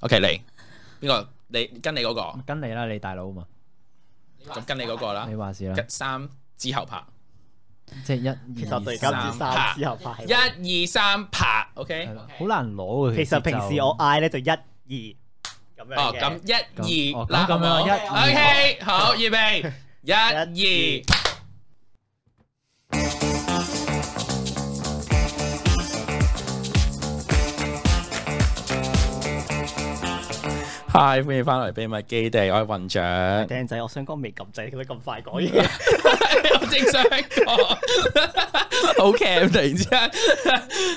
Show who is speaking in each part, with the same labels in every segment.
Speaker 1: OK，嚟邊個？你跟你嗰個，
Speaker 2: 跟你啦，你大佬啊嘛，
Speaker 1: 咁跟你嗰個
Speaker 3: 啊
Speaker 1: 啦
Speaker 2: 你。話事啦，
Speaker 1: 一三之後拍，
Speaker 2: 即係一、
Speaker 3: 其實
Speaker 2: 二
Speaker 3: 我突然間唔知三之後拍。
Speaker 1: 一二三拍
Speaker 2: 係
Speaker 1: ，OK。
Speaker 2: 啦好難攞啊嘅。
Speaker 3: 其實
Speaker 2: 實
Speaker 3: 平時我嗌咧就一二咁樣
Speaker 1: 哦，
Speaker 3: 嘅
Speaker 1: 咁一
Speaker 2: 咁
Speaker 1: 二
Speaker 2: 哦
Speaker 1: 啦，
Speaker 2: 咁咁樣
Speaker 1: 好唔好
Speaker 2: 一二
Speaker 1: OK，好，預備，一二。Hi，歡迎翻嚟秘密基地，我係混長，
Speaker 3: 靚仔，我想講未撳掣，點解咁 快講嘢？
Speaker 1: 啊我正想講，好 cam 突然之間，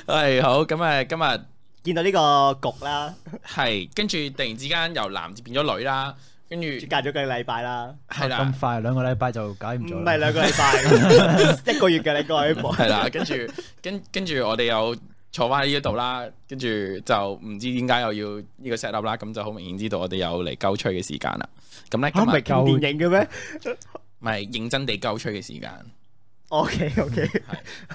Speaker 1: 係好咁啊！今日
Speaker 3: 見到呢個局啦，
Speaker 1: 係跟住突然之間由男變咗女啦，跟住
Speaker 3: 隔咗個禮拜啦，
Speaker 1: 係啦。
Speaker 2: 咁快兩個禮拜就搞
Speaker 3: 唔
Speaker 2: 掂咗啦
Speaker 3: 係。兩個 禮拜，一個月嘅你 過去
Speaker 1: 系啦，跟住跟跟住我哋又坐翻喺呢度啦，跟住就唔知點解又要呢個 set up 啦，咁就好明顯知道我哋有嚟鳩吹嘅時間啦。咁咧
Speaker 3: 嚇唔係
Speaker 1: 今日
Speaker 3: 傾電影嘅咩
Speaker 1: 唔係認真地鳩吹嘅時間，呢
Speaker 3: ？OK OK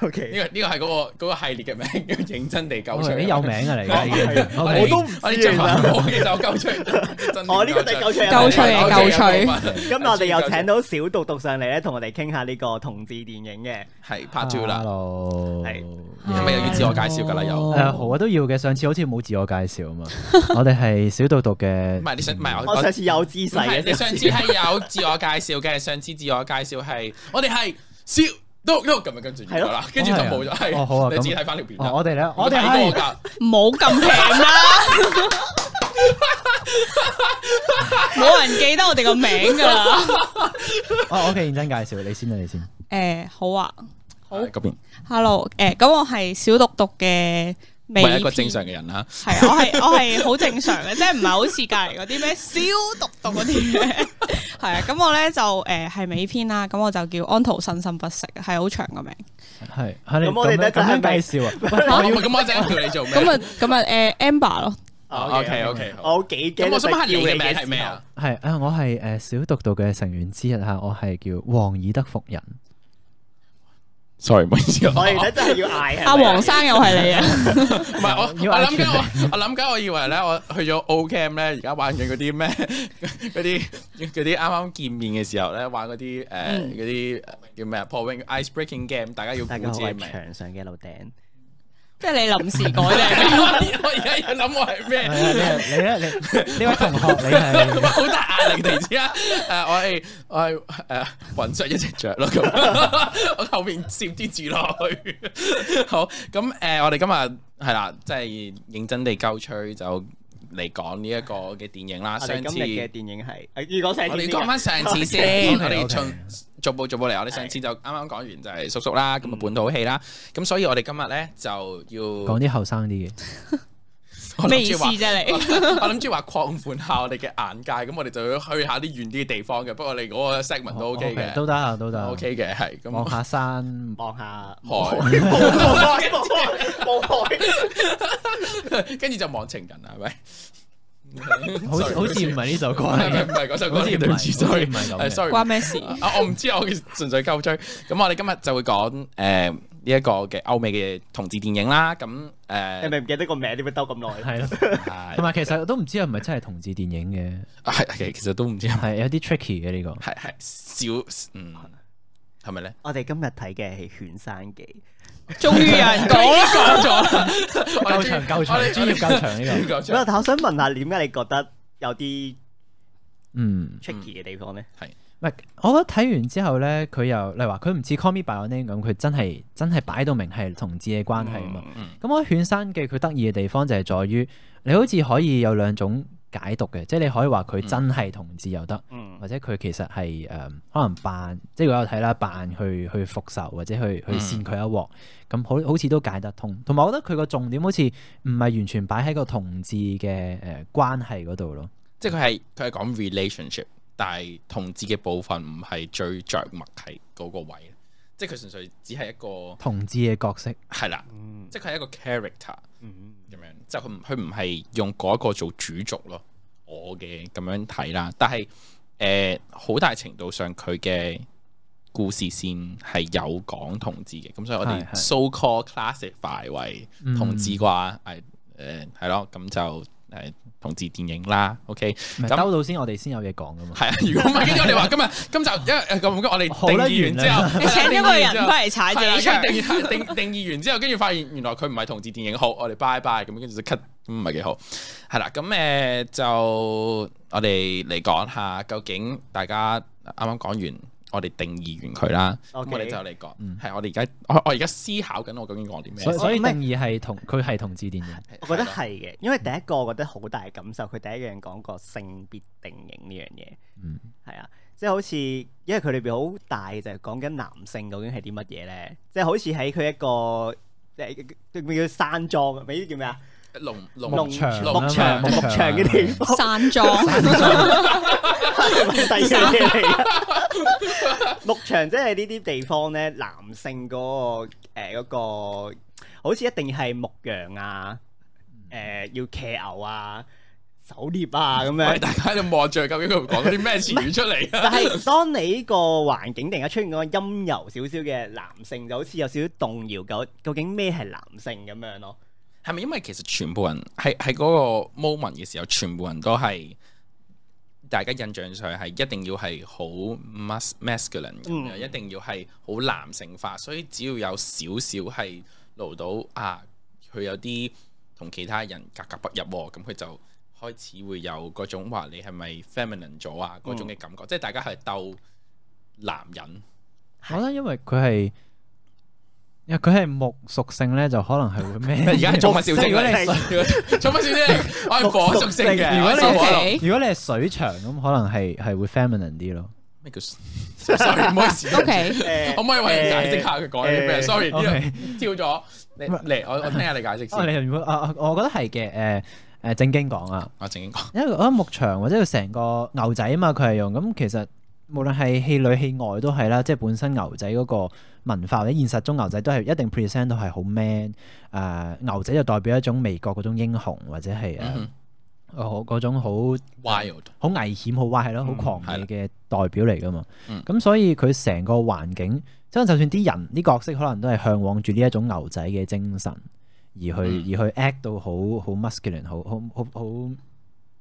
Speaker 3: OK，
Speaker 1: 個呢個係嗰個嗰個系列嘅名叫認真地鳩
Speaker 2: 喂
Speaker 1: 吹。
Speaker 2: 你有名啊嚟㗎已經
Speaker 3: 係
Speaker 1: 我
Speaker 2: OK
Speaker 1: 哋
Speaker 3: 我都唔知
Speaker 1: 我哋進行
Speaker 3: 原來
Speaker 1: 我其實我鳩吹，真
Speaker 3: 哦呢個就係鳩吹
Speaker 4: 鳩吹嘅鳩吹
Speaker 3: 今日我哋又請到小讀讀上嚟咧，同我哋傾下呢個同志電影嘅。
Speaker 1: 啊係 part two 啦，
Speaker 2: Hello，
Speaker 3: 係
Speaker 2: Dạ.
Speaker 1: 係咪又要自我介紹㗎啦？又
Speaker 2: 誒好啊，都要嘅。上次好似冇自我介紹 啊嘛，我哋係小道讀嘅
Speaker 1: 唔。係你想唔係我
Speaker 3: 我上次有姿
Speaker 1: 唔係
Speaker 3: 勢
Speaker 1: 你
Speaker 3: 嘅，
Speaker 1: 上次係有自我介紹嘅，上次自我介紹係我哋係笑。都都咁樣跟住完咗啦，跟住就冇咗，係
Speaker 2: 哦好啊
Speaker 1: 你
Speaker 2: 咁
Speaker 1: 自己睇翻條片啦
Speaker 2: 哦，。我哋咧，我哋
Speaker 1: 睇
Speaker 2: 係
Speaker 1: 過㗎，
Speaker 4: 冇咁平啦，冇人記得我哋個名噶啦。
Speaker 2: 哦，OK，認真介紹你先啦，你先。
Speaker 4: 誒，好啊好
Speaker 1: 嗰邊
Speaker 4: ，Hello，誒，咁我係小讀讀嘅
Speaker 1: 唔
Speaker 4: 美
Speaker 1: 係一個
Speaker 4: 編
Speaker 1: 正常嘅人啦。
Speaker 4: 係啊，我係我係好正常嘅，即係唔係好似隔離嗰啲咩消毒毒嗰啲嘅。係啊，咁我咧就誒係美篇啦，咁我就叫安徒生生不息，係好長個名。
Speaker 2: 係，係你
Speaker 3: 咁我哋
Speaker 2: 咁樣
Speaker 3: 得
Speaker 2: 咁樣
Speaker 3: 係咪
Speaker 2: 介紹啊。
Speaker 1: 我咪咁我一陣叫你做咩？
Speaker 4: 咁啊咁啊誒 Amber 咯，
Speaker 3: 哦
Speaker 1: OK，OK，好
Speaker 3: 我幾驚。
Speaker 1: 咁我想問下你嘅名係咩啊？？
Speaker 2: 係啊，我係誒小讀讀嘅成員之一嚇，我係叫黃爾德服人。
Speaker 1: Sorry，唔好意思，
Speaker 3: 我哋
Speaker 1: 我
Speaker 3: 咧真係要嗌係咪
Speaker 4: 阿黃生又係你啊，
Speaker 1: 唔係我，
Speaker 2: 要
Speaker 1: 我諗緊
Speaker 2: 嗌
Speaker 1: 我，我諗緊我以為咧，我去咗 O Cam 咧，而家玩緊嗰啲咩，嗰啲嗰啲啱啱見面嘅時候咧，玩嗰啲誒嗰啲誒叫咩啊破冰 ice breaking game，大家要
Speaker 3: 大
Speaker 1: 估
Speaker 3: 家
Speaker 1: 自己
Speaker 3: 好，我係
Speaker 1: 名。
Speaker 3: 牆上嘅老頂。
Speaker 4: 即係你臨時改定。
Speaker 1: 我而家要諗我係咩？
Speaker 2: 係啊，你係你咧，你呢位同學你 係。
Speaker 1: 好大壓力突然之間，誒、我係我係誒雲雀一隻雀咯咁， 我後面攝啲字落去。 好，咁誒、我哋今日係啦，即係認真地鳩吹就嚟講呢一個嘅電影啦。
Speaker 3: 我
Speaker 1: 上
Speaker 3: 哋
Speaker 1: 次
Speaker 3: 今日嘅電影係，要講上
Speaker 1: 我
Speaker 3: 次
Speaker 1: 哋
Speaker 3: 先
Speaker 1: 講
Speaker 3: 啊。
Speaker 1: 翻上次 先，我
Speaker 2: OK，OK
Speaker 1: 哋從逐步逐步嚟。我哋上次就啱啱講完就係叔叔啦，咁啊
Speaker 3: 嗯
Speaker 1: 本土戲啦，咁所以我哋今日咧就要
Speaker 2: 講啲後生啲嘅，
Speaker 1: 我
Speaker 4: 咩
Speaker 1: 諗
Speaker 4: 意
Speaker 1: 住
Speaker 4: 思
Speaker 1: 話
Speaker 4: 啫你
Speaker 1: 我？我諗住話擴闊下我哋嘅眼界，咁我哋就要去下啲遠啲嘅地方嘅。不過你嗰個 segment 都 OK 嘅
Speaker 2: 都得啊，都得。
Speaker 1: ，OK 嘅係咁。
Speaker 2: 望下山，
Speaker 3: 望下
Speaker 1: 海
Speaker 3: 冇海冇海冇海，
Speaker 1: 跟住就望情人啦，係咪？
Speaker 2: 好似
Speaker 1: Sorry，
Speaker 2: 好似唔係呢首歌
Speaker 1: 唔係唔係
Speaker 2: 嚟
Speaker 1: 唔係嗰首歌
Speaker 2: 好似
Speaker 1: 嚟嘅，
Speaker 2: 唔係
Speaker 1: 對唔住
Speaker 2: 好似
Speaker 1: ，sorry，
Speaker 2: 唔係咁
Speaker 1: 係
Speaker 2: 嘅
Speaker 1: sorry。
Speaker 4: 關咩事？
Speaker 1: 啊，我唔知，我純粹鳩追。咁我哋今日就會講誒呢一個嘅歐美嘅同志電影啦。咁
Speaker 3: 你
Speaker 1: 誒
Speaker 3: 咪唔記得個名？點解兜咁耐？
Speaker 2: 嘅，係咯。
Speaker 1: 係
Speaker 2: 同埋其實都唔知係咪真係同志電影嘅，
Speaker 1: 係其其實都唔知係咪
Speaker 2: 係有啲 tricky 嘅呢個。
Speaker 1: 係係少嗯係咪咧？
Speaker 3: 我哋今日睇嘅係《犬山記
Speaker 4: 終於有人 講 啦。
Speaker 1: 講咗啦，我哋
Speaker 2: 夠長夠
Speaker 1: 我哋
Speaker 2: 長，專業夠長呢個。
Speaker 1: 講》。咗
Speaker 3: 咁。啊，但我想問下，點解你覺得有啲
Speaker 2: 嗯，
Speaker 3: tricky 嘅地方咧？
Speaker 2: 唔係，我覺得睇完之後咧，佢又例如話佢唔似 Call Me by Your Name 咁，佢真係真係擺到明係同志嘅關係啊嘛。
Speaker 1: 嗯
Speaker 2: 咁我覺得《犬山記》佢得意嘅地方就係在於，你好似可以有兩種解讀嘅，即係你可以話佢真係同志又得，
Speaker 3: 嗯
Speaker 2: 或者佢其實係誒、嗯可能扮，即係我有睇啦，扮去去復仇或者去去扇佢一鑊，咁好好似都解得通。同埋我覺得佢個重點好似唔係完全擺喺個同志嘅誒、呃、關係嗰度咯。
Speaker 1: 即係佢係佢係講 relationship，但係同志嘅部分唔係最着墨係嗰個位，即係佢純粹只係一個
Speaker 2: 同志嘅角色
Speaker 1: 係啦，
Speaker 3: 嗯
Speaker 1: 即係佢係一個 character
Speaker 3: 嗯
Speaker 1: 咁樣，即係佢唔佢唔係用嗰一個做主軸咯，我嘅咁樣睇啦。但係誒好大程度上佢嘅故事線係有講同志嘅，咁所以我哋
Speaker 2: 係係嗯
Speaker 1: so 呃 called classify 為同志啩，係誒係咯，咁就誒呃同志電影啦。OK，
Speaker 2: 唔係
Speaker 1: 咁
Speaker 2: 兜到先，我哋先有嘢講噶嘛。
Speaker 1: 係啊，如果唔係，跟住我哋話今日今集因為呃咁，我哋
Speaker 2: 好 啦
Speaker 1: 定義完之後，
Speaker 4: 你 請咗個人
Speaker 1: 係
Speaker 4: 翻嚟踩自己
Speaker 1: 啦
Speaker 4: 場，
Speaker 1: 定義定 定義完之後，跟住發現原來佢唔係同志電影好，我哋拜拜咁，跟住就 cut，咁唔係幾好。係啦，咁誒就我哋嚟講下，究竟大家啱啱講完，我哋定義完佢啦，咁
Speaker 3: OK
Speaker 1: 我哋就嚟講，
Speaker 2: 嗯
Speaker 1: 係我哋而家我我而家思考緊，我究竟講啲咩
Speaker 2: 所以？所以
Speaker 3: 唔
Speaker 2: 定
Speaker 3: 係
Speaker 2: 義係同佢係同志電影，
Speaker 3: 我覺得係嘅，因為第一個我覺得好大感受，佢第一樣講過性別定型呢樣嘢，
Speaker 2: 嗯，
Speaker 3: 係啊，即係好似因為佢裏邊好大就係講緊男性究竟係啲乜嘢咧，即係好似喺佢一個誒叫叫山莊，唔係叫咩啊？
Speaker 1: 農
Speaker 2: 牧場啊
Speaker 1: 農
Speaker 2: 嘛
Speaker 3: 牧場
Speaker 2: 牧
Speaker 3: 牧
Speaker 2: 場
Speaker 3: 場嘅地方，
Speaker 4: 散裝
Speaker 3: 唔係第二樣嘢嚟嘅。牧場即係呢啲地方咧，男性嗰、個誒嗰、個好似一定係牧羊啊，誒、要騎牛啊、狩獵啊咁
Speaker 1: 喂
Speaker 3: 樣。
Speaker 1: 大家喺度望住，究竟佢講嗰啲咩詞語出嚟啊？
Speaker 3: 但係當你呢個環境突然間出現個陰柔少少嘅男性，就好似有少少動搖究究竟咩係男性咁樣咯。
Speaker 1: 係咪因為其實全部人喺喺嗰個 moment 嘅時候，全部人都係大家印象上係一定要係好 mas masculine 咁樣，
Speaker 3: 嗯
Speaker 1: 一定要係好男性化，所以只要有少少係露到啊，佢有啲同其他人格格不入喎，咁佢就開始會有嗰種話你係咪 feminine 咗啊嗰種嘅感覺，即係大家係鬥男人。
Speaker 2: 我覺得因為佢係。因為佢係木屬性咧，就可能係會 咩？
Speaker 1: 而家係寵物小精
Speaker 2: 如果你
Speaker 1: 靈，寵物小精靈，我係火屬性嘅。
Speaker 2: 如果
Speaker 1: 我係火龍
Speaker 4: 你
Speaker 2: 如果你係水場咁，可能係係會 feminine 啲咯。
Speaker 1: 咩叫 ？sorry，唔好意思。
Speaker 4: O K，
Speaker 3: 誒
Speaker 1: 可唔可以為你解釋下佢講啲咩
Speaker 3: 誒
Speaker 1: ？sorry，呢
Speaker 2: OK，
Speaker 1: 度跳咗。你
Speaker 2: 唔係
Speaker 1: 嚟，我我聽下你解釋
Speaker 2: 哦，
Speaker 1: 先。
Speaker 2: 你如果啊，啊我覺得係嘅，誒誒正經講啊，
Speaker 1: 我正經講，
Speaker 2: 因為我覺得牧場或者佢成個牛仔啊嘛，佢係用咁其實。無論係戲裏戲外都係啦，即係本身牛仔嗰個文化或者現實中牛仔都係一定 present 到係好 man，誒、牛仔就代表一種美國嗰種英雄或者係誒
Speaker 1: 嗯
Speaker 2: 嗰嗰種好
Speaker 1: Ừ. ，wild，
Speaker 2: 好危險、好壞係咯，好
Speaker 1: 嗯
Speaker 2: 狂
Speaker 1: 係啦
Speaker 2: 野嘅代表嚟噶嘛。
Speaker 1: 嗯
Speaker 2: 咁、所以佢成個環境，即係就算啲人啲角色可能都係向往住呢一種牛仔嘅精神，而去、
Speaker 1: 嗯
Speaker 2: 而去 act 到好好 muscular，好好好好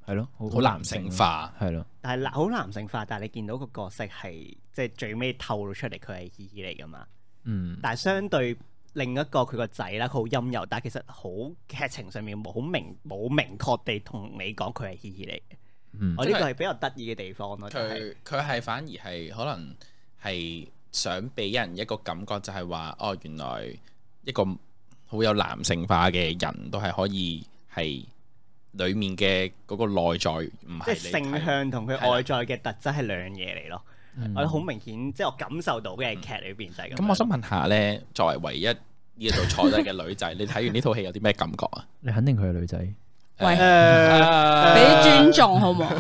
Speaker 2: 係咯，好
Speaker 1: 好男性，化。
Speaker 2: 係咯，
Speaker 3: 但係男好男性化，但係你見到個角色係即係最尾透露出嚟，佢係 E 嚟噶嘛？
Speaker 2: 嗯，
Speaker 3: 但係相對另一個佢個仔啦，佢好陰柔，但係其實好劇情上面冇好明冇明確地同你講佢係 E 嚟嘅。
Speaker 2: 嗯
Speaker 3: 我呢個係比較得意嘅地方咯，就係
Speaker 1: 佢佢係反而係可能係想俾人一個感覺，就係話哦，原來一個好有男性化嘅人都係可以係裡面嘅嗰個內在，唔
Speaker 3: 即
Speaker 1: 係
Speaker 3: 係
Speaker 1: 你
Speaker 3: 性
Speaker 1: 睇。
Speaker 3: 向同佢
Speaker 1: 係啦
Speaker 3: 外在嘅特質係兩樣嘢嚟咯。
Speaker 2: 嗯
Speaker 3: 我覺得好明顯，即係我感受到嘅劇裏邊就係咁樣。
Speaker 1: 嗯咁我想問下咧，作為唯一呢一度坐低嘅女仔，你睇完呢套戲有啲咩感覺啊？
Speaker 2: 你肯定佢係女 仔，
Speaker 4: 喂，
Speaker 3: 誒
Speaker 1: 誒
Speaker 4: 啊俾啲尊重好唔好？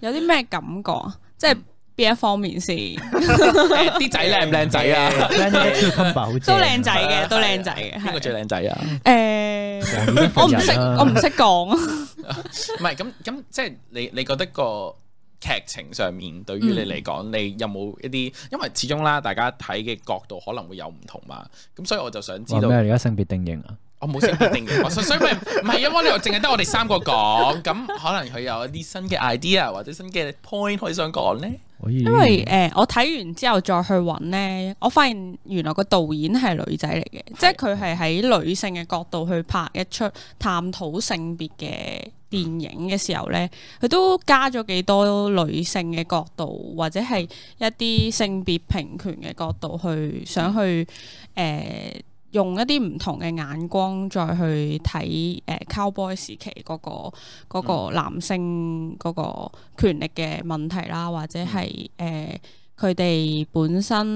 Speaker 4: 有啲咩感覺啊？即係邊一方面先？
Speaker 1: 啲仔靚唔靚仔啊？
Speaker 2: Brand new cucumber 好
Speaker 4: 都
Speaker 2: 正啊
Speaker 4: 靚仔嘅，都靚仔嘅。
Speaker 1: 邊個最
Speaker 4: 係
Speaker 1: 靚仔啊？
Speaker 4: 诶，
Speaker 2: 黃雨
Speaker 4: 我
Speaker 2: 都肥
Speaker 4: 唔
Speaker 2: 人
Speaker 4: 識，
Speaker 2: 啦
Speaker 4: 我唔識講。
Speaker 1: 唔係咁咁，即係你你覺得個劇情上面對於你嚟講，
Speaker 4: 嗯
Speaker 1: 你有冇一啲？因為始終啦，大家睇嘅角度可能會有唔同嘛。咁所以我就想知
Speaker 2: 話
Speaker 1: 道
Speaker 2: 咩？，而家性別定型啊？
Speaker 1: 我冇識決定嘅，我所所以咪唔係因為你淨係得我哋三個講，咁可能佢有一啲新嘅 idea 或者新嘅 point 可以想講咧。
Speaker 2: 我已
Speaker 4: 因為诶，我睇完之後再去揾咧，我發現原來個導演係女仔嚟嘅，即係佢係喺女性嘅角度去拍一出探討性別嘅電影嘅時候咧，佢都加咗幾多女性嘅角度，或者係一啲性別平權嘅角度去想去诶。呃用一啲唔同嘅眼光再去睇誒、呃 cowboy 時期嗰、個嗰、個男性嗰個權力嘅問題啦，或者係誒佢哋本身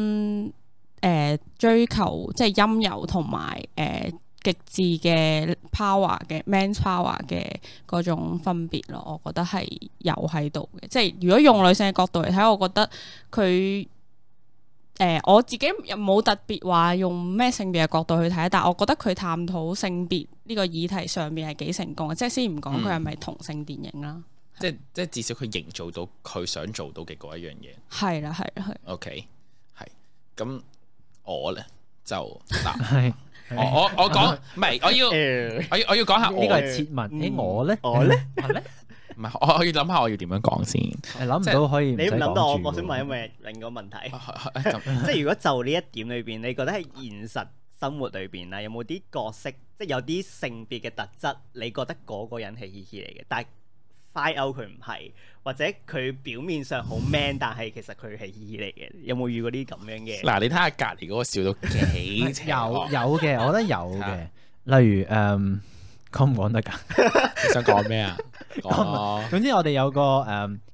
Speaker 4: 誒、呃追求即係陰柔同埋誒極致嘅 power 嘅 man power 嘅嗰種分別咯，我覺得係有喺度嘅。即係如果用女性嘅角度嚟睇，我覺得佢。誒、我自己又冇特別話用咩性別嘅角度去睇，但我覺得佢探討性別呢個議題上面係幾成功嘅，即係先唔講佢係咪同性電影啦，
Speaker 1: 即係即係至少佢營造到佢想做到嘅嗰一樣嘢。
Speaker 4: 係啦係啦係啦。
Speaker 1: OK，係咁我咧就嗱。
Speaker 2: 係
Speaker 1: 我我我講唔 係，我要
Speaker 3: 誒
Speaker 1: 我要我要講下我
Speaker 2: 呢個係切問，
Speaker 3: 嗯
Speaker 2: 誒 我咧，
Speaker 3: 我咧，
Speaker 2: 我咧，
Speaker 1: 唔係我我要諗下我要點樣講先。
Speaker 2: 誒諗唔
Speaker 1: 即係
Speaker 2: 到可以唔
Speaker 3: 你
Speaker 2: 使
Speaker 3: 唔諗
Speaker 2: 講
Speaker 3: 到我，
Speaker 2: 住
Speaker 3: 我想
Speaker 2: 喎
Speaker 1: 啊
Speaker 3: 問一問另一個問
Speaker 2: 啊
Speaker 3: 題，
Speaker 1: 咁
Speaker 3: 即係如果就呢一點裏邊，你覺得喺現實生活裏邊啦，有冇啲角色，即係有啲性別嘅特質，你覺得嗰個人係嘻嘻嚟嘅，但係 find out 佢唔係，或者佢表面上好 man，但係其實佢係嘻嘻嚟嘅，有冇遇過啲咁樣 嘅？
Speaker 1: 嗱，你睇下隔離嗰個笑到幾 邪
Speaker 2: 有
Speaker 1: 惡
Speaker 2: 有嘅，我覺得有
Speaker 1: 哦
Speaker 2: 嘅
Speaker 1: 嚇。
Speaker 2: 例如誒，嗯講唔講 得㗎？
Speaker 1: 你想講咩 啊？哦
Speaker 2: 總之我哋有個誒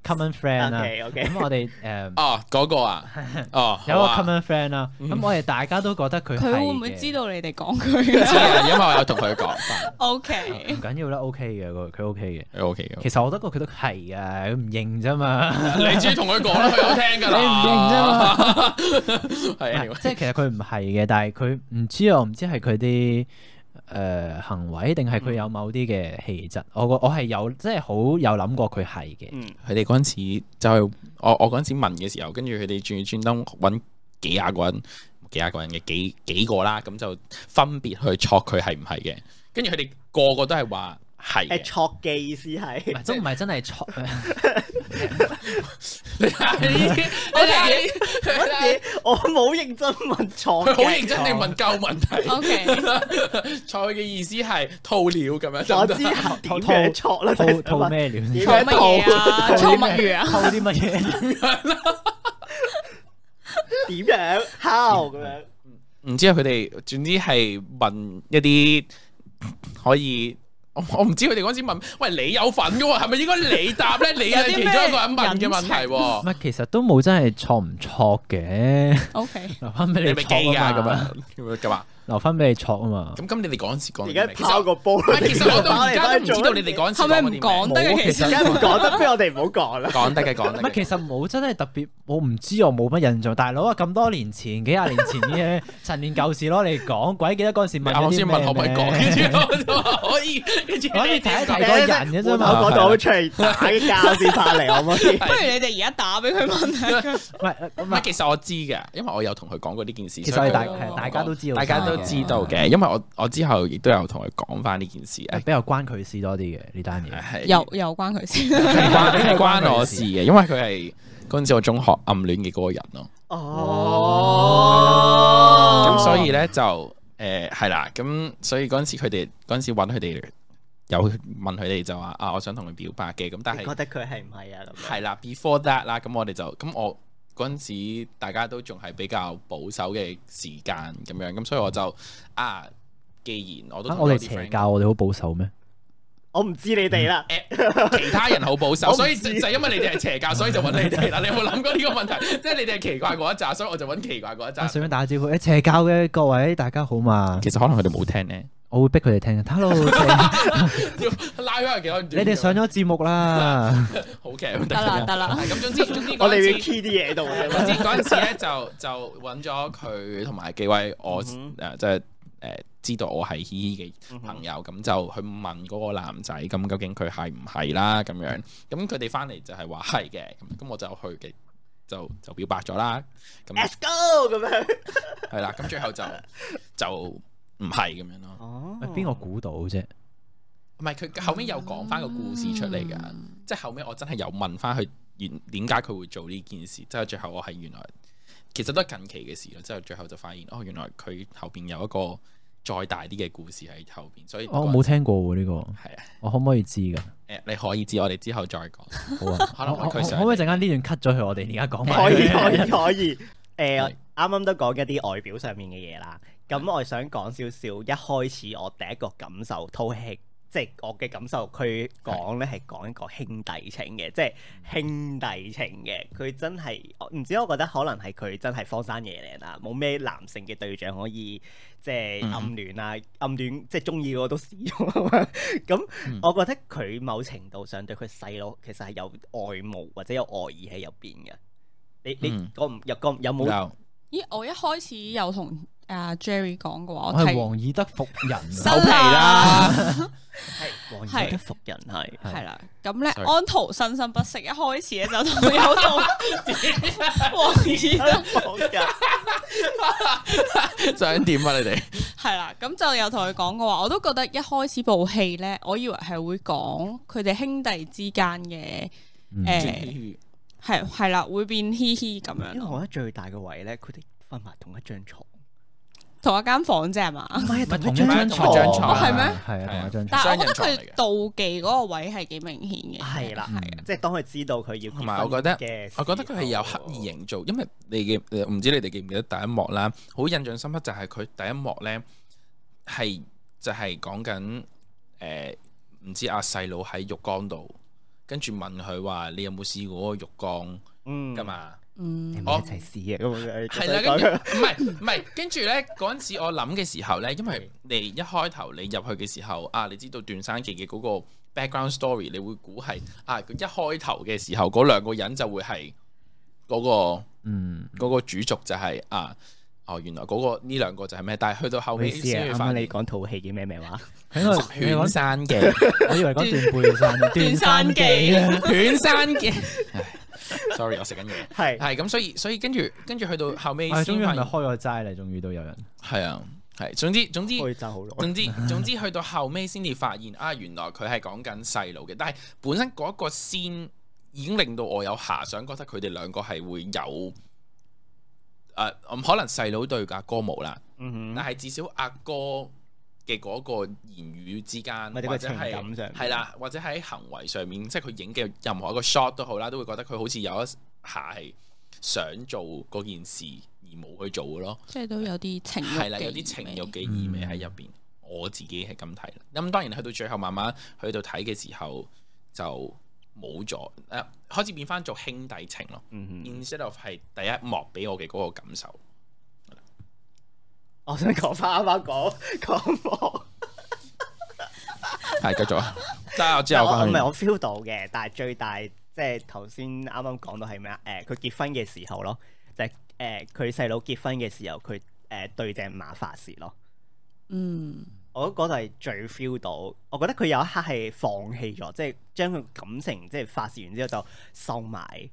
Speaker 2: common
Speaker 1: 啊
Speaker 2: friend 啦，
Speaker 3: OK OK，
Speaker 2: 咁我哋 誒
Speaker 1: 哦，嗰個啊，哦，
Speaker 2: 有
Speaker 1: 好
Speaker 2: 個
Speaker 1: 啊
Speaker 2: common friend 啦，
Speaker 1: 嗯
Speaker 2: 咁我哋大家都覺得佢
Speaker 4: 佢
Speaker 2: 係
Speaker 4: 會唔會
Speaker 2: 嘅
Speaker 4: 知？道你哋講佢
Speaker 1: 知啊，因為我有同佢講
Speaker 4: ？O
Speaker 2: 唔
Speaker 1: 啊
Speaker 4: K，
Speaker 2: 緊要啦，OK 嘅，佢佢 OK
Speaker 1: ，O K
Speaker 2: 嘅。
Speaker 1: 嘅。
Speaker 2: 其實我覺得佢都係啊，佢唔認啫嘛。
Speaker 1: 你中意同佢講啦，佢有聽㗎啦。
Speaker 2: 你唔認啫
Speaker 1: 嘛？ 係
Speaker 2: 啊
Speaker 1: anyway
Speaker 2: 即係其實佢唔係嘅，但係佢唔知我唔知係佢啲誒行為
Speaker 1: 嗯
Speaker 2: 定係佢有某啲嘅氣質。我個我係有即係好有諗過佢係嘅。
Speaker 3: 嗯，
Speaker 1: 佢哋嗰陣時就係我我嗰陣時問嘅時候，跟住佢哋仲要專登揾幾廿個人、幾廿個人嘅幾幾個啦，咁就分別去戳佢係唔係嘅。跟住佢哋個個都係話係
Speaker 3: 誒
Speaker 1: 嘅。
Speaker 3: 錯嘅意思係
Speaker 2: 唔係都唔係真係錯，
Speaker 1: 你睇呢啲你睇呢啲
Speaker 3: 乜嘢？ 我冇認真問錯
Speaker 1: 佢
Speaker 3: 嘅，
Speaker 1: 好認真地問夠問題。
Speaker 4: OK
Speaker 1: 錯嘅意思係套料咁樣
Speaker 3: 錯，我
Speaker 1: 得唔
Speaker 3: 知
Speaker 1: 得。
Speaker 3: 係點樣錯啦，但
Speaker 2: 套
Speaker 3: 係想
Speaker 2: 套
Speaker 3: 問
Speaker 2: 咩料？
Speaker 3: 點
Speaker 4: 錯
Speaker 3: 樣
Speaker 4: 乜嘢啊？
Speaker 3: 套
Speaker 4: 錯乜嘢啊？
Speaker 2: 套啲乜嘢？
Speaker 3: 點樣
Speaker 1: 嗯
Speaker 3: how 咁樣？
Speaker 1: 唔知啊，佢哋總之係問一啲可以。 我我唔知佢哋嗰陣時問，喂你有份嘅喎，係咪應該你答咧？你係其中一個人問嘅問題
Speaker 2: 唔
Speaker 1: 喎，
Speaker 2: 係，其實都冇真係錯唔錯 嘅，
Speaker 4: O K，
Speaker 2: 留翻俾
Speaker 1: 你
Speaker 2: 你
Speaker 1: 係咪
Speaker 2: 錯
Speaker 1: 記啊
Speaker 2: 啊
Speaker 1: 咁
Speaker 2: 嘛，
Speaker 1: 啊咁啊，
Speaker 2: 留翻俾你錯啊嘛。
Speaker 1: 咁咁你哋嗰陣時講
Speaker 3: 而
Speaker 1: 啲
Speaker 3: 家
Speaker 1: 咩其實
Speaker 3: 拋個波
Speaker 1: 唔係，其實我到
Speaker 3: 拋
Speaker 1: 而
Speaker 3: 嚟
Speaker 1: 家都唔
Speaker 3: 拋去
Speaker 1: 知道你哋嗰陣時
Speaker 4: 係咪
Speaker 1: 講過
Speaker 4: 唔
Speaker 1: 啲
Speaker 4: 講
Speaker 1: 咩啊
Speaker 4: 得
Speaker 2: 冇
Speaker 4: 嘅？其
Speaker 2: 其實
Speaker 4: 實
Speaker 3: 而家唔講得，不如我哋唔好講啦。
Speaker 1: 講得嘅講
Speaker 2: 唔
Speaker 1: 得
Speaker 2: 係，
Speaker 1: 嘅
Speaker 2: 其。實冇真係特別，我唔知我冇乜印象。大佬啊，咁多年前，幾廿年前嘅 陳年舊事咯，你講鬼記得嗰陣時問咗
Speaker 1: 啱
Speaker 2: 啲
Speaker 1: 啱先問可唔可以講，
Speaker 2: 咩
Speaker 1: 跟住我就話可以，跟住
Speaker 2: 我哋睇一睇
Speaker 1: 你
Speaker 2: 個人嘅啫嘛
Speaker 3: 我講到好出嚟打交先翻嚟，可唔可以？
Speaker 4: 不如你哋而家打俾佢問下。
Speaker 2: 唔係唔
Speaker 1: 唔係，
Speaker 2: 係，
Speaker 1: 其實我知嘅，因為我有同佢講過呢件事。
Speaker 2: 其實
Speaker 1: 所以佢
Speaker 2: 係大
Speaker 4: 哦
Speaker 2: 係大家都知道，
Speaker 1: 大家都知道嘅，嗯因為我我之後亦都有同佢講翻呢件事，
Speaker 2: 係
Speaker 1: 誒
Speaker 2: 比較關佢事多啲嘅呢單嘢。
Speaker 1: 係
Speaker 4: 又又關佢事。
Speaker 1: 係關係 關
Speaker 2: 關
Speaker 1: 我
Speaker 2: 我
Speaker 1: 事
Speaker 2: 事
Speaker 1: 嘅，因為佢係嗰陣時我中學暗戀嘅嗰個人咯，
Speaker 3: 哦，
Speaker 1: 咁所以咧就誒係啦，咁所以嗰陣時佢哋嗰陣時揾佢哋有問佢哋就話啊，我想同佢表白嘅，咁但
Speaker 3: 你
Speaker 1: 係
Speaker 3: 覺得佢係唔係啊？咁樣
Speaker 1: 係啦，before that 啦，咁我哋就咁我嗰陣時大家都仲係比較保守嘅時間咁樣，咁所以我就啊，既然我都
Speaker 2: 啊
Speaker 1: 同
Speaker 2: 我哋
Speaker 1: 啲
Speaker 2: 邪
Speaker 1: friend
Speaker 2: 教，我哋好保守咩？
Speaker 3: 我唔知你哋啦。
Speaker 1: 嗯呃其他人好保守，
Speaker 3: 我唔
Speaker 1: 所以就
Speaker 3: 知
Speaker 1: 就因為你哋係邪教，所以就揾你哋 啦。你有冇諗過呢個問題？即係你哋係奇怪嗰一紮，所以我就揾奇怪嗰一
Speaker 2: 啊，
Speaker 1: 紮。
Speaker 2: 想打個招呼，誒邪教嘅各位大家好嘛？
Speaker 1: 其實可能佢哋冇聽咧，
Speaker 2: 我會逼佢哋聽，hello，邪
Speaker 1: 要拉翻去幾多段？
Speaker 2: 你哋上咗節目
Speaker 1: 啊
Speaker 2: 啦，
Speaker 1: 好嘅，
Speaker 4: 得啦得啦
Speaker 1: 係啊咁 總之總之
Speaker 3: 我
Speaker 1: 嗰
Speaker 3: 哋要
Speaker 1: 陣時。
Speaker 3: key 啲嘢喺度嘅
Speaker 1: 總
Speaker 3: 嘛。
Speaker 1: 之嗰陣時咧，就就揾咗佢同埋幾位我誒
Speaker 3: 嗯
Speaker 1: 即係誒知道我係嘻嘻嘅朋友，咁就去問嗰個男仔，咁究竟佢係唔係啦咁樣。咁佢哋翻嚟就係話係嘅，咁咁我就去嘅就就表白咗啦。咁
Speaker 3: Let's go 咁樣。
Speaker 1: 系啦，咁最後就就唔係咁樣咯。
Speaker 3: 哦
Speaker 2: 喂邊個？估到啫？
Speaker 1: 唔係佢後尾又講翻個故事出嚟噶，
Speaker 4: 嗯
Speaker 1: 即係後尾我真係有問翻佢原點解佢會做呢件事，即係最後我係原來其實都係近期嘅事咯，之後最後就發現哦，原來佢後邊有一個再大啲嘅故事喺後邊，所以
Speaker 2: 我冇聽過喎呢個，
Speaker 1: 係啊，
Speaker 2: 我可唔可以知㗎？
Speaker 1: 誒你可以知，我哋之後再講。
Speaker 2: 好啊，
Speaker 1: 可能
Speaker 2: 我我
Speaker 1: 佢想
Speaker 2: 可唔可以陣間呢段 cut 咗佢？我哋而家講埋
Speaker 3: 可以
Speaker 2: 佢
Speaker 3: 可以可以。誒，啱啱都講一啲外表上面嘅嘢啦。咁我想講少少，一開始我第一個感受套戲。即係我嘅感受，佢講咧係講一個兄弟情嘅，即係兄弟情嘅。佢真係我唔知，我覺得可能係佢真係荒山野嶺啦，啊冇咩男性嘅對象可以即係
Speaker 1: 嗯
Speaker 3: 暗戀啊，暗戀即係中意我都試咗啊嘛。咁
Speaker 1: 嗯
Speaker 3: 我覺得佢某程度上對佢細佬其實係有愛慕或者有愛意喺入邊嘅。你你
Speaker 1: 嗯
Speaker 3: 覺唔有覺有冇？
Speaker 1: 有
Speaker 4: 咦，我一開始有同阿 Jerry 講嘅話，
Speaker 2: 我
Speaker 4: 我
Speaker 2: 係
Speaker 4: 睇
Speaker 2: 王爾德服人
Speaker 4: 收
Speaker 2: 啊，
Speaker 1: 收皮啦，
Speaker 3: 系王
Speaker 4: 係
Speaker 3: 爾德服人係。
Speaker 4: 系 啦，咁咧
Speaker 1: Sorry
Speaker 4: 安徒生生不息，一開始咧就同佢有 同王爾德
Speaker 3: 服人
Speaker 1: 想點啊？你哋
Speaker 4: 係啦，咁就有同佢講嘅話，我都覺得一開始部戲咧，我以為係會講佢哋兄弟之間嘅
Speaker 2: 嗯
Speaker 4: 誒係係啦，會變嘻嘻咁樣
Speaker 3: 因為
Speaker 4: 咯，
Speaker 3: 我覺得最大嘅位咧，佢哋瞓埋同一張床，唔
Speaker 4: 同一間房啫係嘛？
Speaker 1: 嗯
Speaker 3: 係
Speaker 2: 唔係同一
Speaker 1: 張
Speaker 2: 張
Speaker 1: 床
Speaker 2: 床，
Speaker 1: 哦
Speaker 4: 係咩
Speaker 2: 係啊，同一張床。
Speaker 4: 但係
Speaker 1: 雙人
Speaker 4: 我覺得
Speaker 1: 床嚟嘅
Speaker 4: 佢妒忌嗰個位係幾明顯嘅，
Speaker 3: 係
Speaker 2: 嗯
Speaker 3: 啦，
Speaker 4: 係啊，
Speaker 3: 即係當佢知道佢要結
Speaker 1: 同埋我覺得
Speaker 3: 婚嘅時
Speaker 1: 我
Speaker 3: 候，
Speaker 1: 覺得佢係有刻意營造，因為你嘅誒唔知你哋記唔記得第一幕啦，好印象深刻就係佢第一幕咧係就係講緊誒唔知阿細佬喺浴缸度，跟住問佢話你有冇試過嗰個浴缸
Speaker 3: 嗯
Speaker 1: 㗎，嘛？
Speaker 4: 嗯
Speaker 3: 你。
Speaker 1: 我
Speaker 3: 咪一齊試嘅咁樣，
Speaker 1: 係啦，跟住唔係唔係，跟住咧嗰陣時我諗嘅時候咧，因為你一開頭你入去嘅時候啊，你知道段生記嘅嗰個 background story，你會估係啊佢一開頭嘅時候嗰兩個人就會係嗰、個。
Speaker 2: 嗯，
Speaker 1: 嗰個主軸就係、啊，哦原來嗰、個呢兩個就係咩？但係去到後
Speaker 3: 唔好
Speaker 1: 尾
Speaker 3: 意思
Speaker 1: 先
Speaker 3: 啊，啱
Speaker 1: 會
Speaker 3: 啱
Speaker 1: 發現
Speaker 3: 你講套戲叫咩名話？
Speaker 2: 佢應該你
Speaker 1: 犬
Speaker 2: 講
Speaker 1: 山記，
Speaker 2: 我以為講段背山， 段山記啊，
Speaker 1: 犬山記。唉 Sorry，我食緊嘢。
Speaker 3: 係
Speaker 1: 係咁，所以所以跟住跟住去到後尾
Speaker 2: 唉，終
Speaker 1: 先
Speaker 2: 於
Speaker 1: 發
Speaker 2: 係咪
Speaker 1: 現
Speaker 2: 開咗齋啦？終於都有人，
Speaker 1: 係啊，係總之總之
Speaker 3: 可以爭好耐。
Speaker 1: 總之總之去到後尾先至發現啊，原來佢係講緊細路嘅，但係本身嗰個先已經令到我有遐想，覺得佢哋兩個係會有誒、呃嗯可能細佬對阿哥冇啦。
Speaker 3: 嗯
Speaker 1: 但
Speaker 3: 哼，
Speaker 1: 係至少阿哥嘅嗰個言語之間，
Speaker 3: 或者個
Speaker 1: 或者
Speaker 3: 情
Speaker 1: 係
Speaker 3: 感上
Speaker 1: 係啦，或者喺行為上面，即係佢影嘅任何一個 shot 都好啦，都會覺得佢好似有一下係想做嗰件事而冇去做嘅咯，
Speaker 4: 即係都有啲情慾
Speaker 1: 係啦，
Speaker 4: 嘅
Speaker 1: 有啲情
Speaker 4: 意
Speaker 1: 慾
Speaker 4: 味
Speaker 1: 嘅意味喺入邊。我自己係咁睇啦。咁當然去到最後慢慢去到睇嘅時候就冇咗，誒、開始變翻做兄弟情咯。
Speaker 3: 嗯哼，
Speaker 1: instead of 係第一幕俾我嘅嗰個感受。
Speaker 3: 我想講翻啱啱講 講我。
Speaker 1: 係繼續啊，揸我之後
Speaker 3: 我
Speaker 1: 翻
Speaker 3: 唔
Speaker 1: 去
Speaker 3: 係。我 feel 到嘅，但係最大即係頭先啱啱講到係咩啊？誒、佢結婚嘅時候咯，就係誒佢細佬結婚嘅時候，佢誒、對正馬發時咯。
Speaker 4: 嗯，
Speaker 3: 我覺得嗰度係最 feel 到，我覺得佢有一刻係放棄咗，即係將佢感情即係發泄完之後就收埋，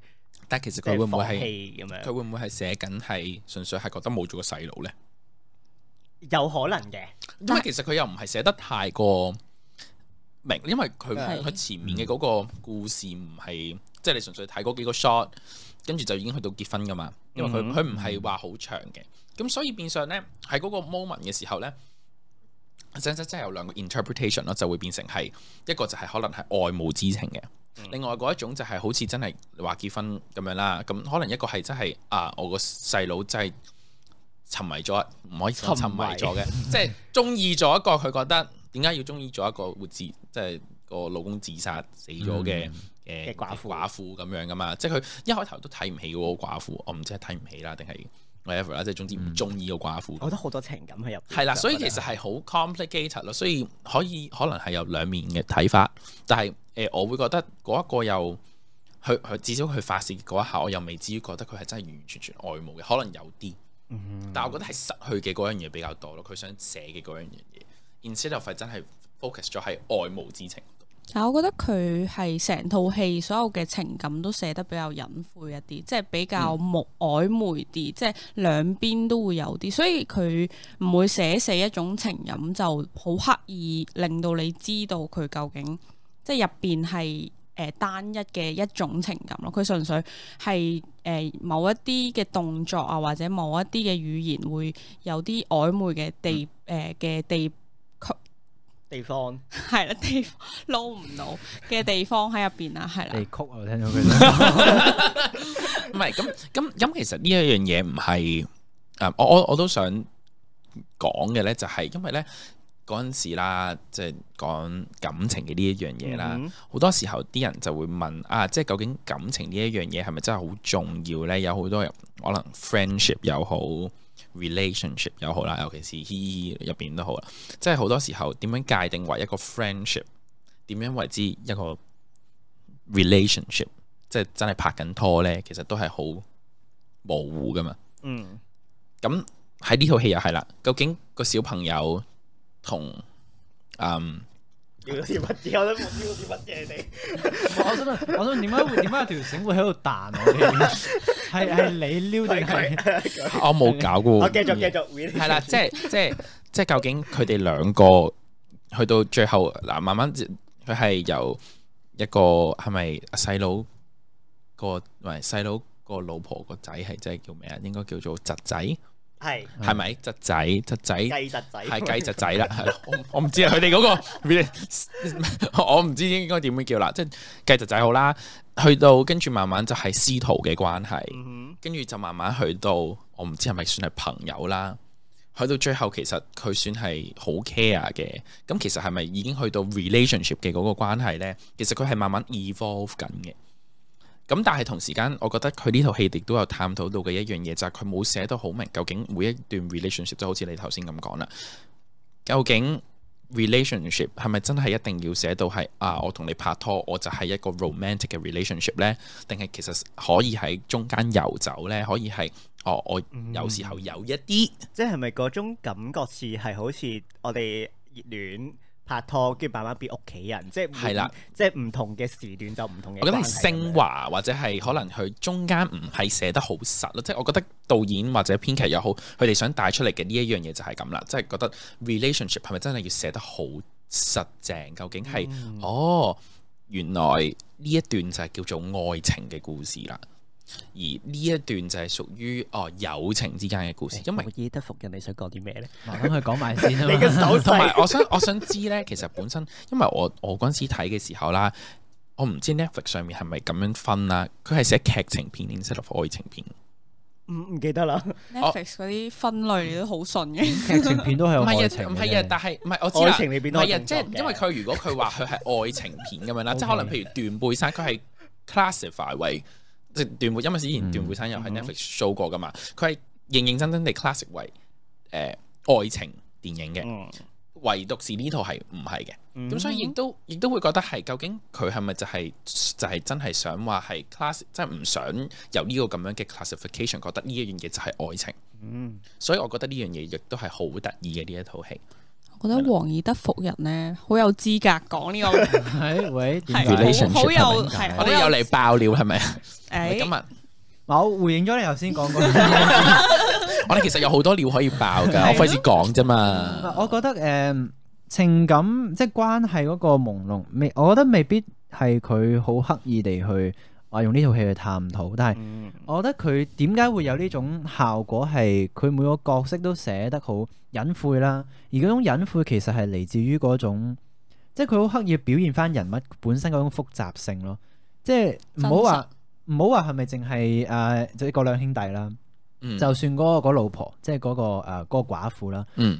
Speaker 1: 但其實
Speaker 3: 即
Speaker 1: 佢會
Speaker 3: 係
Speaker 1: 唔會
Speaker 3: 放
Speaker 1: 係
Speaker 3: 棄咁啊
Speaker 1: 佢
Speaker 3: 樣，
Speaker 1: 會唔會係寫緊係純粹係覺得冇咗個細佬咧？
Speaker 3: 有可能嘅。
Speaker 1: 因為其實佢又唔係寫得太過明，因為佢
Speaker 4: 係
Speaker 1: 佢前面嘅嗰
Speaker 3: 嗯
Speaker 1: 個故事唔係即係你純粹睇嗰幾個 shot，跟住就已經去到結婚噶嘛。因為佢
Speaker 3: 嗯
Speaker 1: 佢唔係話好長嘅，咁所以變相咧喺嗰個 moment 嘅時候咧。真真真係有兩個 interpretation 咯，就會變成係一個就係可能係愛慕之情嘅，
Speaker 3: 嗯
Speaker 1: 另外嗰一種就係好似真係話結婚咁樣啦，咁可能一個係真係啊，我個細佬真係沉迷咗，唔可以講沉迷咗 嘅，即係中意咗一個佢覺得點解要中意咗一個會自即係個老公自殺死咗嘅嘅
Speaker 3: 嗯嘅寡婦
Speaker 1: 寡婦咁樣噶嘛，即係佢一開頭都睇唔起嗰個寡婦，我唔知係睇唔起啦定係 whatever 啦，即係總之
Speaker 3: 嗯
Speaker 1: 唔中意個寡婦
Speaker 3: 我覺得好多情感喺入邊。
Speaker 1: 係啦，所以其
Speaker 3: 實
Speaker 1: 實係好 complicated 咯，所以可以可能係有兩面嘅睇法，但係誒、呃我會覺得嗰一個又佢佢至少佢發泄嗰一下，我又未至於覺得佢係真係完完全全愛慕嘅，可能有啲，但係我覺得係失去嘅嗰樣嘢比較多咯，佢想寫嘅嗰樣嘢，instead of 係真係 focus 咗喺愛慕之情。
Speaker 4: 但係我覺得佢係成套戲所有嘅情感都寫得比較隱晦一啲，即係比較木曖昧啲，即係兩邊都會有啲，所以佢唔會寫死一種情感就好刻意令到你知道佢究竟即係入邊係誒單一嘅一種情感咯，佢純粹係誒、呃某一啲嘅動作啊，或者某一啲嘅語言會有啲曖昧嘅地誒嘅、地。
Speaker 3: 地方
Speaker 4: 係啦，地方撈唔到嘅地方喺入邊啦，係
Speaker 2: 地
Speaker 4: 啦，
Speaker 2: 曲啊我聽到佢。
Speaker 1: 唔係咁咁咁，其實呢一樣嘢唔係誒，我我我都想講嘅咧，就係因為咧嗰陣時啦，即係講感情嘅呢一樣嘢啦，好、
Speaker 3: 嗯
Speaker 1: 多時候啲人就會問啊，即係究竟感情呢一樣嘢係咪真係好重要咧？有好多人可能 friendship 又好，relationship 又好啦，尤其是嘻嘻入邊都好啦，即係好多時候點樣界定為一個 friendship，點樣為之一個 relationship？即係真係拍緊拖咧，其實都係好模糊噶嘛。
Speaker 3: 嗯
Speaker 1: 咁喺呢套戲又係啦，究竟個小朋友同嗯
Speaker 3: 要咗啲乜嘢？我都冇要啲乜嘢你。
Speaker 2: 我想問，我想問點解會點解有條繩會喺度彈我哋？ 係係你撩定係？
Speaker 1: 啊我冇搞過。
Speaker 3: 我繼續繼續 Willy，
Speaker 1: 係 啦，即係即係即係究竟佢哋兩個去到最後嗱，慢慢佢係由一個係咪細佬個唔係細佬個老婆個仔係即係叫咩啊？應該叫做侄仔
Speaker 3: 係
Speaker 1: 係咪？侄仔侄仔。
Speaker 3: 雞侄仔，
Speaker 1: 系雞侄仔啦， 係啦我我唔知啊，佢哋嗰個， 我唔知應該點樣叫啦，即係雞侄仔好啦，去到跟住慢慢就係師徒嘅關係，
Speaker 3: 嗯
Speaker 1: 跟住就慢慢去到，我唔知係咪算係朋友啦，去到最後其實佢算係好 care 嘅，咁其實係咪已經去到 relationship 嘅嗰個關係呢？其實佢係慢慢 evolve 緊嘅。咁但係同時間，我覺得佢呢套戲亦都有探討到嘅一樣嘢，就係佢冇寫到好明，究竟每一段 relationship 就好似你頭先咁講啦，究竟 relationship 係咪真係一定要寫到係啊？我同你拍拖，我就係一個 romantic 嘅 relationship 呢？定係其實可以喺中間遊走呢？可以係哦，我有時候有一啲
Speaker 3: 即係咪嗰種感覺似係好似我哋熱戀拍拖，跟住慢慢變屋企人，即係唔
Speaker 1: 係啦，
Speaker 3: 即係唔同嘅時段就唔同嘅關係咁樣。
Speaker 1: 我覺得係升華，或者係可能佢中間唔係寫得好實咯。即係我覺得導演或者編劇又好，佢哋想帶出嚟嘅呢一樣嘢就係咁啦。即係覺得 relationship 係咪真係要寫得好實正？究竟係、
Speaker 3: 嗯
Speaker 1: 哦，原來呢一段就係叫做愛情嘅故事啦。而呢一段就係屬於哦友情之間嘅故事，因為
Speaker 3: 我記得服人，你想講 啲咩咧？
Speaker 2: 我等佢講埋先啊
Speaker 3: 你嘅
Speaker 2: 嘛。
Speaker 3: 手
Speaker 1: 同埋
Speaker 3: 勢，
Speaker 1: 我想我想知咧，其實本身因為我我嗰陣時睇嘅時候啦，我唔知 Netflix 上面係咪咁樣分啦，佢係寫劇情片 instead of 愛情片。
Speaker 3: 唔唔記 得啦。
Speaker 4: Netflix
Speaker 1: 哦
Speaker 4: 嗰啲分類你都好信嘅，
Speaker 1: 嗯
Speaker 2: 劇情片都係有
Speaker 3: 哦
Speaker 1: 唔
Speaker 2: 愛
Speaker 1: 係
Speaker 2: 情
Speaker 1: 啊，
Speaker 2: 嘅
Speaker 1: 唔係啊，但係唔係我知啦
Speaker 3: 愛情裏邊
Speaker 1: 唔
Speaker 3: 都
Speaker 1: 係啊，
Speaker 3: 係
Speaker 1: 即係因為佢如果佢話佢係愛情片咁樣 啦，即係
Speaker 2: OK
Speaker 1: 可能譬如斷背山，佢係 classify 為即係斷背，因為之前斷背山又喺
Speaker 3: 嗯
Speaker 1: Netflix show 過噶嘛，佢係認認真真地 classify 為誒、呃、愛情電影嘅，
Speaker 3: 嗯
Speaker 1: 唯獨是呢套係唔係嘅。
Speaker 3: 嗯
Speaker 1: 咁所以亦都亦都會覺得係究竟佢係咪就係、就係、真係想話係 class，即係唔想由呢個咁樣嘅 classification 覺得呢一樣嘢就係愛情，
Speaker 3: 嗯，
Speaker 1: 所以我覺得呢樣嘢亦都係好得意嘅呢一套戲。
Speaker 4: 我覺得黃義德服人咧好有資格講呢個，
Speaker 2: 係喂，點
Speaker 4: 係
Speaker 2: 解
Speaker 1: Relationship
Speaker 4: 好好有
Speaker 2: 係咪
Speaker 4: 哎係
Speaker 1: 我
Speaker 4: 好
Speaker 1: 哋又嚟爆料係咪？ 啊
Speaker 4: 誒
Speaker 1: 今日
Speaker 2: 我回應咗你頭先講嗰
Speaker 1: 我哋其實有好多料可以爆
Speaker 2: 係
Speaker 1: 㗎，
Speaker 2: 啊
Speaker 1: 我費事講啫嘛。
Speaker 2: 個，我覺得誒、情感即係關係嗰個朦朧，未我覺得未必係佢好刻意地去話用呢套戲去探討，但係
Speaker 3: 嗯
Speaker 2: 我覺得佢點解會有呢種效果係佢每個角色都寫得好隱晦啦，而嗰種隱晦其實係嚟自於嗰種，即係佢好刻意表現翻人物本身嗰種複雜性咯，即係唔好話唔好話係咪淨係誒即係嗰兩兄弟啦。
Speaker 1: 嗯
Speaker 2: 就算嗰、個嗰老婆，即係嗰、個誒呃嗰、個寡婦啦，
Speaker 1: 嗯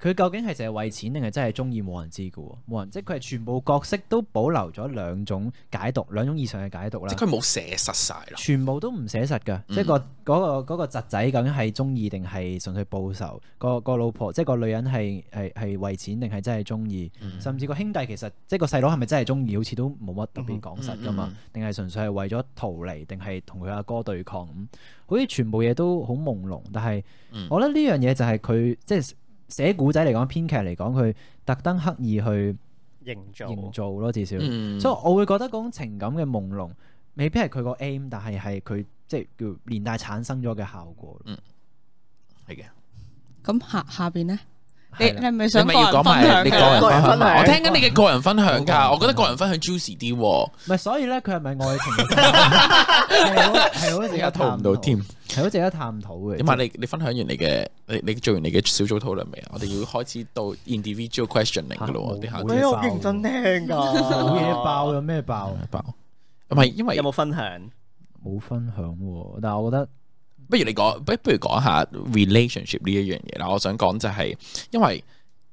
Speaker 2: 佢究竟係淨係為錢定係真係中意冇人知嘅喎，冇人即係佢係全部角色都保留咗兩種解讀，兩種以上嘅解讀啦
Speaker 1: 即，係佢冇寫實晒咯。
Speaker 2: 全部都唔寫實㗎，
Speaker 1: 嗯
Speaker 2: 即係個嗰、個嗰個侄仔究竟係中意定係純粹報仇，個個老婆即係個女人係係係為錢定係真係中意，
Speaker 4: 嗯
Speaker 2: 甚至個兄弟其實即係個細佬係咪真係中意，好似都冇乜特別講實㗎嘛
Speaker 1: 嗯嗯嗯，
Speaker 2: 定係純粹係為咗逃離，定係同佢阿哥對抗咁，好似全部嘢都好朦朧，但係。
Speaker 1: 嗯
Speaker 2: 我覺得呢樣嘢就係佢即係寫古仔嚟講，編劇嚟講，佢特登刻意去
Speaker 3: 營造
Speaker 2: 營造咯，至少。
Speaker 1: 嗯
Speaker 2: 所以我會覺得嗰種情感嘅朦朧，未必係佢個 aim，但係係佢即係叫連帶產生咗嘅效果。
Speaker 1: 係嘅。
Speaker 4: 咁下下邊咧，你
Speaker 2: 係
Speaker 4: 你
Speaker 2: 啦
Speaker 4: 係咪
Speaker 1: 你
Speaker 4: 想
Speaker 1: 咪
Speaker 4: 個人
Speaker 1: 要講
Speaker 4: 分
Speaker 1: 埋
Speaker 4: 享
Speaker 1: 你
Speaker 4: 㗎
Speaker 1: 個
Speaker 4: 啦
Speaker 1: 人分享
Speaker 3: 個人分
Speaker 1: 嘛，
Speaker 3: 享
Speaker 1: 我聽緊你嘅個人分享
Speaker 2: 個人分享
Speaker 1: 㗎，我覺得個人分享 juicy 啲喎。
Speaker 2: 唔係，所以咧佢係咪愛情嘅 係好係好值得探討，係好值得探討嘅。
Speaker 1: 點啊？你你分享完你嘅，你你做完你嘅小組討論未啊？我哋要開始到 individual questioning 噶咯喎，
Speaker 2: 嚇
Speaker 1: 啲下
Speaker 2: 冇冇
Speaker 1: 啲
Speaker 2: 嘢
Speaker 3: 喂，我認真聽㗎，
Speaker 2: 冇嘢爆有咩爆？
Speaker 1: 爆，唔係因為
Speaker 3: 有冇分享？
Speaker 2: 冇分享喎，但係我覺得
Speaker 1: 不如你講，不不如講下 relationship 呢一樣嘢啦。我想講就係、因為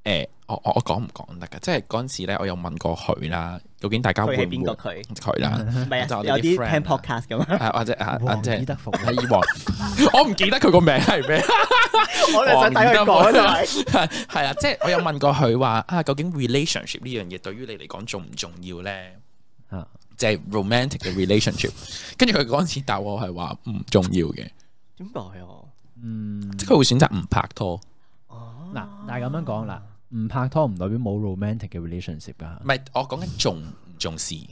Speaker 1: 誒、我我我講唔講得㗎？即係嗰陣時咧，我有問過佢啦，究竟大家
Speaker 3: 佢
Speaker 1: 會
Speaker 3: 係
Speaker 1: 唔
Speaker 3: 邊個
Speaker 1: 會
Speaker 3: 佢？
Speaker 1: 佢啦？
Speaker 3: 唔係
Speaker 1: 就
Speaker 3: 啊，
Speaker 1: 我哋
Speaker 3: 有
Speaker 1: 啲
Speaker 3: 啲
Speaker 1: friend
Speaker 3: 聽
Speaker 1: 啊
Speaker 3: podcast 咁啊。
Speaker 1: 啊或者啊啊
Speaker 2: 黃
Speaker 1: 即
Speaker 2: 衣
Speaker 1: 係
Speaker 2: 得服。
Speaker 1: 係以往， 我唔記得佢個名係咩。
Speaker 3: 我哋想睇佢
Speaker 2: 啊
Speaker 3: 講就係
Speaker 1: 係啊，即係我有問過佢話啊，究竟 relationship 呢樣嘢對於你嚟講重唔重要咧？
Speaker 2: 啊
Speaker 1: 即係 romantic 嘅 relationship，跟住佢嗰陣時答我係話唔重要嘅，
Speaker 3: 點解啊？
Speaker 2: 嗯，
Speaker 1: 即係佢會選擇唔拍拖。
Speaker 3: 哦
Speaker 2: 嗱，但係咁樣講啦，唔拍拖唔代表冇 romantic 嘅 relationship 噶
Speaker 1: 唔。係，我講緊重唔重視。
Speaker 2: 誒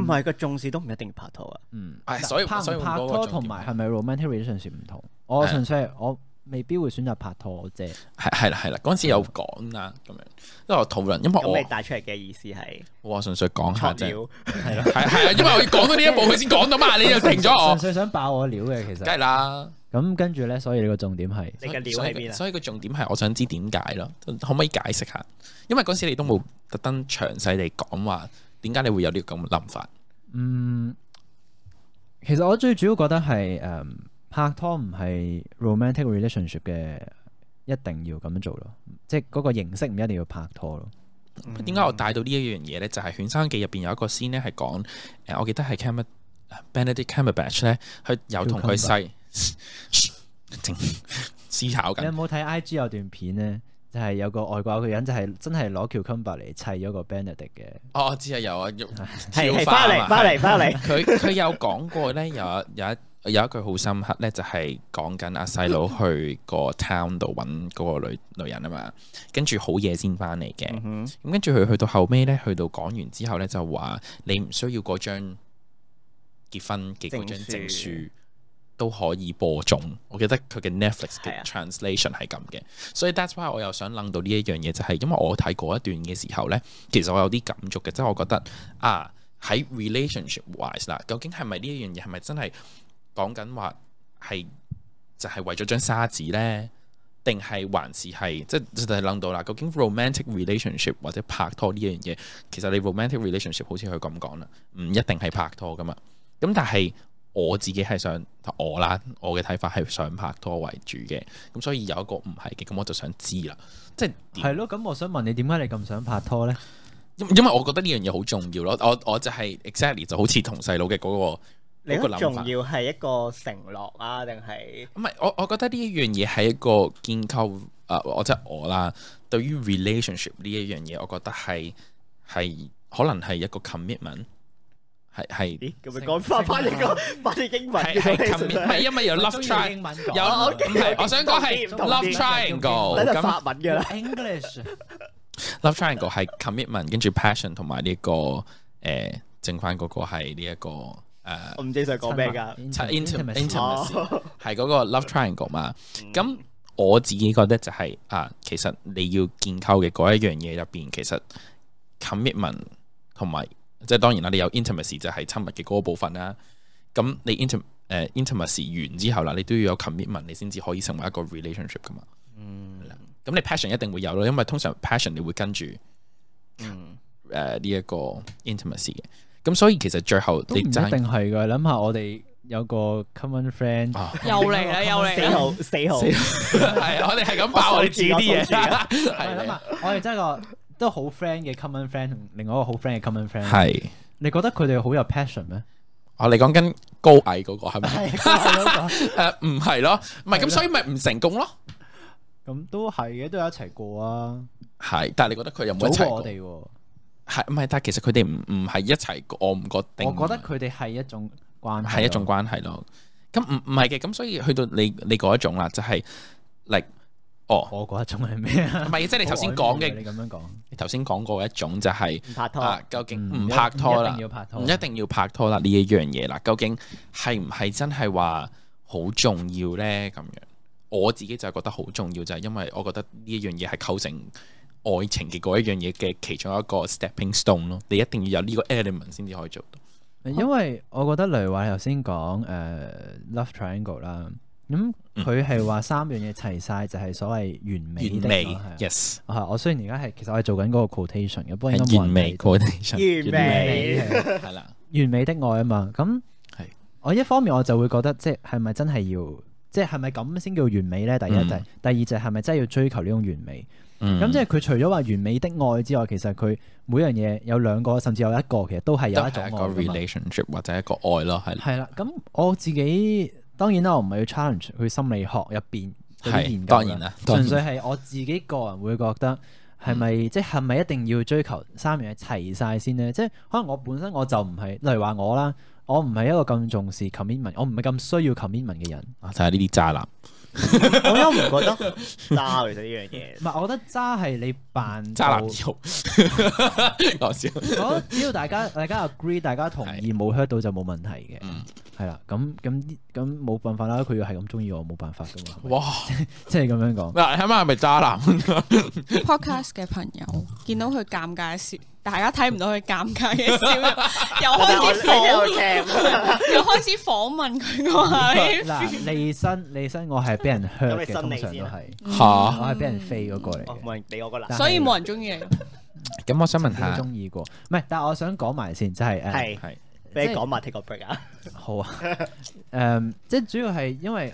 Speaker 3: 唔，係個重視都唔一定要拍拖啊。
Speaker 2: 嗯，
Speaker 1: 係所以
Speaker 2: 拍
Speaker 1: 所以
Speaker 2: 唔
Speaker 1: 我
Speaker 2: 拍
Speaker 1: 嗰個
Speaker 2: 拖
Speaker 1: 重
Speaker 2: 同
Speaker 1: 點
Speaker 2: 埋係咪 romantic relationship 唔同？我
Speaker 1: 係
Speaker 2: 純粹係我未必會選擇拍拖啫。
Speaker 1: 係係啦係啦，嗰陣時有講啦咁樣，因為我討論，因
Speaker 3: 咁你
Speaker 1: 為
Speaker 3: 帶出嚟嘅意思係
Speaker 1: 我我純粹講下
Speaker 3: 錯
Speaker 1: 啫，
Speaker 3: 了，
Speaker 2: 係咯，
Speaker 1: 係係啊，因為我要講到呢一步佢先講到嘛，你就停咗我
Speaker 2: 純，粹想爆我料嘅其
Speaker 1: 梗係
Speaker 2: 實。
Speaker 1: 啦。
Speaker 2: 咁跟住咧，所以你個重點係
Speaker 3: 你嘅料
Speaker 1: 所以
Speaker 3: 喺邊啊？
Speaker 1: 所以個重點係我想知點解咯，可唔可以解釋下？因為嗰時你都冇特登詳細地講話點解你會有呢個咁嘅諗法。
Speaker 2: 嗯，其實我最主要覺得係誒、嗯拍拖唔係 romantic relationship 嘅，一定要咁樣做咯，即係嗰個形式唔一定要拍拖咯。
Speaker 3: 嗯
Speaker 1: 點解我帶到呢一樣嘢咧？就係、犬山記》入邊有一個先咧，係講誒，我記得係 Cam Benedict Cumberbatch 咧，佢有同佢細正 思考
Speaker 2: 你有
Speaker 1: 緊。
Speaker 2: 冇睇 IG 有段片咧？就係有個外國嘅人就係真係攞 cucumber 嚟砌咗個 Benedict 嘅，
Speaker 1: 哦，我知啊，有啊，肉
Speaker 3: 係係
Speaker 1: 跳
Speaker 3: 翻
Speaker 1: 花啊
Speaker 3: 嚟
Speaker 1: 嘛
Speaker 3: 翻嚟翻嚟，
Speaker 1: 佢佢有講過咧，有一有一有一句好深刻咧，就係講緊阿細佬去個 town 度揾嗰個女女人啊嘛，跟住好夜先翻嚟嘅。
Speaker 3: 嗯哼
Speaker 1: 咁跟住佢去到後尾咧，去到講完之後咧，就話你唔需要嗰張結婚嘅嗰張
Speaker 3: 證書
Speaker 1: 證書都可以播種。我記得佢嘅 Netflix
Speaker 3: 係
Speaker 1: 嘅
Speaker 3: 啊
Speaker 1: translation 係咁嘅，所以 that's why 我又想諗到呢一樣嘢，就係、因為我睇嗰一段嘅時候咧，其實我有啲感觸嘅，即係我覺得啊喺 relationship wise 啦，究竟係咪呢一樣嘢係咪真係講緊話係就係為咗張沙紙咧？定係還是係即係就係諗到啦。究竟 romantic relationship 或者拍拖呢樣嘢，其實你 romantic relationship 好似佢咁講啦，唔一定係拍拖噶嘛。咁但係我自己係想我啦，我嘅睇法係想拍拖為主嘅。咁所以有一個唔係嘅，咁我就想知啦。即係點
Speaker 2: 係咯。咁我想問你點解你咁想拍拖咧？
Speaker 1: 因因為我覺得呢樣嘢好重要咯。我我就係 exactly 就好似同細佬嘅嗰個。
Speaker 3: 你
Speaker 1: 嗰個
Speaker 3: 都
Speaker 1: 諗
Speaker 3: 仲
Speaker 1: 法
Speaker 3: 要係一個承諾啊，定係
Speaker 1: 唔係，我我覺得呢一樣嘢係一個建構，誒、或者我啦，對於 relationship 呢一樣嘢，我覺得係係可能係一個 commitment，係係
Speaker 3: 咦？咁咪講翻翻你個翻你英文
Speaker 1: 係
Speaker 3: 嘅
Speaker 1: 係
Speaker 3: 喎，其
Speaker 1: commit，唔
Speaker 3: 實
Speaker 1: 係因為有 love
Speaker 2: 中意
Speaker 1: triangle，
Speaker 2: 英文
Speaker 1: 有
Speaker 2: 講
Speaker 1: 唔
Speaker 3: 哦，OK，
Speaker 1: 係，
Speaker 3: OK，
Speaker 1: 我 想講係
Speaker 3: 唔同啲
Speaker 1: love
Speaker 3: 唔同啲
Speaker 1: triangle
Speaker 3: 喺度
Speaker 1: 咁
Speaker 3: 法文㗎啦。
Speaker 2: English
Speaker 1: love triangle 係 commitment，跟住 passion 同埋呢個誒、剩翻嗰個係呢一個誒。
Speaker 3: 我唔知想講咩㗎。
Speaker 1: intim-
Speaker 2: Intimacy
Speaker 1: intimacy 係嗰個 love triangle 嘛。咁我自己覺得就係、啊，其實你要建構嘅嗰一樣嘢入邊，其實 commitment 同埋即係當然啦，你有 intimacy 就係親密嘅嗰個部分啦。咁你 intim 誒、intimacy 完之後啦，你都要有 commitment，你先至可以成為一個 relationship 噶嘛。
Speaker 3: 嗯
Speaker 1: 咁你 passion 一定會有咯，因為通常 passion 你會跟住
Speaker 3: 嗯，
Speaker 1: 誒呢一個 intimacy 嘅。咁所以其實最後
Speaker 2: 都唔
Speaker 1: 你
Speaker 2: 一定
Speaker 1: 爭
Speaker 2: 係㗎。諗下我哋有個 common friend，
Speaker 1: 啊，
Speaker 4: 又嚟啦，又嚟
Speaker 3: 四
Speaker 4: 啦，
Speaker 3: 號四號，
Speaker 1: 係我哋係咁爆我哋自己啲嘢，
Speaker 2: 係諗
Speaker 1: 係
Speaker 2: 下我哋真係個都好 friend 嘅 common friend 同另外一個好 friend 嘅 common friend。
Speaker 1: 係。
Speaker 2: 你覺得佢哋好有 passion 咩？
Speaker 1: 我哋講緊高矮嗰個係 咪？
Speaker 2: 係咁
Speaker 1: 誒唔係咯，唔係咁，
Speaker 2: 係咯
Speaker 1: 所以咪唔成功咯。
Speaker 2: 咁都係嘅，都有一齊過啊，
Speaker 1: 係，但係你覺得佢有冇
Speaker 2: 早
Speaker 1: 一齊
Speaker 2: 過我
Speaker 1: 過？
Speaker 2: 哋喎。
Speaker 1: 係唔係？但係其實佢哋唔唔係一齊過，我唔覺定。
Speaker 2: 我覺得佢哋係一種關係，
Speaker 1: 係一種。關係咯。咁唔唔係嘅，咁所以去到你你嗰一種啦，就係嚟哦，
Speaker 2: 我嗰一種係咩
Speaker 1: 唔
Speaker 2: 啊？
Speaker 1: 係即係你頭先講
Speaker 2: 好曖昧啊
Speaker 1: 嘅，
Speaker 2: 你咁樣講，
Speaker 1: 你頭先講過一種就係
Speaker 3: 唔拍拖
Speaker 1: 啊，，究竟
Speaker 2: 嗯
Speaker 1: 唔拍拖
Speaker 2: 一
Speaker 1: 啦
Speaker 2: 定，要拍拖，
Speaker 1: 唔一定要拍拖啦呢一樣嘢啦，究竟係唔係真係話好重要呢？咁樣我自己就覺得好重要，就係、因為我覺得呢一樣嘢係構成愛情嘅嗰一樣嘢嘅其中一個 stepping stone 咯。你一定要有呢個 element 先至可以做到。
Speaker 2: 因為我覺得例如話你頭先講誒 love triangle 啦，咁佢係話三樣嘢齊晒就係所謂完美
Speaker 1: 完
Speaker 2: 的
Speaker 1: 美
Speaker 2: 咯係啊
Speaker 1: ，yes，
Speaker 2: 啊我雖然而家係其實我係做緊嗰個 quotation 嘅，不過應該
Speaker 1: 係
Speaker 2: 冇
Speaker 1: 完
Speaker 2: 人
Speaker 1: 美
Speaker 2: 睇到
Speaker 1: coordination，
Speaker 3: 完美
Speaker 1: 係啦，
Speaker 2: 完美的愛啊嘛。咁
Speaker 1: 係
Speaker 2: 我一方面我就會覺得即係係咪真係要，即係係咪咁先叫完美咧？第一
Speaker 1: 嗯
Speaker 2: 就係、第二就係係咪真係要追求呢種完美？
Speaker 1: 咁
Speaker 2: 咁即係佢除咗話完美的愛之外，其實佢每樣嘢有兩個甚至有一個，其實都係有一種愛
Speaker 1: 一個
Speaker 2: 㗎嘛
Speaker 1: relationship 或者一個愛咯，係啦
Speaker 2: 係啦，咁我自己當然啦，我唔係要 challenge 佢心理學入邊嗰啲
Speaker 1: 係
Speaker 2: 研究
Speaker 1: 當然啦，當
Speaker 2: 純
Speaker 1: 然嗯
Speaker 2: 粹係我自己個人會覺得係咪、即係咪一定要追求三樣嘢齊晒先呢？即係可能我本身我就唔係，例如話我啦，我唔係一個咁重視 commitment，我唔係咁需要 commitment 嘅人。
Speaker 1: 啊就係呢啲渣男，
Speaker 3: 我又唔覺得渣其實呢樣嘢
Speaker 2: 唔。係，我覺得渣係你扮
Speaker 1: 渣男
Speaker 2: 到
Speaker 1: 二號，講笑。
Speaker 2: 我覺得只要大家 大家 agree，大家同意冇 hurt 到就冇問題嘅，
Speaker 1: 嗯
Speaker 2: 係啦、咁咁咁冇辦法啦，佢要係咁中意我，冇辦法噶嘛，係咪
Speaker 1: 哇！
Speaker 2: 即係咁樣講。
Speaker 1: 嗱，睇下係咪渣男？
Speaker 4: podcast 嘅朋友見到佢尷尬嘅笑，大家睇唔到佢尷尬嘅笑容，又開 始訪，
Speaker 3: 我聽
Speaker 4: 又開始訪問佢 嗰下。
Speaker 2: 嗱，離身離身，我係俾人 hurt
Speaker 3: 咁你
Speaker 2: 嘅，
Speaker 3: 伸
Speaker 2: 通
Speaker 3: 你
Speaker 2: 常
Speaker 3: 先
Speaker 2: 都
Speaker 3: 啊
Speaker 2: 係，
Speaker 1: 吓
Speaker 2: 我係俾人飛嗰個嚟
Speaker 3: 哦
Speaker 2: 嘅。
Speaker 3: 冇人理我個男
Speaker 2: 但，
Speaker 4: 所以冇人中意你。
Speaker 1: 咁我想問
Speaker 2: 都
Speaker 1: 下，
Speaker 2: 中意過，唔係，但係我想講埋先，就係誒，
Speaker 3: 係
Speaker 1: 係
Speaker 3: 俾你講埋 take 個 break 啊。
Speaker 2: 好 啊，誒，即係主要係因為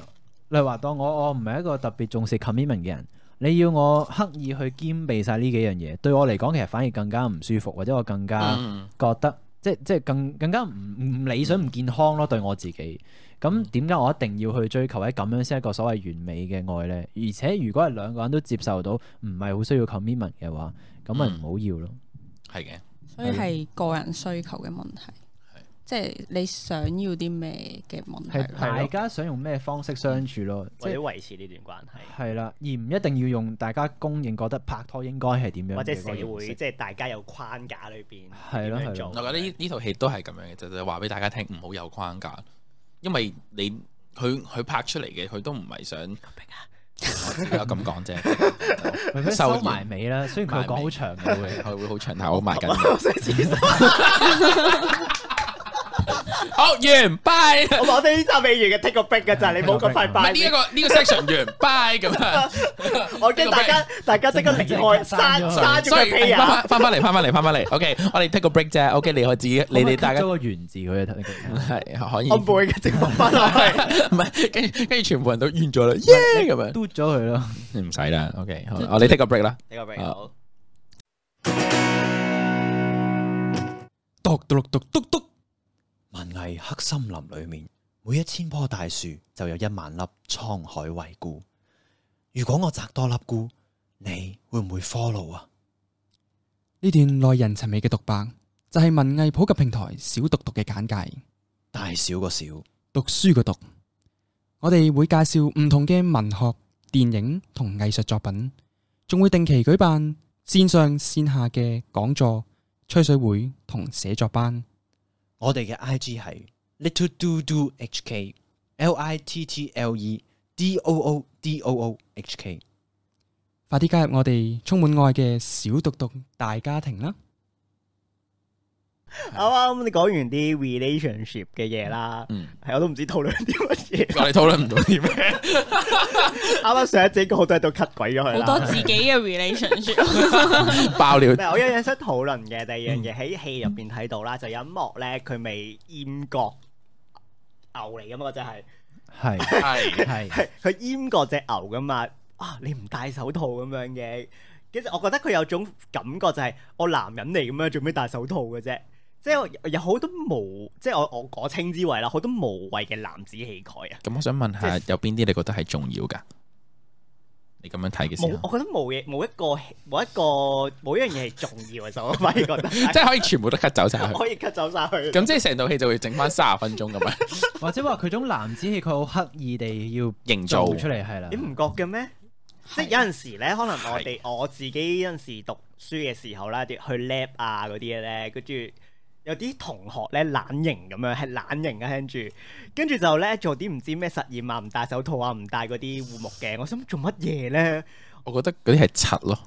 Speaker 2: 例如話當我我唔係一個特別重視 commitment 嘅人，你要我刻意去兼備晒呢幾樣嘢，對我嚟講其實反而更加唔舒服，或者我更加
Speaker 1: 嗯
Speaker 2: 覺得、即即係更更加唔唔理想、唔健康咯，對我自己。咁點解我一定要去追求喺咁樣先係一個所謂完美嘅愛呢？而且如果係兩個人都接受到，唔係好需要 commitment 嘅話，咁咪唔好要咯。
Speaker 1: 係嘅，
Speaker 4: 所以係個人需求嘅問題，即係你想要啲咩嘅問題
Speaker 2: 係、
Speaker 4: 咯。
Speaker 2: 大家想用咩方式相處咯？即
Speaker 3: 或者
Speaker 2: 係
Speaker 3: 維持呢段關係，
Speaker 2: 係啦，而唔一定要用大家公認覺得拍拖應該係點樣嘅
Speaker 3: 或者
Speaker 2: 嗰
Speaker 3: 社
Speaker 2: 個形
Speaker 3: 會
Speaker 2: 式
Speaker 3: 即係大家有框架裏邊
Speaker 2: 係
Speaker 3: 點
Speaker 2: 咯
Speaker 3: 樣
Speaker 2: 係
Speaker 3: 做
Speaker 2: 咯
Speaker 1: 我。覺得呢呢套戲都係咁樣嘅，就就話俾大家聽，唔好有框架，因為你佢佢拍出嚟嘅，佢都唔係想我自己有咁 講啫，
Speaker 2: 咪佢
Speaker 1: 收
Speaker 2: 收埋尾啦。雖然佢講好長嘅會。
Speaker 1: 佢會好長，但係我好埋緊。
Speaker 3: 我想自殺
Speaker 1: 好完拜。
Speaker 3: 我話我哋呢集未完嘅 take 個 break 嘅咋，你冇咁快
Speaker 1: 唔係
Speaker 3: 拜
Speaker 1: 呢一。個呢個 section 完拜 咁啊，
Speaker 3: 我驚大家大家即刻離開，刪刪咗個
Speaker 1: 所以
Speaker 3: p
Speaker 1: 翻
Speaker 3: 啊！
Speaker 1: 翻翻嚟，翻翻嚟，翻翻嚟。OK，我哋 take 個 break 啫。OK，你可以自己，你哋 大家
Speaker 2: 咗個原字佢就得
Speaker 1: 係可以
Speaker 3: 我。唔會嘅，直播翻落去。
Speaker 1: 唔係，跟住跟住全部人都完咗啦，耶咁 樣，
Speaker 2: 嘟咗佢咯。
Speaker 1: 唔使啦，OK，好我哋 take 個 break 啦。
Speaker 3: 呢個 break
Speaker 1: 啊
Speaker 3: 好。
Speaker 5: 篤篤篤篤篤，文藝黑森林裏面，每一千棵大樹就有一萬粒滄海遺菇。如果我摘多粒菇，你會唔會 follow 啊？
Speaker 6: 呢段耐人尋味嘅獨白，就係、文藝普及平台小讀讀嘅簡介。
Speaker 5: 大小個小，
Speaker 6: 讀書嘅讀，我哋會介紹唔同嘅文學、電影同藝術作品，仲會定期舉辦線上線下嘅講座、吹水會同寫作班。
Speaker 5: 我哋嘅 IG 係 little do do hk l i t t l e d o o d o o h k。
Speaker 6: 快啲加入我哋充滿愛嘅小讀讀大家庭啦！
Speaker 3: 啱啱你講完啲 relationship 嘅嘢啦，
Speaker 1: 嗯
Speaker 3: 係我都唔知討論啲乜嘢。
Speaker 1: 我哋討論唔到啲咩。
Speaker 3: 啱啱上一集講好多嘢都 cut 鬼咗佢
Speaker 4: 好
Speaker 3: 啦。
Speaker 4: 多自己嘅 relationship，
Speaker 1: 爆料
Speaker 3: 唔係，我有樣想討論嘅第二樣
Speaker 1: 嗯
Speaker 3: 嘢喺戲入邊睇到啦，就有一幕咧，佢咪閹割牛嚟噶嘛，嗰隻係
Speaker 2: 係
Speaker 1: 係
Speaker 2: 係。
Speaker 3: 係佢閹割隻牛噶嘛。啊，你唔戴手套咁樣嘅，跟住我覺得佢有種感覺就係、我男人嚟咁樣，做咩戴手套嘅啫？即係我有好多無，即係我我我稱之為啦，好多無謂嘅男子氣概啊！
Speaker 1: 咁，我想問下有邊啲你覺得係重要噶？你咁樣睇嘅
Speaker 3: 冇
Speaker 1: 時，候，
Speaker 3: 我覺得冇嘢，冇一個冇一個冇一樣嘢係重要嘅，就我反而覺 得
Speaker 1: 即係可以全部都 cut 走晒
Speaker 3: 我
Speaker 1: 佢。
Speaker 3: 可以 cut 走晒佢。
Speaker 1: 咁即係成套戲就會剩翻三十分鐘咁樣
Speaker 2: 或者話佢種男子氣，佢好刻意地要
Speaker 1: 營造
Speaker 2: 做。出嚟，係啦
Speaker 3: 你。唔覺嘅咩？ 即係有陣時咧，可能我哋我自己有陣時讀書嘅時候啦，啲去 lab 啊嗰啲嘢咧，跟住有啲同學咧懶型咁樣，係懶型啊，跟住跟住就咧做啲唔知咩實驗啊，唔戴手套啊，唔戴嗰啲護目鏡，我心諗做乜嘢咧？
Speaker 1: 我覺得嗰啲係柒咯，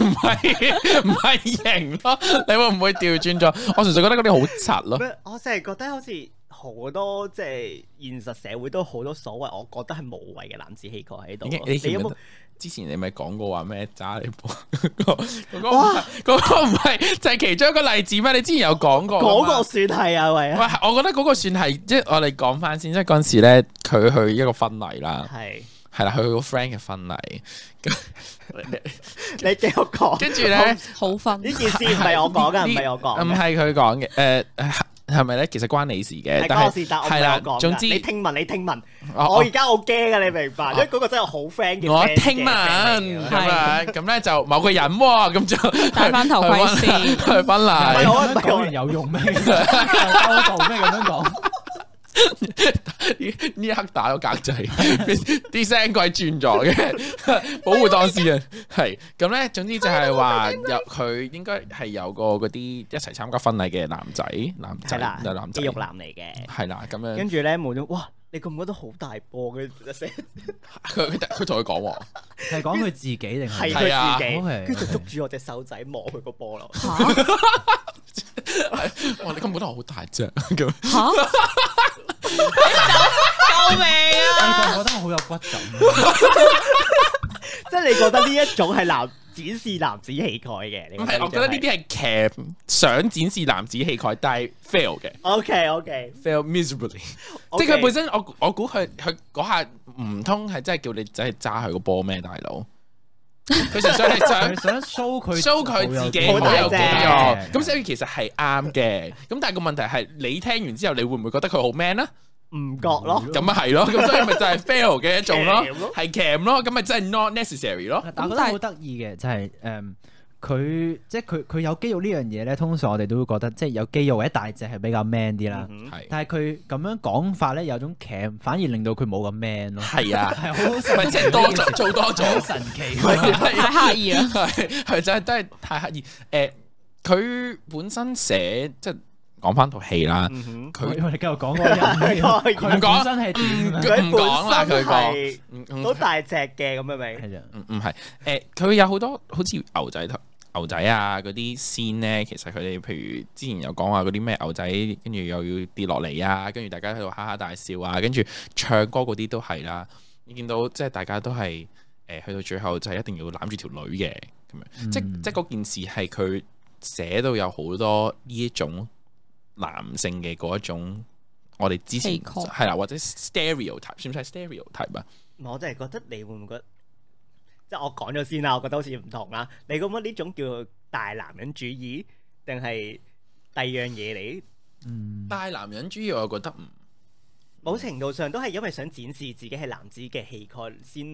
Speaker 1: 唔係唔係型咯。你會唔會調轉咗？我純粹覺得嗰啲好柒咯。
Speaker 3: 咩我真係覺得好似好多即係現實社會都好多所謂，我覺得係無謂嘅男子氣概喺度
Speaker 1: 已經
Speaker 3: 咯。
Speaker 1: 你記
Speaker 3: 你
Speaker 1: 唔
Speaker 3: 有
Speaker 1: 記
Speaker 3: 冇
Speaker 1: 得？之前你咪講過話咩渣你波 嗰個嗰個唔係嗰個唔係就係其中一個例子咩？你之前有講過㗎嘛
Speaker 3: 嗰個算係啊？喂
Speaker 1: 喂，，我覺得嗰個算係即係我哋講翻先，即係嗰陣時咧，佢去一個婚禮啦，
Speaker 3: 係
Speaker 1: 係啦，佢去個 friend 嘅婚禮，
Speaker 3: 你繼續 講。
Speaker 1: 跟住咧
Speaker 4: 好分
Speaker 3: 呢件事唔係我講噶，
Speaker 1: 呢
Speaker 3: 唔係我講
Speaker 1: 唔
Speaker 3: 嘅。
Speaker 1: 係佢講嘅，誒係咪咧？其實關你事嘅
Speaker 3: 係，
Speaker 1: 但
Speaker 3: 嗰個
Speaker 1: 係
Speaker 3: 是但，我唔
Speaker 1: 係啦
Speaker 3: 係我講。
Speaker 1: 總之
Speaker 3: 你聽聞，你聽聞，
Speaker 1: 我
Speaker 3: 我而家好驚啊！你明白？
Speaker 1: 哦
Speaker 3: 因為嗰個真係好 friend 嘅。
Speaker 1: 我聽聞
Speaker 3: 唔
Speaker 1: 咁樣，咁咧就某個人喎，咁就
Speaker 4: 戴翻頭盔先
Speaker 1: 去婚禮。
Speaker 3: 係我唔
Speaker 2: 咁樣 講
Speaker 3: 係我
Speaker 2: 完有用咩？有多度咩咁樣講？
Speaker 1: 呢一刻打咗格仔， 啲聲軌轉咗嘅， 保護當事人係咁咧。總之就係啊話有佢應該係有個嗰啲一齊參加婚禮嘅男仔，男
Speaker 3: 系
Speaker 1: 仔
Speaker 3: 啦
Speaker 1: 就男，仔
Speaker 3: 肌肉男嚟嘅。
Speaker 1: 係啦咁樣。
Speaker 3: 跟住咧冇咗，哇！你覺唔覺得好大波嘅聲？
Speaker 1: 佢佢佢同佢講喎，
Speaker 2: 係講佢自己定係
Speaker 3: 係
Speaker 1: 係啊
Speaker 3: 佢自己，
Speaker 2: OK，
Speaker 3: 跟住就捉住我隻手仔摸佢個波咯。
Speaker 4: 吓
Speaker 1: 哇！你根本都好大隻咁。
Speaker 4: 吓，救命啊！
Speaker 2: 我覺得好有啊骨感。
Speaker 3: 即係你覺得呢一種係男展示男子氣概嘅？你
Speaker 1: 唔 係，我覺得呢啲係劇想展示男子氣概，但係 fail 嘅
Speaker 3: O K O K，
Speaker 1: ，fail miserably。即係佢本身，我我估佢佢嗰下唔通係真係叫你仔係揸佢個波咩，大佬？佢純粹係想
Speaker 2: 佢想 show 佢
Speaker 1: show 佢自己
Speaker 3: 好
Speaker 1: 好
Speaker 3: 大
Speaker 1: 有
Speaker 3: 隻
Speaker 1: 肌肉，咁所以其實係啱嘅。咁但係個問題係，你聽完之後，你會唔會覺得佢好 man 咧？
Speaker 3: 唔覺咯。
Speaker 1: 咁咪係咯，咁所以咪就係 fail 嘅一種咯
Speaker 3: Cam 咯，
Speaker 1: 係 cam 咯，咁咪真係 not necessary 咯。
Speaker 2: 但我覺得好得意嘅就係、誒。佢即係佢佢有肌肉呢樣嘢咧，通常我哋都會覺得即係有肌肉或者大隻係比較 man 啲啦。
Speaker 3: 嗯哼
Speaker 1: 係
Speaker 2: 但係佢咁樣講法咧，有種鉗，反而令到佢冇咁 man 咯。
Speaker 1: 係啊，
Speaker 2: 係好
Speaker 1: 咪
Speaker 2: 神
Speaker 1: 即
Speaker 2: 奇，
Speaker 1: 係多咗做多
Speaker 2: 好
Speaker 1: 咗。
Speaker 2: 神奇。
Speaker 1: 係啊
Speaker 4: 太刻意啦，
Speaker 1: 係係真係真係太刻意。誒，佢本身寫即係講翻套戲啦，
Speaker 3: 嗯哼，
Speaker 2: 我
Speaker 1: 佢
Speaker 2: 哋繼續講嗰人，
Speaker 3: 佢
Speaker 2: 佢本
Speaker 1: 講
Speaker 2: 身係點啊？
Speaker 1: 佢唔講啦，佢講
Speaker 3: 係
Speaker 1: 唔
Speaker 3: 好
Speaker 1: 唔
Speaker 3: 大隻嘅咁樣
Speaker 1: 嗯
Speaker 3: 咪。
Speaker 2: 係啊，
Speaker 1: 唔唔係誒，佢有好多好似牛仔頭。牛仔啊，嗰啲先咧，其實佢哋譬如之前有講話嗰啲咩牛仔，跟住又要跌落嚟啊，跟住大家喺度哈哈大笑啊，跟住唱歌嗰啲都係啦。你見到即係大家都係誒、去到最後就係一定要攬住條女嘅咁樣。即
Speaker 2: 嗯
Speaker 1: 即嗰件事係佢寫到有好多呢一種男性嘅嗰一種，我哋之前
Speaker 4: 氣概嗯
Speaker 1: 係啦，或者 stereotype 算唔算係 stereotype 啊？
Speaker 3: 我真係覺得你會唔會覺得，即係我講咗先啦，我覺得好似唔同啦。你覺唔覺得呢種叫做大男人主義，定係第二樣嘢嚟？
Speaker 2: 嗯，
Speaker 1: 但係男人主義我又覺得唔
Speaker 3: 某程度上都係因為想展示自己係男子嘅氣概先，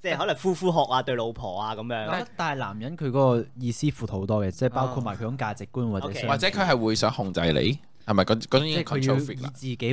Speaker 3: 即係可能呼呼喝啊，對老婆啊咁
Speaker 2: 我覺
Speaker 3: 樣。
Speaker 2: 得但係男人佢嗰個意思闊好多嘅，即係包括埋佢種價值觀或者
Speaker 3: OK
Speaker 2: 相
Speaker 1: 或者佢係會想控制你，係咪嗰嗰種已經
Speaker 2: 嗯即係佢要
Speaker 1: control freak
Speaker 2: 以
Speaker 1: 啦？
Speaker 2: 自己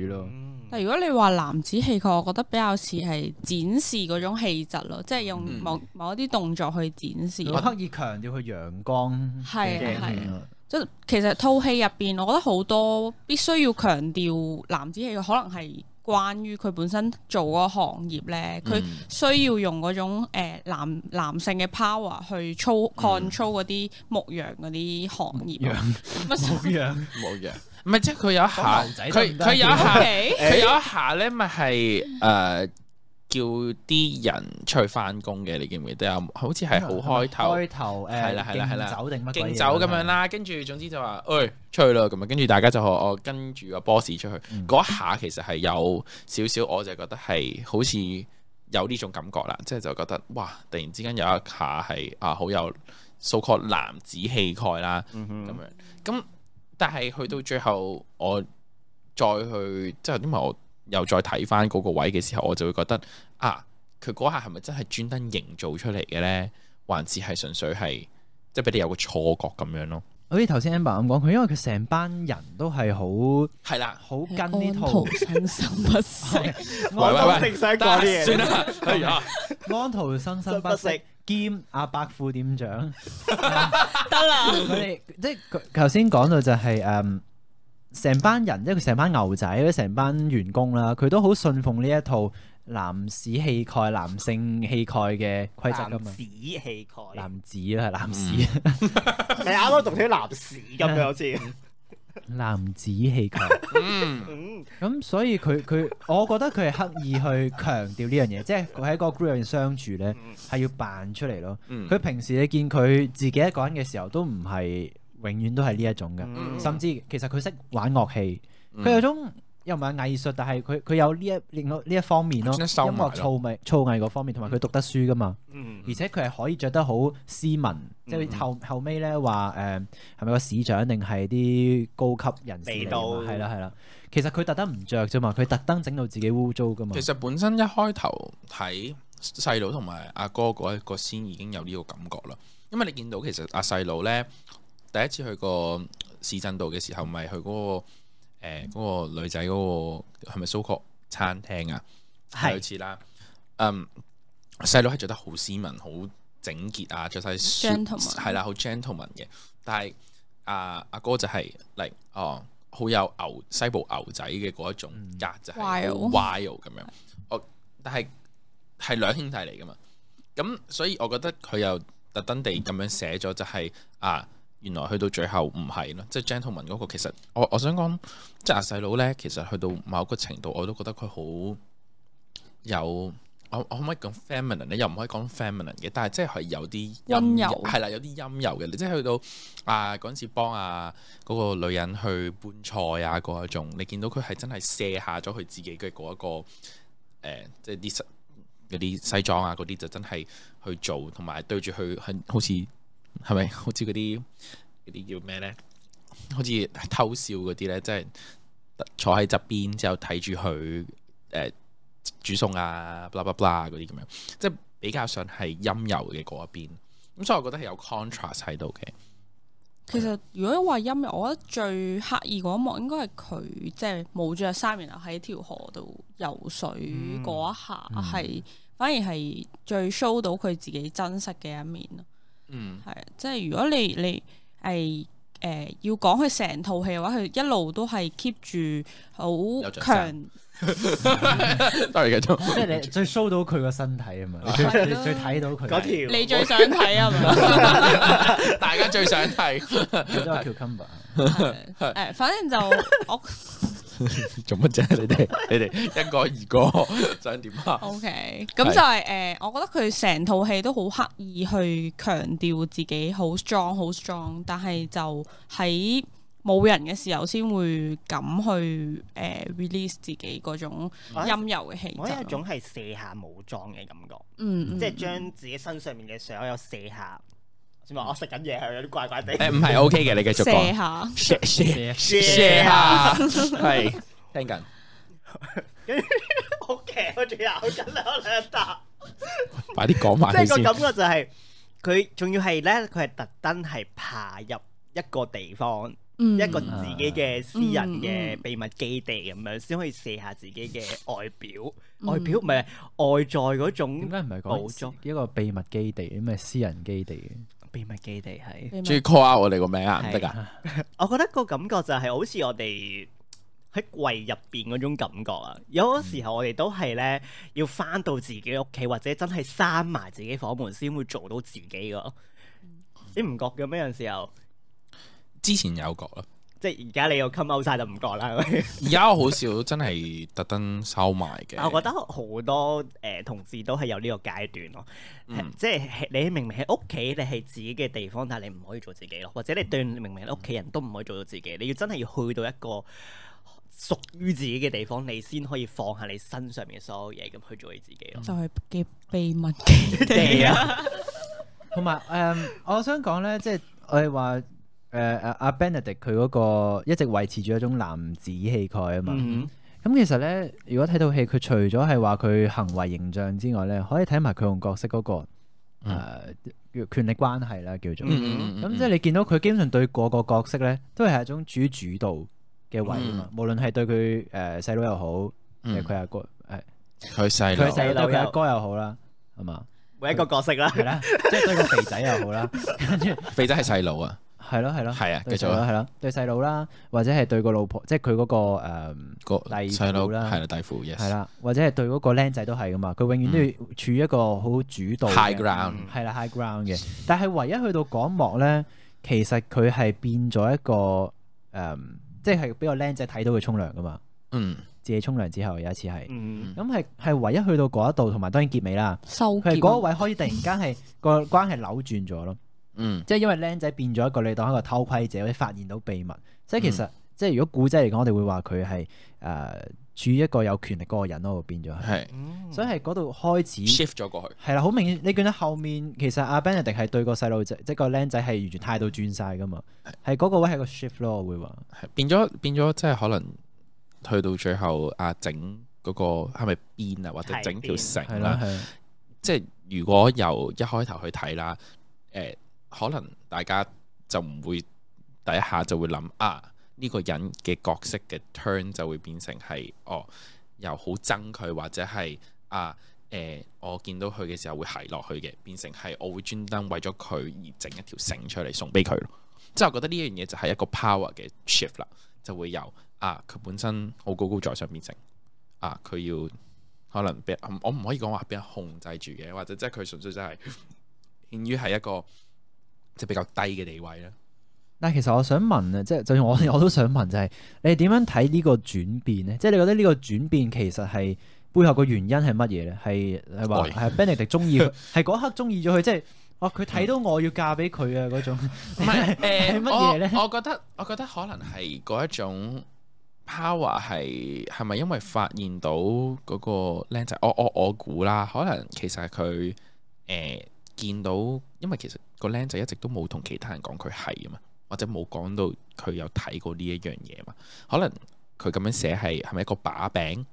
Speaker 2: 為主咯。
Speaker 3: 嗯
Speaker 4: 但如果你話男子氣概，我覺得比較似係展示嗰種氣質咯，即係用
Speaker 3: 嗯
Speaker 4: 某某一啲動作去展示。
Speaker 2: 我刻意強調佢陽光嘅
Speaker 4: 係
Speaker 2: 一
Speaker 4: 係
Speaker 2: 面
Speaker 1: 嗯
Speaker 2: 咯
Speaker 4: 即係其實套戲入邊，我覺得好多必須要強調男子氣概，可能係關於佢本身做嗰個行業咧，佢、
Speaker 1: 嗯
Speaker 4: 需要用嗰種、呃、男男性嘅 power 去操 control 嗰啲牧羊嗰啲行業。啊乜
Speaker 2: 牧羊
Speaker 1: 冇嘅，唔係即係佢有一下
Speaker 2: 講牛，仔得
Speaker 1: 佢
Speaker 2: 唔得啊
Speaker 1: 佢有一下，
Speaker 4: OK，
Speaker 1: 佢有一下咧，咪係誒叫啲人出去翻工嘅，你記唔記得啊？好似係好開頭。
Speaker 2: 開頭誒，
Speaker 1: 係啦係啦係啦
Speaker 2: 敬酒定乜鬼嘢
Speaker 1: 敬酒咁樣，啦，跟住總之就話，誒、出去啦咁啊，跟住大家就學我跟住個 boss 出去，
Speaker 2: 嗯
Speaker 1: 嗰、一下其實係有少少，我就覺得係好似有呢種感覺啦，即係就覺得哇，突然之間有一下係啊，好有 so called 男子氣概啦，咁、
Speaker 3: 嗯
Speaker 1: 樣，咁但係去到最後，我再去即係因為我又再睇翻嗰個位嘅時候，我就會覺得啊，佢嗰下係咪真係專登營造出嚟嘅呢？還是係純粹係？即係俾你有個錯覺咁樣咯。
Speaker 2: 好似頭先 Amber 咁講，佢因為佢成班人都係好
Speaker 1: 係啦，
Speaker 2: 好跟呢套，
Speaker 4: 生生不息，
Speaker 1: 喂喂
Speaker 3: 我
Speaker 1: 喂
Speaker 3: 正想講啲嘢。
Speaker 1: 算啦，哎呀，
Speaker 2: 安徒生生不息兼阿伯副店長。
Speaker 4: 得啦。
Speaker 2: 佢哋即係佢頭先講到就係、嗯成班人，即係佢成班牛仔，成班員工啦，佢都好信奉呢一套男士氣概、男性氣概嘅規則噶
Speaker 3: 男
Speaker 2: 嘛
Speaker 3: 子。氣概，
Speaker 2: 男子啦，男士，
Speaker 3: 你啱啱讀起男士咁樣好似。
Speaker 2: 男子氣概。
Speaker 1: 嗯，
Speaker 3: 嗯，
Speaker 2: 咁所以佢佢，我覺得佢係刻意去強調呢樣嘢，即係佢喺個 group 入面相處咧，係要扮出嚟咯。
Speaker 1: 嗯
Speaker 2: 佢平時你見佢自己一個人嘅時候，都唔係永遠都係呢一種嘅，
Speaker 3: 嗯
Speaker 2: 甚至其實佢識玩樂器，
Speaker 1: 嗯
Speaker 2: 佢有種又唔係藝術，但係佢佢有呢一另外呢一方面咯，
Speaker 1: 專登
Speaker 2: 音
Speaker 1: 收埋咯
Speaker 2: 樂造藝造藝嗰方面，同埋佢讀得書噶嘛。
Speaker 3: 嗯
Speaker 2: 而且佢係可以着得好斯文，即係後後尾咧話誒係咪個市長定係啲高級人士嚟㗎
Speaker 3: 味
Speaker 2: 嘛？
Speaker 3: 道
Speaker 2: 係啦係啦，其實佢特登唔着啫嘛，佢特登整到自己污糟 噶嘛
Speaker 1: 其。實本身一開頭睇細佬同埋阿哥嗰一個先已經有呢個感覺啦，因為你見到其實阿細佬咧第一次去個市鎮度嘅時候，咪去嗰、個。诶嗰個女仔嗰、個係咪蘇國餐廳啊？
Speaker 3: 係
Speaker 1: 類似啦。嗯，細佬係着得好斯文、好整潔啊，着晒 suit
Speaker 4: Gentleman
Speaker 1: 係啦，好 gentleman 嘅。但係阿阿哥就係嚟哦，好有牛西部牛仔嘅嗰一種格，就係
Speaker 4: Wild
Speaker 1: wild 咁樣。我但係係兩兄弟嚟噶嘛，咁所以我覺得佢又特登地咁樣寫咗，就係、啊。原來去到最後唔係咯，即係 gentleman 嗰個其實我我想講，即係阿細佬咧，其實去到某個程度，我都覺得佢好有，我我可唔可以講 feminine 咧？又唔可以講 feminine 嘅，但係即係佢有啲
Speaker 4: 溫
Speaker 1: 陰
Speaker 4: 柔
Speaker 1: 係啦，有啲陰柔嘅。你即係去到啊嗰陣時幫啊嗰個女人去搬菜啊嗰一種，你見到佢係真係卸下咗佢自己嘅嗰一個誒、呃即係啲西嗰啲西裝啊嗰啲就真係去做，同埋對住佢係好似係咪好似嗰啲嗰啲叫咩咧？好似偷笑嗰啲咧，即係坐喺側邊之後睇住佢誒煮餸啊，blah blah blah 嗰啲咁樣，即係比較上係陰柔嘅嗰一邊。咁所以我覺得係有 contrast 喺度嘅。
Speaker 4: 其實如果話音樂，我覺得最刻意嗰一幕應該係佢即係冇着衫，然後喺條河度游水嗰一下，係、反而係最 show 到佢自己真實嘅一面咯。
Speaker 1: 嗯，
Speaker 4: 係，啊即係如果你你係誒、呃要講佢成套戲嘅話，佢一路都係 keep 住好
Speaker 1: 有着
Speaker 4: 強
Speaker 1: 衫，sorry 繼續。
Speaker 2: 即係你最 show 到佢個身體啊 嘛，你
Speaker 4: 係
Speaker 2: 最你
Speaker 4: 咯
Speaker 2: 最睇到佢
Speaker 3: 嗰條
Speaker 4: 你最想睇啊係咪？
Speaker 1: 大家最想睇
Speaker 2: 睇到個 cucumber。
Speaker 4: 係誒，反正就我
Speaker 1: 做乜啫？你哋你哋一個二個想點啊？
Speaker 4: O K，咁就係、诶，我覺得佢成套戲都好刻意去強調自己好 strong 好 strong，但係就喺冇人嘅時候先會咁去诶 release 自己嗰種
Speaker 3: 我
Speaker 4: 陰柔嘅氣
Speaker 3: 我有一
Speaker 4: 質咯。
Speaker 3: 種係卸下武裝嘅感覺，
Speaker 4: 嗯，
Speaker 3: 即係
Speaker 4: 嗯嗯
Speaker 3: 將自己身上面嘅所有卸下。先話我食緊嘢係有啲怪怪地。
Speaker 1: 誒唔係 OK 嘅，你繼續
Speaker 4: 射
Speaker 1: 講。
Speaker 4: 下，
Speaker 1: share share
Speaker 3: share
Speaker 1: share 下，係聽緊。
Speaker 3: 好嘅，我仲有緊啦我兩啖。
Speaker 1: 快啲講埋
Speaker 3: 即係
Speaker 1: 佢
Speaker 3: 個
Speaker 1: 先。
Speaker 3: 感覺就係佢仲要係咧，佢係特登係爬入一個地方，
Speaker 4: 嗯
Speaker 3: 一個自己嘅私人
Speaker 4: 嗯嗯
Speaker 3: 嘅秘密基地咁樣，先可以卸下自己嘅外表。
Speaker 4: 嗯
Speaker 3: 外表唔係外在嗰種
Speaker 2: 點解唔係
Speaker 3: 冇咗
Speaker 2: 講一個秘密基地，咁咪私人基地嘅？
Speaker 3: 秘密基地係。
Speaker 4: 秘密
Speaker 1: 仲要 call out 我哋個名啊，唔得
Speaker 3: 係
Speaker 1: 㗎。
Speaker 3: 我覺得個感覺就係好似我哋喺櫃入邊嗰種感覺啊！有時候我哋都係咧要翻到自己屋企，或者真係閂埋自己房門先會做到自己噶。你唔覺嘅咩？有陣時候，
Speaker 1: 之前有覺啦，
Speaker 3: 即係而家你又 come out 晒就唔覺啦。係咪
Speaker 1: 而家我好少真係特登收埋嘅。
Speaker 3: 但啊我覺得好多誒、呃同志都係有呢個階段咯，
Speaker 1: 嗯
Speaker 3: 即係你明明喺屋企，你係自己嘅地方，但係你唔可以做自己咯，或者你對明明你屋企人都唔可以做到自己，你要真係要去到一個屬於自己嘅地方，你先可以放下你身上面所有嘢咁去做你自己 咯。
Speaker 4: 就係嘅秘密 基地啊，
Speaker 3: 啊，
Speaker 2: 同埋誒，我想講咧，即係我哋話誒誒阿 Benedict 佢嗰個一直維持住一種男子氣概啊嘛。
Speaker 3: 嗯，
Speaker 2: 咁其實咧，如果睇套戲，佢除咗係話佢行為形象之外咧，可以睇埋佢同角色嗰、個誒、嗯叫權力關係啦，叫做。咁、
Speaker 1: 嗯
Speaker 2: 即係你見到佢基本上對個個角色咧，都係一種主主導嘅位啊嘛。無論係對佢誒細佬又好，
Speaker 1: 嗯
Speaker 2: 誒佢阿哥誒
Speaker 1: 佢細
Speaker 2: 佢
Speaker 1: 佬
Speaker 2: 細佬對佢
Speaker 3: 細佬
Speaker 2: 阿
Speaker 3: 又
Speaker 2: 哥又好啦，係 嘛？
Speaker 3: 每一個角色啦，
Speaker 2: 係啦，即係對個肥仔又好啦，跟住。
Speaker 1: 肥仔係細佬啊，
Speaker 2: 係咯係咯，
Speaker 1: 係啊
Speaker 2: 對
Speaker 1: 繼續
Speaker 2: 細
Speaker 1: 啊
Speaker 2: 佬係咯，對細佬啦，或者係對個老婆，即係佢嗰個誒
Speaker 1: 個
Speaker 2: 弟
Speaker 1: 細佬
Speaker 2: 婦啦
Speaker 1: 係啦，弟婦 yes。
Speaker 2: 係啦，或者係對嗰個僆仔都係噶嘛，佢永遠都要處於一個好主導
Speaker 1: 嗯 high
Speaker 2: 嘅嗯
Speaker 1: ground
Speaker 2: 係啦 high ground 嘅，但係唯一去到嗰一幕咧，其實佢係變咗一個誒、嗯即係俾個僆仔睇到佢沖涼噶嘛，
Speaker 1: 嗯
Speaker 2: 自己沖涼之後有一次係，
Speaker 3: 嗯，
Speaker 2: 咁係係唯一去到嗰一度，同埋當然結尾啊啦，
Speaker 4: 收
Speaker 2: 佢係
Speaker 4: 結
Speaker 2: 嗰一位可以突然間係個關係扭轉咗咯。
Speaker 1: 嗯
Speaker 2: 即係因為僆仔變咗一個你當一個偷窺者，或者發現到秘密。即係其實、即係如果古仔嚟講，我哋會話佢係誒處於一個有權力嗰個人咯，會變咗係。
Speaker 3: 嗯
Speaker 1: 係
Speaker 2: 所以係嗰度開始
Speaker 1: shift 咗過去。
Speaker 2: 係啦，好明顯你見到後面其實阿 Benedict 係對個細路仔，即係個僆仔係完全態度轉晒噶嘛。係嗰個位係個 shift 咯，我會話
Speaker 1: 係變咗變咗，即係可能去到最後啊，整嗰、個係咪邊啊，或者
Speaker 3: 係
Speaker 1: 整條
Speaker 2: 係
Speaker 1: 繩
Speaker 2: 啦
Speaker 1: 啦。
Speaker 2: 係啦。
Speaker 1: 即係如果由一開頭去睇啦，誒、可能大家就唔會第一下就會諗啊，呢個人嘅角色嘅 turn 就會變成係哦，又好憎佢或者係啊誒、我見到佢嘅時候會係落去嘅，變成係我會專登為咗佢而整一條繩出嚟送俾佢咯。即係我覺得呢樣嘢就係一個 power 嘅 shift 啦，就會由啊佢本身好高高在上變成啊佢要可能俾人我唔可以講話俾人控制住嘅，或者即係佢純粹真係 顯於係一個即係比較低嘅地位啦。
Speaker 2: 但其實我想問啊，即係就算我 我都想問就係、你哋點樣睇呢個轉變咧？即係你覺得呢個轉變其實係背後個原因係乜嘢咧？係係話
Speaker 1: 愛
Speaker 2: 係 Benedict 中意 佢，係嗰刻中意咗佢，即係哦佢
Speaker 1: 嗯
Speaker 2: 睇到我要嫁俾佢啊嗰種，
Speaker 1: 唔係
Speaker 2: 係
Speaker 1: 誒
Speaker 2: 乜嘢咧？
Speaker 1: 我我覺得我覺得可能係嗰一種 power 係係咪因為發現到嗰個僆仔？我我我估啦，可能其實係佢誒見到，因為其實個僆仔一直都冇同其他人講佢係啊嘛，或者冇講到佢有睇過呢一樣嘢嘛。可能佢咁樣寫係係咪一個把柄？
Speaker 2: 嗯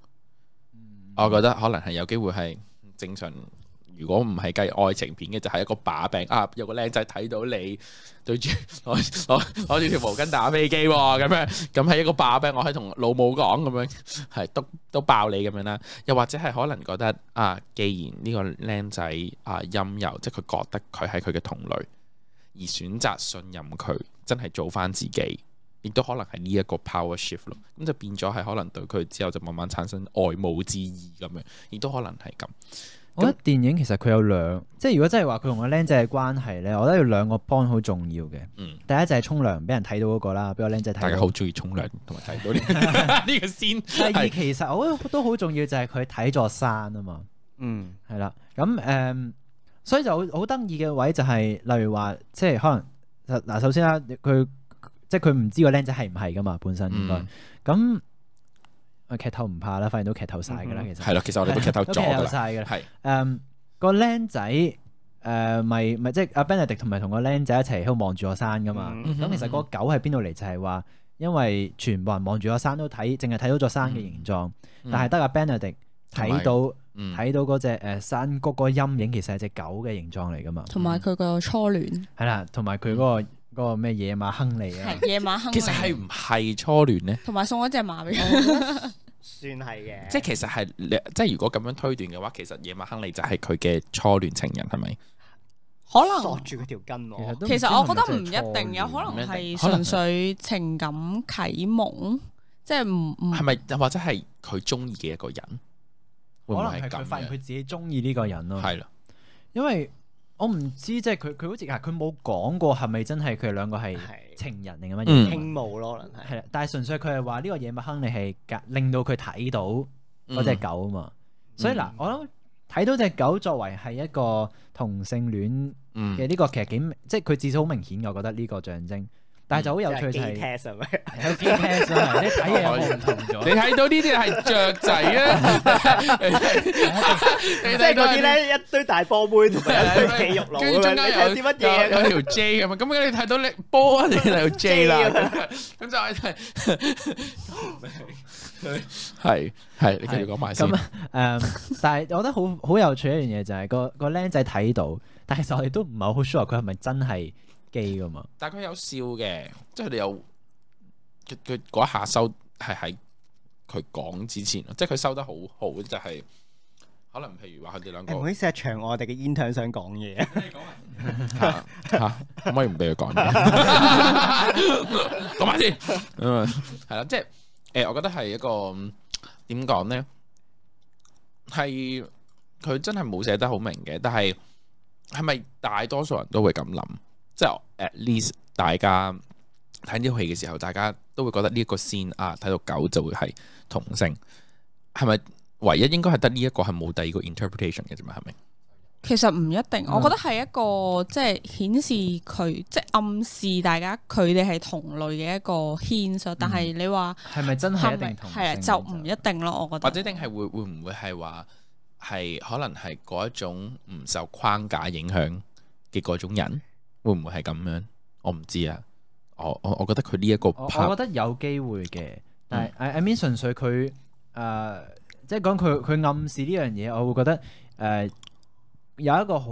Speaker 1: 我覺得可能係有機會係正常。如果唔係計愛情片嘅，就係、一個把柄啊！有個僆仔睇到你對住 攞攞攞住條毛巾打飛機喎，咁樣咁係一個把柄，我可以同老母講咁樣，係都都爆你咁樣啦。又或者係可能覺得啊，既然呢個僆仔啊陰柔，即係佢覺得佢係佢嘅同類，而選擇信任佢，真係做翻自己，亦都可能係呢一個 power shift 咯。咁就變咗係可能對佢之後就慢慢產生愛慕之意咁樣，亦都可能係咁。
Speaker 2: 我覺得電影其實佢有兩，即係如果真係話佢同個僆仔嘅關係咧，我覺得有兩個 point 好重要嘅。
Speaker 1: 嗯，
Speaker 2: 第一就係沖涼俾人睇到嗰、個啦，俾個僆仔
Speaker 1: 大
Speaker 2: 睇
Speaker 1: 家
Speaker 2: 到
Speaker 1: 好。中意沖涼同埋睇到
Speaker 3: 嗯
Speaker 1: 呢呢個先
Speaker 2: 第二
Speaker 1: 係
Speaker 2: 其實我覺得都好重要就係佢睇座山啊嘛。
Speaker 3: 嗯，
Speaker 2: 係啦，咁誒、嗯所以就好好得意嘅位就係、例如話，即係可能嗱，首先啦，佢即係佢唔知個僆仔係唔係噶嘛，本身應該
Speaker 1: 嗯
Speaker 2: 咁、啊劇透唔怕啦，發現到劇透晒噶啦，其實
Speaker 1: 嗯
Speaker 2: 啊
Speaker 1: 係咯。其實我哋都劇透
Speaker 2: 都
Speaker 1: 咗㗎啦。
Speaker 2: 晒噶啦。
Speaker 1: 係
Speaker 2: 誒個僆仔誒咪咪即係阿 Benedict 同埋同個僆仔一齊喺度望住個山噶嘛。
Speaker 3: 嗯
Speaker 2: 咁其實嗰個狗係邊度嚟？就係話，因為全部人望住個山都睇，淨係睇到座山嘅形狀，
Speaker 1: 嗯
Speaker 2: 但係得阿 Benedict
Speaker 1: 同埋
Speaker 2: 睇到。
Speaker 1: 嗯
Speaker 2: 睇到嗰只誒山谷嗰個陰影，其實係只狗嘅形狀嚟噶嘛，
Speaker 1: 嗯
Speaker 4: 同埋佢個初戀
Speaker 2: 係啦，同埋佢嗰個嗰個咩野馬亨利啊，
Speaker 4: 係夜晚亨利
Speaker 1: 嗯其實係唔係初戀呢？
Speaker 4: 同埋送咗只馬俾佢。
Speaker 3: 算係嘅。
Speaker 1: 即係其實係你即係如果咁樣推斷嘅話，其實野馬亨利就係佢嘅初戀情人，係咪？
Speaker 4: 可
Speaker 3: 索
Speaker 4: 能
Speaker 3: 住佢條
Speaker 2: 其實
Speaker 3: 筋喎。
Speaker 2: 都唔
Speaker 4: 其
Speaker 2: 知
Speaker 4: 實我
Speaker 2: 係咪
Speaker 4: 覺得唔
Speaker 2: 真係
Speaker 4: 一定，有
Speaker 2: 初
Speaker 4: 可
Speaker 2: 戀
Speaker 4: 能係
Speaker 1: 可能
Speaker 4: 純粹情感啟蒙，即係唔唔
Speaker 2: 嗯
Speaker 1: 係咪又或者係佢中意嘅一個人？會唔
Speaker 2: 可
Speaker 1: 會
Speaker 2: 能
Speaker 1: 係
Speaker 2: 係佢
Speaker 1: 咁
Speaker 2: 發現佢
Speaker 1: 嘅？
Speaker 2: 自己中意呢個人咯，
Speaker 1: 係啦，
Speaker 2: 因為我唔知即係佢佢好似啊係佢冇講過係咪真係佢哋兩個係
Speaker 3: 係
Speaker 2: 情人定係乜
Speaker 1: 嗯
Speaker 2: 嘢，
Speaker 3: 傾慕咯，可能係。
Speaker 2: 係啦，但係純粹佢係話呢個野馬亨利係隔令到佢睇到。嗰
Speaker 1: 嗯
Speaker 2: 隻狗啊嘛。所以嗱
Speaker 3: 嗯，
Speaker 2: 我諗睇到只狗作為係一個同性戀
Speaker 1: 嗯，
Speaker 2: 嘅呢個，其實幾即係佢至少好明顯，我覺得呢個象徵。但係就好有趣就
Speaker 3: 即係 gay
Speaker 2: 係
Speaker 3: test 係咪？
Speaker 2: 有幾 test 啊，你睇嘢
Speaker 1: 哦
Speaker 2: 有冇唔同
Speaker 1: 你
Speaker 2: 咗？
Speaker 1: 睇到呢啲係雀仔啊？
Speaker 3: 即
Speaker 1: 即
Speaker 3: 係嗰啲。咧，一堆大波妹同埋一堆肌肉
Speaker 1: 啊
Speaker 3: 佬
Speaker 1: 跟
Speaker 3: 咁
Speaker 1: 住
Speaker 3: 樣，
Speaker 1: 中
Speaker 3: 你
Speaker 1: 間
Speaker 3: 睇
Speaker 1: 有
Speaker 3: 啲乜嘢
Speaker 1: 有
Speaker 3: 咁？
Speaker 1: 有條 J 咁啊，咁你睇到你波啊，你睇條 J 啦，咁就係係係，你繼續講埋先
Speaker 2: 咁。誒，嗯但係我覺得好好有趣一樣嘢就係個個僆仔睇到，但係其實我哋都唔係好 sure 佢係咪真係 gay 噶嘛。
Speaker 1: 但佢有笑嘅，即係佢哋有佢佢嗰一下收係喺佢講之前咯，即係佢收得好好，就係、可能譬如話佢哋兩個
Speaker 3: 誒唔好意思啊，長我哋嘅 intern 想講嘢。
Speaker 1: 嚇嚇可唔可以唔俾佢講嘢？講埋先，嗯，係啦，即係誒、我覺得係一個嗯點講咧，係佢真係冇寫得好明嘅，但係係咪大多數人都會咁諗？即係 at least 大家睇呢套戲嘅時候，大家都會覺得呢一個先啊，睇到狗就會係同性，係咪？唯一應該係得呢一個係冇第二個 interpretation 嘅啫嘛，係咪？
Speaker 4: 其實唔一定，
Speaker 2: 嗯
Speaker 4: 我覺得係一個即係顯示佢即係暗示大家佢哋係同類嘅一個 hint，但係你話
Speaker 2: 係咪嗯真係
Speaker 4: 係
Speaker 2: 一
Speaker 4: 咪
Speaker 2: 定同性
Speaker 4: 係啊？就唔一定咯，我覺
Speaker 1: 或
Speaker 4: 得
Speaker 1: 者定係會會唔會係話係可能係嗰一種唔受框架影響嘅嗰種人，會唔會係咁樣？我唔知啊。我我我覺得佢呢一個
Speaker 2: 我
Speaker 1: part，
Speaker 2: 我覺得有機會嘅，但係
Speaker 1: 嗯
Speaker 2: I I mean 純粹佢誒、呃即係講佢佢暗示呢樣嘢，我會覺得誒、呃有一個好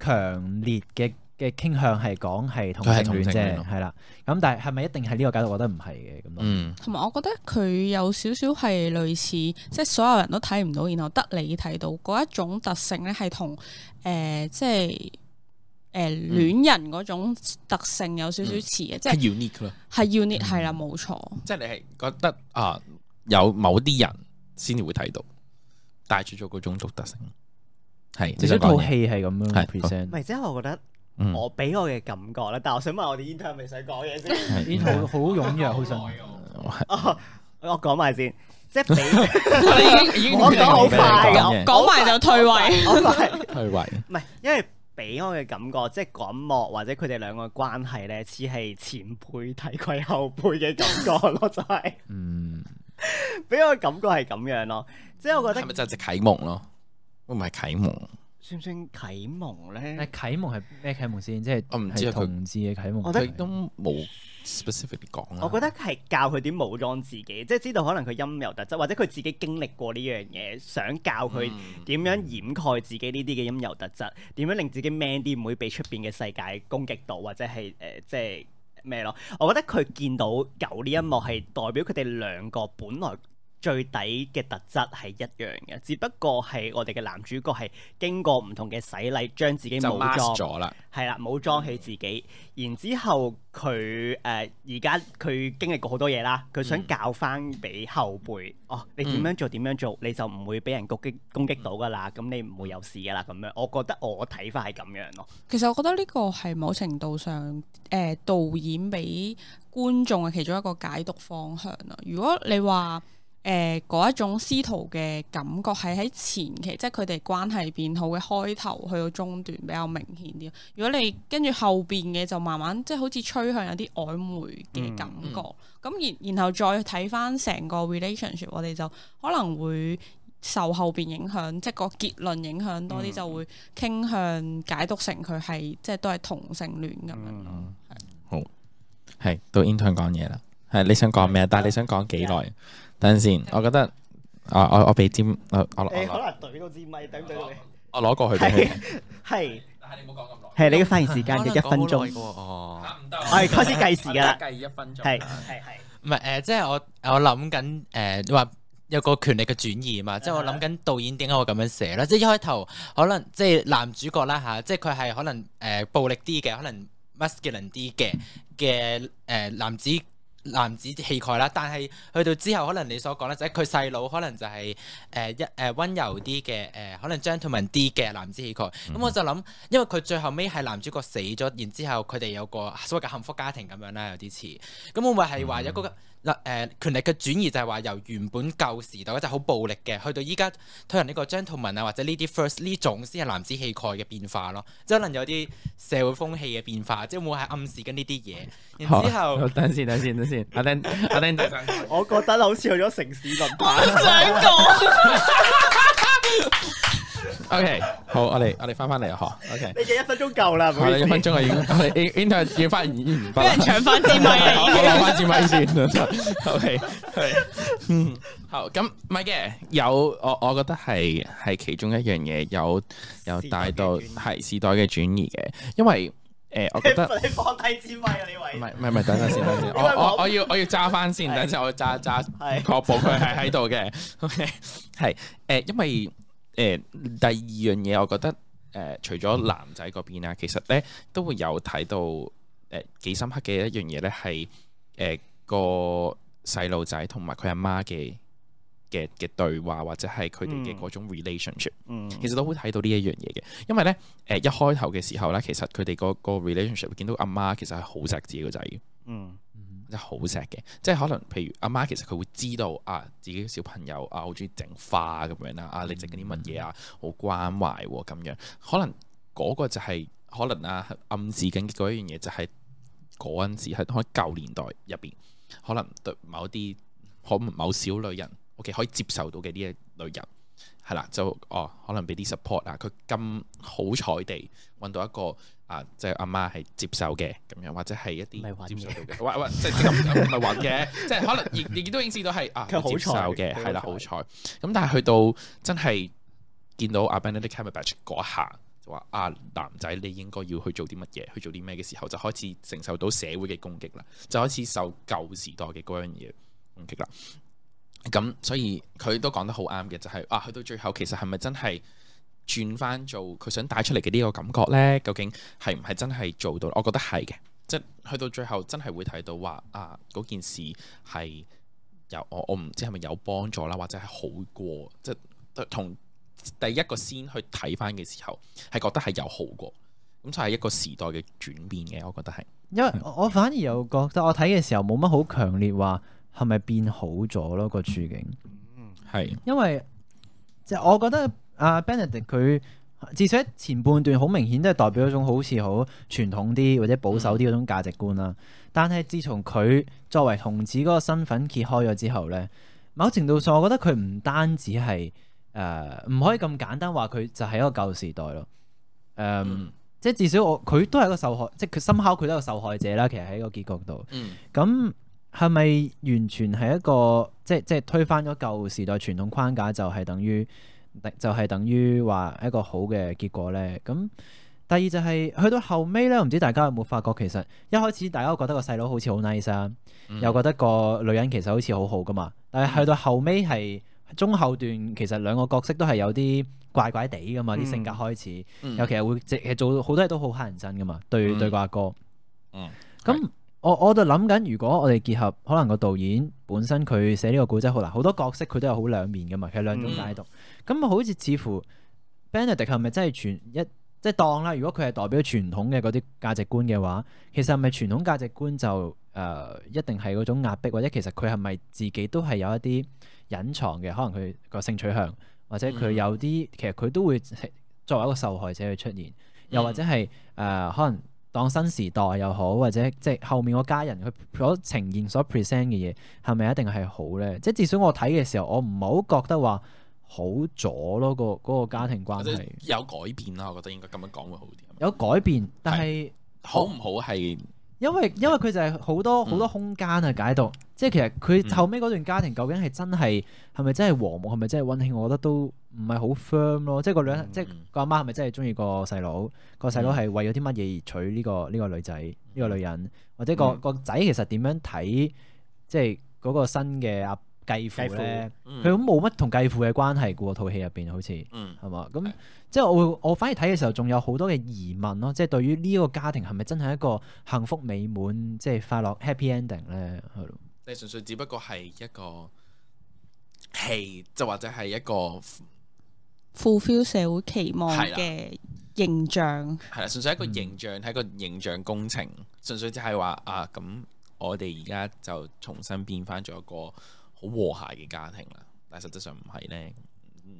Speaker 2: 強烈嘅嘅嘅傾向係講係同
Speaker 1: 佢係
Speaker 2: 性戀
Speaker 1: 同性戀咯
Speaker 2: 啫，係啦。咁但係係咪一定係呢個解讀？我覺得唔係嘅咁咯。
Speaker 1: 嗯，
Speaker 4: 同埋我覺得佢有少少係類似，即係所有人都睇唔到，然後得你睇到嗰一種特性咧，係同誒即係誒、呃、
Speaker 1: 嗯
Speaker 4: 戀人嗰種特性有少少似嘅，即
Speaker 1: 係
Speaker 4: 係
Speaker 1: unique 咯，
Speaker 4: 係 unit
Speaker 1: 嗯
Speaker 4: 係啦，冇錯，
Speaker 1: 即係你係覺得啊，有某啲人先至會睇到，帶住咗嗰種獨特性，係你
Speaker 2: 至少
Speaker 1: 想
Speaker 2: 套
Speaker 1: 講嘢，
Speaker 2: 戲係咁樣
Speaker 1: 係
Speaker 2: present。
Speaker 3: 唔係，即係我覺得
Speaker 1: 嗯
Speaker 3: 我俾我嘅感覺啦，但係我想問我哋 intern 係咪想講嘢先？
Speaker 2: 呢套
Speaker 1: 嗯
Speaker 2: 好踴躍，好想
Speaker 3: 哦我講埋先，即 係俾
Speaker 1: 已經已經
Speaker 3: 我講好快
Speaker 1: 嘅
Speaker 3: 㗎，
Speaker 1: 講嘢
Speaker 4: 講埋就退位。
Speaker 3: 我快
Speaker 1: 退位，
Speaker 3: 唔係，因為俾我嘅感覺，即係嗰一幕或者佢哋兩個關係咧，似係前輩提攜後輩嘅感覺咯，就係、
Speaker 2: 嗯
Speaker 3: 俾我嘅感覺係咁樣咯。即係我覺
Speaker 1: 係
Speaker 3: 得
Speaker 1: 咪就係隻啟蒙咯？唔係啟蒙，
Speaker 3: 算唔算啟蒙
Speaker 2: 但
Speaker 3: 咧？
Speaker 2: 啟蒙係咩啟蒙先？即係
Speaker 1: 我唔知啊
Speaker 2: 係
Speaker 1: 佢
Speaker 2: 同志嘅啟蒙。
Speaker 3: 我覺得
Speaker 1: 佢都冇 specifically 講啦。
Speaker 3: 我覺得係教佢點武裝自己，即係知道可能佢陰柔特質，或者佢自己經歷過呢樣嘢，想教佢
Speaker 1: 嗯
Speaker 3: 點樣掩蓋自己呢啲嘅陰柔特質，點樣令自己 man 啲，唔會俾出邊嘅世界攻擊到，或者係誒、呃即係咩咯？我覺得佢見到有呢一幕係代表佢哋兩個本來。最底嘅特質係一樣嘅，只不過係我哋嘅男主角係經過唔同嘅洗禮，將自己武
Speaker 1: 就 mask
Speaker 3: 裝
Speaker 1: 咗啦，
Speaker 3: 係啦，武裝起自己，然之後佢誒呃而家佢經歷過好多嘢啦，佢
Speaker 1: 嗯
Speaker 3: 想教翻俾後輩，哦，你點樣做點樣做，你就唔會俾人攻擊攻擊到噶啦，咁你唔會有事噶啦，咁樣，我覺得我睇法係咁樣咯，
Speaker 4: 其實我覺得呢個係某程度上誒、呃、導演俾觀眾嘅其中一個解讀方向啦。如果你話誒嗰一種師徒嘅感覺係喺前期，即係佢哋關係變好嘅開頭去到中段比較明顯啲。如果你跟住後邊嘅就慢慢即係好似趨向有啲曖昧嘅感覺。咁、然然後再睇翻成個 relationship，我哋就可能會受後邊影響，即係個結論影響多啲，就會傾向解讀成佢係即係都係同性戀咁樣
Speaker 1: 嗯
Speaker 4: 咯。
Speaker 1: 係到 intern 講嘢啦。係你想講咩？但係你想講幾耐？等陣先，我覺得啊，我我俾尖，我我
Speaker 3: 你可
Speaker 1: 我
Speaker 3: 能懟到支咪，懟唔懟到你？
Speaker 1: 我攞過去俾佢。
Speaker 3: 哦係
Speaker 1: 但係你唔好講咁耐。
Speaker 3: 係你嘅發言時間嘅一分鐘，
Speaker 7: 哦，
Speaker 1: 唔得，
Speaker 3: 我哋開始計時㗎啦
Speaker 1: 計一分鐘
Speaker 3: 係係係，
Speaker 7: 唔係誒，即係我我諗緊誒，你話有個權力嘅轉移嘛，即係我諗緊導演點解會咁樣寫啦，即係一開頭可能即係男主角啦吓，即係佢係可能誒暴力啲嘅，可能 masculine 啲嘅嘅誒男子。男子氣概啦，但係去到之後，可能你所講咧，就係佢細佬可能就係誒一誒溫柔啲嘅誒，可能 gentleman 啲嘅男子氣概。咁、我就諗，因為佢最後尾係男主角死咗，然之後佢哋有個所謂嘅幸福家庭咁樣啦，有啲似。咁會唔會係話有嗰個嗱誒權力嘅轉移，就係話由原本舊時代嗰隻好暴力嘅，去到依家推行呢個 gentleman 啊，或者呢啲 first 呢種先係男子氣概嘅變化咯。即係可能有啲社會風氣嘅變化，即係會唔會係暗示緊呢啲 嘢。然之後。
Speaker 1: 等陣先，等陣先，等陣 先。阿丁，阿丁，
Speaker 3: 我覺得好似去咗城市文化，
Speaker 4: 想講
Speaker 1: OK，好，我哋我哋翻翻嚟啊，嗬。OK，
Speaker 3: 你嘅一分鐘夠啦，唔
Speaker 1: 我
Speaker 3: 好意
Speaker 1: 哋
Speaker 3: 思
Speaker 1: 一。分鐘啊，已經我哋 intern 要翻已經完畢
Speaker 4: 俾人
Speaker 1: 啦。
Speaker 4: 搶翻支咪啊！
Speaker 1: 我攞翻支咪先，OK，係，嗯，好，咁唔係嘅，有我我覺得係係其中一樣嘢，有有帶到
Speaker 3: 時代嘅轉移
Speaker 1: 係時代嘅轉移嘅，因為誒，我 覺得
Speaker 3: 你放低支咪啊！
Speaker 1: 唔
Speaker 3: 你位
Speaker 1: 係唔係唔係，等陣先，等陣 先，我我我要我要揸翻先，
Speaker 3: 係
Speaker 1: 等陣我揸揸
Speaker 3: 係
Speaker 1: 確保佢係喺度嘅。OK，係誒，因為誒第二樣嘢，我覺得誒除咗男仔嗰邊啊啦，其實咧都會有睇到誒幾深刻嘅一樣嘢咧，係誒個細路仔同埋佢阿媽嘅嘅嘅對話，或者係佢哋嘅
Speaker 3: 嗯
Speaker 1: 嗰種 relationship。
Speaker 3: 嗯
Speaker 1: 其實都會睇到呢一樣嘢嘅，因為咧誒、一開頭嘅時候咧，其實佢哋個個 relationship 見到阿媽其實係好錫自己個仔嘅，
Speaker 3: 嗯
Speaker 1: 即係好錫嘅，即係可能譬如阿媽其實佢會知道啊自己嘅小朋友啊好中意整花咁樣啦，啊你整緊啲乜嘢啊，好關懷喎咁樣，可能嗰個就係、可能啊暗示緊嗰一樣嘢就係嗰陣時係喺舊年代入邊，可能對某啲可能某小女人 OK 可以接受到嘅呢一類人。係啦，就哦，可能俾啲 support 啊，佢咁好彩地揾到一個啊，即係阿媽係接受嘅咁樣，或者係一
Speaker 3: 唔
Speaker 1: 啲
Speaker 3: 係揾
Speaker 1: 接
Speaker 3: 嘅
Speaker 1: 受到嘅，或或即係即係咁唔係揾 嘅，即係可能亦亦都已經知道係啊，
Speaker 3: 佢好
Speaker 1: 接受嘅
Speaker 3: 彩
Speaker 1: 係啦，
Speaker 3: 佢
Speaker 1: 好
Speaker 3: 好
Speaker 1: 彩。咁但係去到真係見到阿 Benedict Cumberbatch 嗰一下，就話啊男仔你應該要去做啲乜嘢，去做啲咩嘅時候，就開始承受到社會嘅攻擊啦，就開始受舊時代嘅嗰樣嘢攻擊啦。咁所以佢都講得好啱嘅，就係、啊，去到最後其實係咪真係轉翻做佢想帶出嚟嘅呢個感覺呢？究竟係唔係真係做到？我覺得係嘅，即係去到最後真係會睇到話啊，嗰件事係有我我唔知係咪有幫助啦，或者係好過，即係同第一個先去睇翻嘅時候，係覺得係有好過，咁就係一個時代嘅轉變嘅，我覺得係。
Speaker 2: 因為我我反而又覺得我睇嘅時候冇乜好強烈話係咪變好咗咯個處境，
Speaker 3: 嗯
Speaker 1: 係，
Speaker 2: 因為即係我覺得阿 Benedict 佢至少喺前半段好明顯都係代表一種好似好傳統啲或者保守啲嗰種價值觀啦。但係自從佢作為童子嗰個身份揭開咗之後咧，某程度上我覺得佢唔單止係誒唔可以咁簡單話佢就係一個舊時代咯，誒、
Speaker 1: 嗯
Speaker 2: 即係至少我佢都係一個受害，即係佢深刻佢都係一個受害者啦。其實喺個結局度，
Speaker 1: 嗯
Speaker 2: 咁係咪完全係一個即係即係推翻咗舊時代傳統框架，就係等於就係等於話一個好嘅結果咧？咁第二就係、去到後尾咧，我唔知大家有冇發覺，其實一開始大家都覺得個細佬好似好 nice 啊，
Speaker 1: 嗯
Speaker 2: 又覺得個女人其實好似好好噶嘛，但係去到後尾係中後段，其實兩個角色都係有啲怪怪地噶嘛，啲性格
Speaker 3: 嗯
Speaker 2: 開始。
Speaker 1: 嗯
Speaker 2: 尤其係會直係做好多嘢都好乞人憎噶嘛，對
Speaker 1: 嗯
Speaker 2: 對個阿哥。
Speaker 1: 嗯
Speaker 2: 咁我我就諗緊，如果我哋結合可能個導演本身佢寫呢個古仔好難，好多角色佢都有好兩面噶嘛，其實兩種解讀。
Speaker 1: 嗯
Speaker 2: 咁、好似似乎 Benedict 係咪真係傳一即係當啦？如果佢係代表傳統嘅嗰啲價值觀嘅話，其實係咪傳統價值觀就誒、呃一定係嗰種壓迫，或者其實佢係咪自己都係有一啲隱藏嘅，可能佢個性取向，或者佢
Speaker 1: 嗯
Speaker 2: 有啲其實佢都會作為一個受害者去出現，又或者
Speaker 1: 嗯
Speaker 2: 係誒、呃可能當新時代又好，或者即係後面嗰家人佢 所呈現所 present 嘅嘢係咪一定係好咧？即係至少我睇嘅時候，我唔係好覺得話好咗咯，個嗰個家庭關
Speaker 1: 或者
Speaker 2: 係
Speaker 1: 有改變啦，我覺得應該咁樣講會好啲。
Speaker 2: 有改變，但係
Speaker 1: 好唔好係
Speaker 2: 因為因為佢就係好多
Speaker 1: 嗯
Speaker 2: 好多空間啊解讀，即係其實佢
Speaker 1: 嗯
Speaker 2: 後尾嗰段家庭究竟係真係係咪真係和睦，係咪真係温馨，我覺得都唔係好 firm 咯。即係個兩
Speaker 3: 嗯
Speaker 2: 即係個阿媽係咪真係中意個細佬？個細佬
Speaker 1: 嗯
Speaker 2: 係為咗啲乜嘢而娶呢個呢個女仔呢個女人，或者個
Speaker 1: 嗯
Speaker 2: 個仔其實點樣睇即係嗰個新嘅阿繼父咧？佢
Speaker 1: 嗯
Speaker 2: 咁冇乜同繼父嘅關係嘅喎，套戲入邊好似。
Speaker 1: 嗯
Speaker 2: 係嘛？咁
Speaker 1: 係
Speaker 2: 即係我會，我反而睇嘅時候仲有好多嘅疑問咯，即係對於呢個家庭係咪真係一個幸福美滿、即係快樂 happy ending 咧？係咯，
Speaker 1: 你純粹只不過係一個戲，就或者係一個係
Speaker 4: fulfill 社會期望
Speaker 1: 係啦啊
Speaker 4: 嘅形象，
Speaker 1: 啦，純粹一個形象，係一個形象工程，純粹就係話啊，咁我哋而家就重新變翻咗一個好和諧嘅家庭啦。但係實質上唔係呢。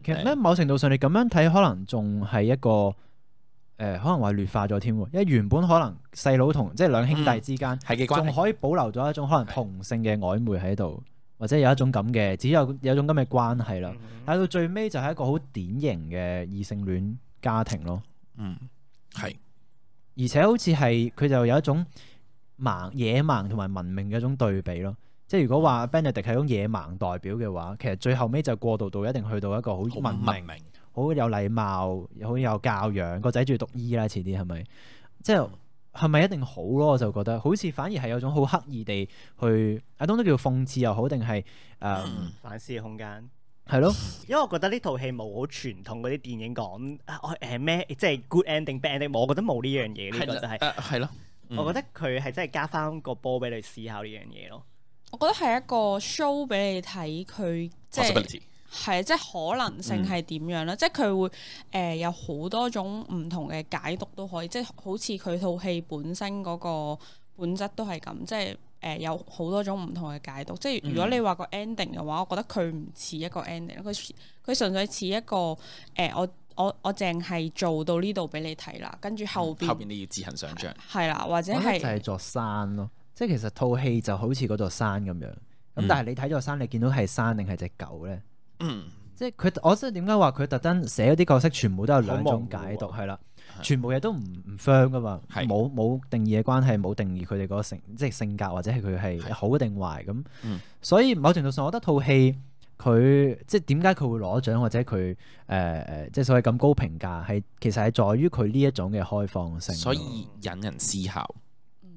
Speaker 2: 其實咧，某程度上你咁樣睇，可能仲係一個誒、呃可能話劣化咗添喎，因為原本可能細佬同即係兩兄弟之間，
Speaker 1: 係嘅關
Speaker 2: 仲
Speaker 1: 係，
Speaker 2: 可以保留咗一種可能同性嘅曖昧喺度，或者有一種咁嘅，只有有一種咁嘅關係
Speaker 3: 嗯
Speaker 2: 啦。但係到最尾就係一個好典型嘅異性戀家庭咯。
Speaker 1: 嗯，係
Speaker 2: 而且好似係佢就有一種盲野盲同埋文明嘅一種對比咯。即係如果話 Benedict 係一種野盲代表嘅話，其實最後尾就過渡到一定去到一個好
Speaker 1: 好
Speaker 2: 文
Speaker 1: 文
Speaker 2: 明、
Speaker 1: 明，
Speaker 2: 好有禮貌、好有教養。個仔仲要讀醫啦，遲啲係咪？即係係咪一定好咯？我就覺得好似反而係有種好刻意地去，阿東都叫諷刺又好，定係誒
Speaker 3: 反思嘅空間。
Speaker 2: 係咯，
Speaker 3: 因為我覺得呢套戲冇好傳統嗰啲電影講啊，我誒咩即係 good ending bad ending，冇我覺得冇呢樣嘢，呢個就
Speaker 1: 啦
Speaker 3: 係、
Speaker 1: 誒係咯，嗯
Speaker 3: 我覺得佢係真係加翻個波俾你思考呢樣嘢咯。
Speaker 4: 我覺得係一個 show 俾你睇佢即係。
Speaker 1: possibility
Speaker 4: 係啊，即係可能
Speaker 1: 嗯
Speaker 4: 性係點樣啦？即係佢會誒、呃有好多種唔同嘅解讀都可以，即係好似佢套戲本身嗰個本質都係咁，即係誒、呃有好多種唔同嘅解讀。即係
Speaker 1: 嗯
Speaker 4: 如果你話個 ending 嘅話，我覺得佢唔似一個 ending，佢似佢純粹似一個誒、呃我我我淨係做到呢度俾你睇啦，跟住後
Speaker 1: 嗯後
Speaker 4: 邊
Speaker 1: 邊你要自行想像，
Speaker 4: 係啦，或者
Speaker 2: 我覺得就係
Speaker 4: 係
Speaker 2: 座山咯。即係其實套戲就好似嗰座山咁樣。咁
Speaker 1: 嗯
Speaker 2: 但係你睇座山，你見到係山定係隻狗咧？
Speaker 1: 嗯
Speaker 2: 即係佢，我即係點解話佢特登寫嗰啲角色全部都有兩種解讀，
Speaker 3: 好模糊啊
Speaker 2: 係啦，
Speaker 1: 係
Speaker 2: 全部嘢都唔唔 firm 噶嘛，
Speaker 1: 係
Speaker 2: 冇冇定義嘅關係，冇定義佢哋嗰個性即係性格或者係佢係
Speaker 1: 係
Speaker 2: 好定壞咁
Speaker 1: 嗯，
Speaker 2: 所以某程度上，我覺得套戲佢即係點解佢會攞獎或者佢誒誒即係所謂咁高評價係其實係在於佢呢一種嘅開放性咯。
Speaker 1: 所以引人思考。
Speaker 4: 嗯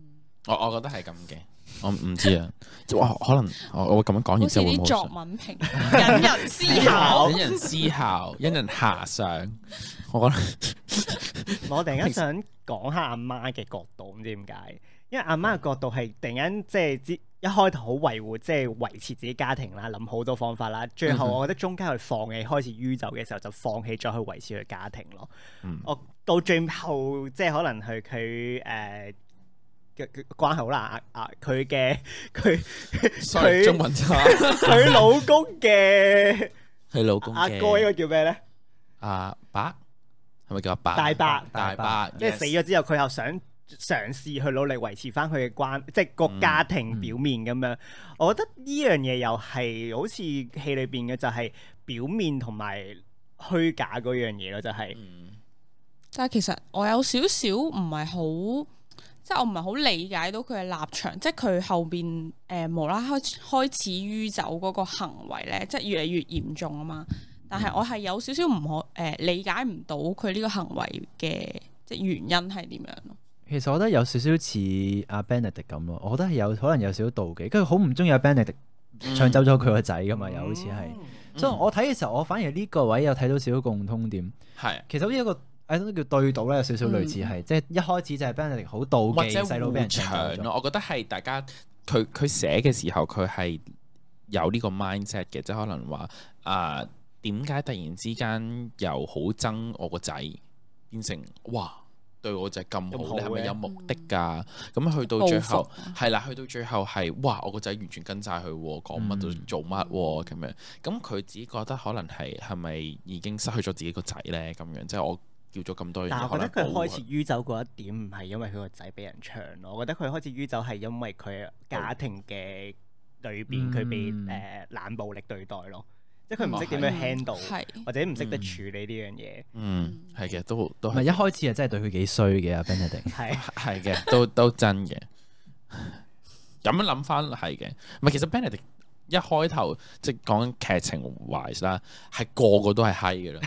Speaker 1: 我我覺得係咁嘅，我唔知啊，哇可能我我咁樣講
Speaker 4: 好
Speaker 1: 完
Speaker 4: 似
Speaker 1: 之後會
Speaker 4: 啲
Speaker 1: 冇
Speaker 4: 作
Speaker 1: 信
Speaker 4: 文評引人思考。
Speaker 1: 引人思考，引人遐想。 我覺得
Speaker 3: 我突然間想講下阿媽嘅角度，唔知點解，因為阿媽嘅角度係突然間即係之一開頭好維護，即係維持自己家庭啦，諗好多方法啦，最後我覺得中間佢放棄開始酗酒嘅時候，就放棄咗去維持佢家庭咯。
Speaker 1: 嗯
Speaker 3: 我到最後即係可能係佢誒嘅嘅關係好難啊啊！佢嘅佢
Speaker 1: sorry
Speaker 3: 佢
Speaker 1: 中文差，
Speaker 3: 佢老公嘅
Speaker 1: 佢老公
Speaker 3: 阿哥呢個
Speaker 1: 嘅
Speaker 3: 叫咩咧？
Speaker 1: 阿伯係咪叫阿伯？
Speaker 3: 大伯
Speaker 1: 大伯，
Speaker 3: 即係死
Speaker 1: yes
Speaker 3: 咗之後，佢又想嘗試去努力維持翻佢嘅關，即係個家庭表面咁樣。我覺得呢樣嘢又係好似戲裏邊嘅就係表面同埋虛假嗰樣嘢咯，就係、
Speaker 1: 嗯
Speaker 4: 但係其實我有少少唔係好，即係我唔係好理解到佢嘅立場，即係佢後邊誒、呃、無啦啦開始開始酗酒嗰個行為咧，即係越嚟越嚴重啊嘛。但係我係有少少唔可誒、呃理解唔到佢呢個行為嘅即係原因係點樣咯。
Speaker 2: 其實我覺得有少少似阿 Benedict 咁咯，我覺得係有可能有少少妒忌，跟住好唔中意阿 Benedict 搶走咗佢個仔噶嘛，啊又好似係。
Speaker 1: 嗯
Speaker 2: 所以我睇嘅時候，我反而呢個位有睇到少少共通點。
Speaker 1: 係啊
Speaker 2: 其實好似一個誒都叫對賭咧，有少少類似係，即係一開始就係 Benedict 好
Speaker 1: 嗯或
Speaker 2: 妒忌
Speaker 1: 者
Speaker 2: 細佬俾人搶
Speaker 1: 長
Speaker 2: 咗。
Speaker 1: 咯。我覺得係大家佢佢寫嘅時候，佢係有呢個 mindset 嘅，即係可能話啊，點解突然之間又好憎我個仔，變成哇對我仔咁
Speaker 3: 咁
Speaker 1: 好，
Speaker 3: 好
Speaker 1: 你係咪
Speaker 3: 嘅
Speaker 1: 有目的㗎？咁去到
Speaker 4: 報
Speaker 1: 最
Speaker 4: 復啊
Speaker 1: 後係啦，去到最後係哇，我個仔完全跟晒佢喎，講乜都
Speaker 2: 嗯
Speaker 1: 做乜喎咁樣。咁佢自己覺得可能係係咪已經失去咗自己個仔呢？咁樣即係我叫咗咁多
Speaker 3: 但
Speaker 1: 嘢，
Speaker 3: 係我
Speaker 1: 可
Speaker 3: 覺
Speaker 1: 能
Speaker 3: 得佢
Speaker 2: 啊
Speaker 1: 保護
Speaker 3: 開始酗酒嗰一點唔係因為佢個仔俾人搶咯，我覺得佢開始酗酒係因為佢家庭嘅裏邊佢被
Speaker 2: 嗯
Speaker 3: 誒冷暴力對待咯，即係佢唔識點
Speaker 1: 咁啊
Speaker 3: 樣 handle，
Speaker 4: 嗯係
Speaker 3: 或者唔識
Speaker 2: 嗯
Speaker 3: 得處理呢樣嘢，
Speaker 1: 嗯係嘅，都都
Speaker 2: 唔
Speaker 1: 係
Speaker 2: 係一開始係真係對佢幾衰 嘅阿 Benedict。
Speaker 3: 係。
Speaker 1: 係嘅，都都真嘅。咁樣諗翻係嘅，唔係其實 Benedict 一開頭即係講劇情 wise 啦，係個個都係閪 嘅啦。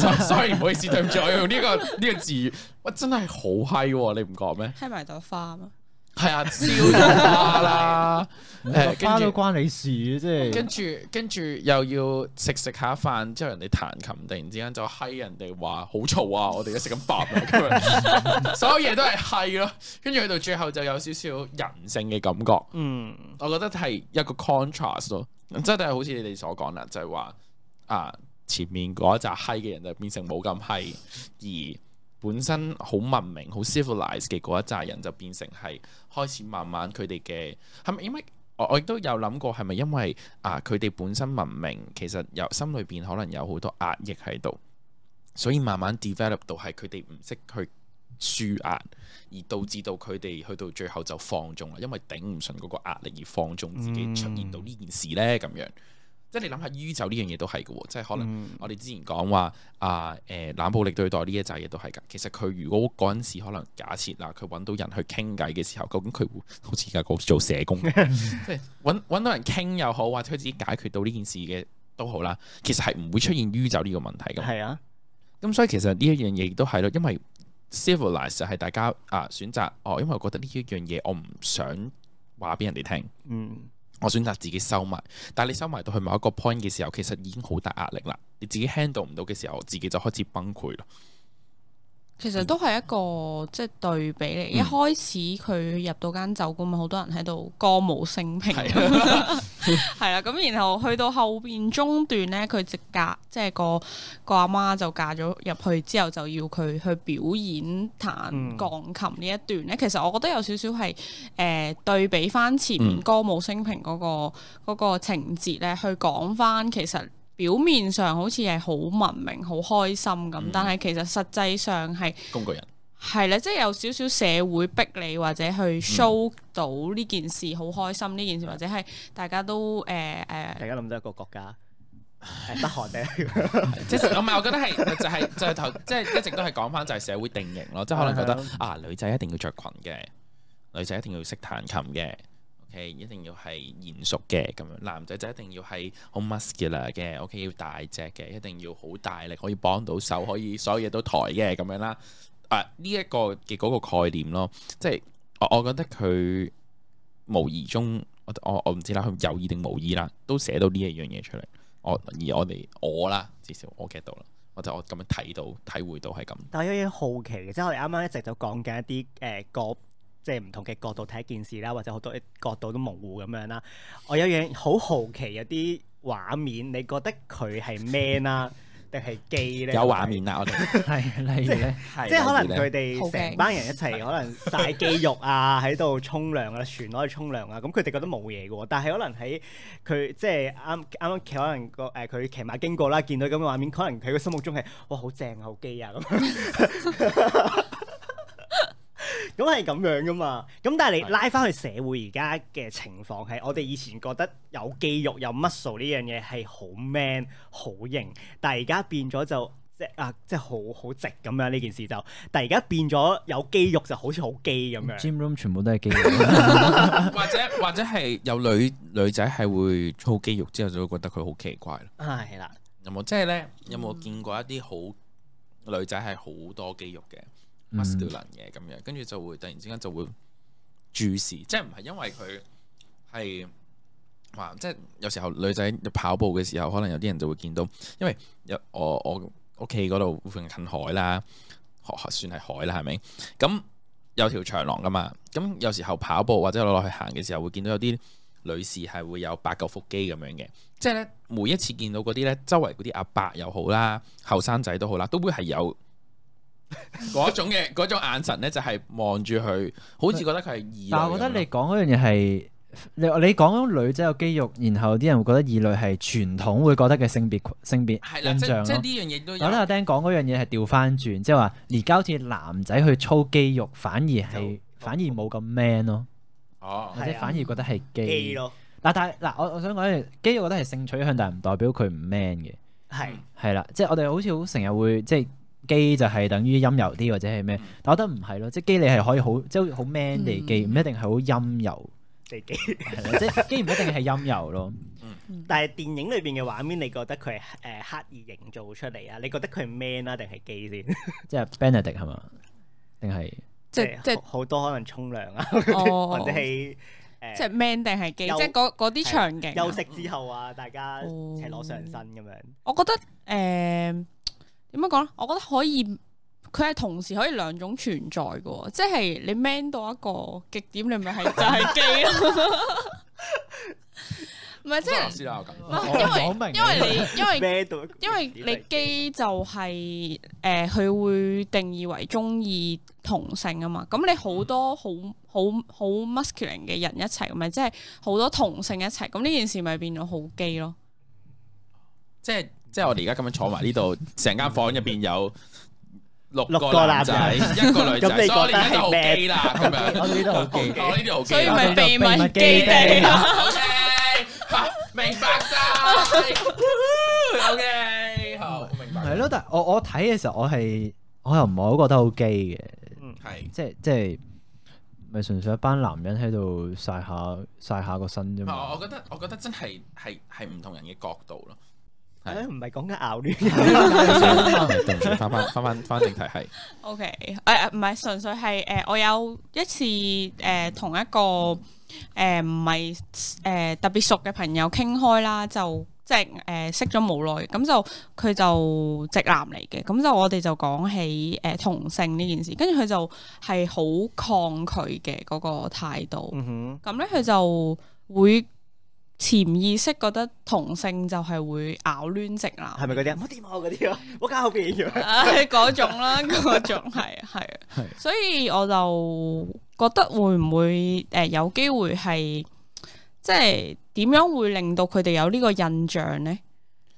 Speaker 1: So- sorry，唔好意思，對唔住，我用呢、個呢、個字語，哇，真係好閪喎，你唔覺咩？
Speaker 4: 係埋朵花嘛？
Speaker 1: 係啊，燒咗花 啦，誒，
Speaker 2: 花都
Speaker 1: 跟住
Speaker 2: 關你事嘅，即係
Speaker 1: 跟住跟住又要食食下飯之後，人哋彈琴，突然之間就閪人哋話好嘈啊！我哋而家食緊飯啊，咁樣所有嘢都係閪咯。跟住去到最後就有少少人性嘅感覺，
Speaker 3: 嗯，
Speaker 1: 我覺得係一個 contrast 咯，真係好似你哋所講啦，就係話啊前面嗰一紮閪嘅人就變成冇咁閪，而本身好文明、好 civilized 嘅嗰一紮人就變成係開始慢慢佢哋嘅係咪因為？哦我我亦都有諗過，係咪因為啊佢哋本身文明，其實有心裏邊可能有好多壓抑喺度，所以慢慢 develop 到係佢哋唔識去舒壓，而導致到佢哋去到最後就放縱啦，因為頂唔順嗰個壓力而放縱自己
Speaker 3: 嗯
Speaker 1: 出現到呢件事呢。咁樣。即係你諗下酗酒呢樣嘢都係嘅喎，即係可
Speaker 3: 嗯
Speaker 1: 能我哋之前講話啊誒冷暴力對待呢一扎嘢都係㗎。其實佢如果嗰陣時可能假設啦，佢揾到人去傾偈嘅時候，究竟佢會 好似而家講做社工，即係揾揾到人傾又好，或者佢自己解決到呢件事嘅都好啦，其實係唔會出現酗酒呢個問題㗎嘛。
Speaker 3: 係啊，
Speaker 1: 咁所以其實呢一樣嘢亦都係咯，因為 civilize 就係大家啊選擇哦，因為我覺得呢一樣嘢我唔想話俾人哋聽。
Speaker 3: 嗯。
Speaker 1: 我選擇自己收埋，但係你收埋到去某一個 point 嘅時候，其實已經好大壓力啦。你自己 handle 唔到嘅時候，自己就開始崩潰咯。
Speaker 4: 其實都係一個即係對比嚟，一開始佢入到間酒館，咪好多人喺度歌舞升平， 係啦。咁然後去到後邊中段咧，佢直嫁，即係個個阿媽就嫁咗入去之後，就要佢去表演彈
Speaker 3: 嗯
Speaker 4: 鋼琴呢一段咧。其實我覺得有少少係誒對比翻前面
Speaker 1: 嗯
Speaker 4: 歌舞升平嗰、個嗰、個情節咧，去講翻其實。表面上好似係好文明、好開心咁，但係其實實際上係
Speaker 1: 工具人
Speaker 4: 係啦，即係有少少社會逼你或者
Speaker 3: 嗯
Speaker 4: 去 show 到呢件事好開心呢件事，或者係大家都誒誒、呃
Speaker 3: 大家諗到一個國家， 係北韓定
Speaker 1: 即係唔係？我覺得係就係就係頭，即係一直都係講翻就係社會定型咯，即係可能覺得啊女仔一定要着裙嘅，女仔一定要識彈琴嘅。 ，OK，一定要係賢淑嘅咁樣。男仔就一定要係好 muscular 嘅，OK，要大隻嘅，一定要好大力，可以幫到手，可以所有嘢都抬嘅咁樣啦。啊，呢、一個嘅嗰個概念咯，即係我我覺得佢無意中，我我我唔知啦，佢有意定無意啦，都寫到呢一樣嘢出嚟。我而我哋我啦，至少我 get 到啦，我就我咁樣睇到體會到係咁。
Speaker 3: 但係有嘢好奇嘅，即係我哋啱啱一直就講緊一啲誒角，即係唔同嘅角度睇一件事啦，或者好多角度都模糊咁樣啦。我有樣好好奇，有啲畫面，你覺得佢係 man 啦，定係 gay 咧？
Speaker 1: 有畫面啦，我哋
Speaker 2: 係例如咧，
Speaker 3: 即係可能佢
Speaker 4: 好
Speaker 3: 哋
Speaker 4: 驚
Speaker 3: 成班人一齊可能晒肌肉啊，喺度沖涼啊，全攞去沖涼啊，咁佢哋覺得冇嘢嘅喎，但係可能喺佢即係啱啱啱可能個誒佢騎馬經過啦，見到咁嘅畫面，可能佢個心目中係哇好正啊，好基啊咁。咁係咁樣噶嘛，咁但係你拉翻去社會而家嘅情況係，我哋以前覺得有肌肉有 muscle 呢樣嘢係好 man 好型，但係而家變咗就即係啊，即係好好直咁樣呢件事就，但係而家變咗有肌肉就好似好基咁樣。
Speaker 2: gym room 全部都係 肌肉，
Speaker 1: 啊或者或者係有女女仔係會操肌肉之後就會覺得佢好奇怪啦。
Speaker 3: 啊，係啦，
Speaker 1: 有冇即係咧？有冇見過一啲好女仔係好多肌肉嘅
Speaker 2: 嗯
Speaker 1: muscular 嘅咁樣，跟住就會突然之間就會注視，即係唔係因為佢係話，即係有時候女仔跑步嘅時候，可能有啲人就會見到，因為有我我屋企嗰度附近近海啦，學算係海啦，係咪？咁有條長廊噶嘛，咁有時候跑步或者落落去行嘅時候，會見到有啲女士係會有八嚿腹肌咁樣嘅。即係咧，每一次見到嗰啲咧，周圍嗰啲阿伯又好啦，後生仔都好啦，都會係 有嗰種嘅嗰種眼神咧，就係望住佢，好似覺得佢係異類咁樣。
Speaker 2: 但我覺得你講嗰樣嘢係。你你講女仔有肌肉，然後啲人會覺得異類係傳統會覺得嘅性別性別
Speaker 1: 係啦，
Speaker 2: 印
Speaker 1: 即
Speaker 2: 象
Speaker 1: 即係
Speaker 2: 咯。
Speaker 1: 呢樣嘢都有
Speaker 2: 我覺得阿 Dan 講嗰樣嘢係調翻轉，即係話而家好似男仔去操肌肉，反而係
Speaker 3: 就
Speaker 2: 反而冇咁 man 咯，
Speaker 1: 哦
Speaker 2: 或者
Speaker 3: 係啊
Speaker 2: 反而覺得係
Speaker 3: 基
Speaker 2: 肌。
Speaker 3: 咯，
Speaker 2: 嗱，但係嗱，我我想講嘅肌肉，我覺得係性取向，但係唔代表佢唔 man 嘅，
Speaker 3: 係
Speaker 2: 係啦，即係我哋好似好成日會即係肌就係等於陰柔啲或者係咩
Speaker 1: 嗯，
Speaker 2: 但我覺得唔係咯，即係肌你係可以好即係好 man 地肌，唔一定係好陰柔，
Speaker 3: 地基。
Speaker 2: 係啦，即係肌唔一定係陰柔咯。
Speaker 3: 但係電影裏邊嘅畫面，你覺得佢係誒刻意營造出嚟啊？你覺得佢係 man 啦定係基先？
Speaker 2: 即係 Benedict 係嘛？定係
Speaker 4: 即即
Speaker 3: 好好多可能沖涼啊， 或
Speaker 4: 哦
Speaker 3: 者，係誒
Speaker 4: 即係 man 定係基，即
Speaker 3: 休
Speaker 4: 係嗰嗰啲
Speaker 3: 係
Speaker 4: 場景啊。
Speaker 3: 休息之後啊，大家
Speaker 4: 哦
Speaker 3: 赤裸上身咁樣。
Speaker 4: 我覺得诶點樣講咧？我覺得可以，佢係同時可以兩種存在嘅喎，即係你 man 到一個極點，你咪係就係 gay 咯。 唔係即
Speaker 1: 即係
Speaker 4: 係
Speaker 1: 知啦，我咁
Speaker 4: 唔係哦因
Speaker 2: 我明啊
Speaker 4: 為因為你因為
Speaker 3: 咩到？
Speaker 4: 因為你基就係、誒，佢、會定義為中意同性啊嘛。咁你好多好好好 masculine 嘅人一齊，咪即係好多同性一齊。咁呢件事咪變咗好基咯。
Speaker 1: 即係即係我哋而家咁樣坐埋呢度，成間房入邊有六
Speaker 3: 六
Speaker 1: 個
Speaker 3: 個
Speaker 1: 男
Speaker 3: 男
Speaker 1: 仔，
Speaker 3: 人
Speaker 1: 一個女仔，
Speaker 3: 咁
Speaker 1: 所
Speaker 3: 你
Speaker 1: 以我哋而
Speaker 3: 覺得
Speaker 1: 家就好
Speaker 3: 係咩
Speaker 1: 基啦咁樣。
Speaker 2: 我哋呢度好肌。
Speaker 1: 我呢啲好基
Speaker 4: 所以
Speaker 1: 啦。
Speaker 4: 咪秘密基地咯。
Speaker 1: OK，明白晒。OK，好，明白。
Speaker 2: 係咯，但係我我睇嘅時候，我係我又唔係好覺得好基嘅，
Speaker 1: 係
Speaker 2: 即係即係咪純粹一班男人喺度晒下晒下個身啫
Speaker 1: 我
Speaker 2: 嘛
Speaker 1: 我？覺得我覺得真係係係唔同人嘅角度咯。
Speaker 3: 誒
Speaker 1: 係
Speaker 3: 唔係講緊 咬亂，
Speaker 1: 對唔住，翻翻翻翻翻正題係
Speaker 4: O K，誒唔哎係純粹係誒、呃我有一次誒、同一個誒唔係誒特別熟嘅朋友傾開啦，就即係誒、呃識咗冇耐，咁就佢就直男嚟嘅，咁就我哋就講起誒、呃同性呢件事，跟住佢就係好抗拒嘅嗰、個態度，
Speaker 3: 嗯哼，
Speaker 4: 咁咧佢就會潛意識覺得同性就係會咬攣直男。
Speaker 3: 係咪嗰啲啊？唔好掂我嗰啲啊，我搞後邊咁樣。
Speaker 4: 唉， 嗰種啦， 嗰種係啊係，所以我就覺得會唔會誒、有機會係即係點樣會令到佢哋有呢個印象呢？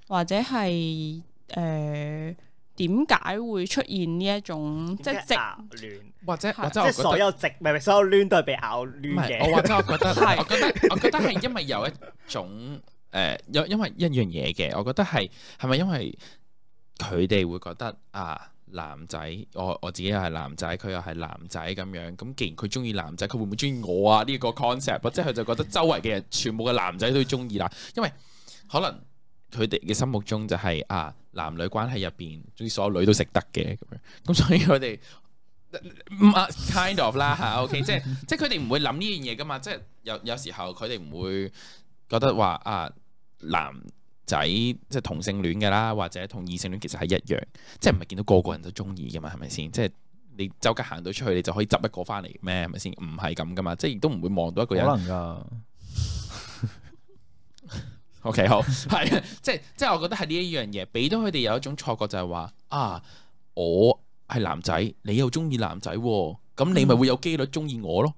Speaker 4: 或者係誒點解會出現呢一種即
Speaker 3: 即
Speaker 4: 係直
Speaker 3: 係咬亂，
Speaker 1: 或者
Speaker 4: 係
Speaker 1: 或者
Speaker 4: 即
Speaker 3: 即
Speaker 1: 我
Speaker 3: 係
Speaker 1: 覺
Speaker 3: 所
Speaker 1: 得
Speaker 3: 有直，唔係唔係所有攣都係被咬
Speaker 1: 唔
Speaker 3: 亂
Speaker 1: 係，我
Speaker 3: 嘅。
Speaker 1: 或者我覺得
Speaker 4: 係
Speaker 1: 我覺得我覺得係因為有一種誒，有因為一樣嘢嘅，我覺得係係咪因為佢哋會覺得啊男仔，我我自己又係男仔，佢又係男仔咁樣。咁既然佢中意男仔，佢會唔會中意我啊？呢、個 concept，即係佢就覺得周圍嘅人全部嘅男仔都中意啦，因為可能佢哋嘅心目中就係、啊男女關係入邊，中意所有女都食得嘅咁樣。咁所以佢哋唔啊 kind of 啦嚇，OK，即係即係佢哋唔會諗呢樣嘢噶嘛，即係有有時候佢哋唔會覺得話啊男仔即係同性戀嘅啦，或者同異性戀其實係一樣，即係唔係見到個個人都中意噶嘛，係咪先？即係你周街行到出去，你就可以執一個翻嚟咩？係咪先？唔係咁噶嘛，即係亦都唔會望到一個
Speaker 2: 可
Speaker 1: 人。
Speaker 2: 能噶，
Speaker 1: OK，好， 係即係即係，我覺得係呢一樣嘢，俾到佢哋有一種錯覺就係話啊，我係男仔，你又中意男仔、喎，咁你咪會有機率中意我咯。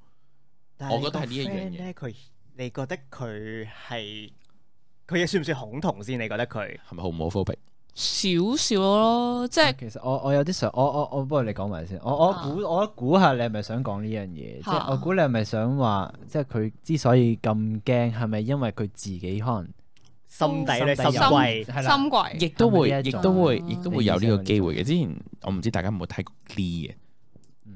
Speaker 3: 但係
Speaker 1: 我覺得係呢
Speaker 3: 你個
Speaker 1: 一樣
Speaker 3: friend
Speaker 1: 嘢
Speaker 3: 咧，佢你覺得佢係佢算唔算恐同先？你覺得佢？
Speaker 1: 係咪好唔好 phobic？
Speaker 4: 少少咯，即係
Speaker 2: 其實我我有啲想，我我我不過你講埋先，我我
Speaker 4: 啊
Speaker 2: 估我估下你係咪想講呢樣嘢，即
Speaker 4: 啊
Speaker 2: 係我估你係咪想話，即係佢之所以咁驚，係咪因為佢自己可能
Speaker 3: 心底咧
Speaker 2: 心
Speaker 3: 心
Speaker 2: 底有
Speaker 3: 貴，
Speaker 2: 係啦
Speaker 4: 心鬼
Speaker 1: 亦都會，
Speaker 2: 係咪呢
Speaker 1: 亦
Speaker 2: 一種
Speaker 1: 都會，亦都會有呢個
Speaker 2: 你意思係咪呢種
Speaker 1: 機會嘅。之前我唔知大家有冇睇過 Glee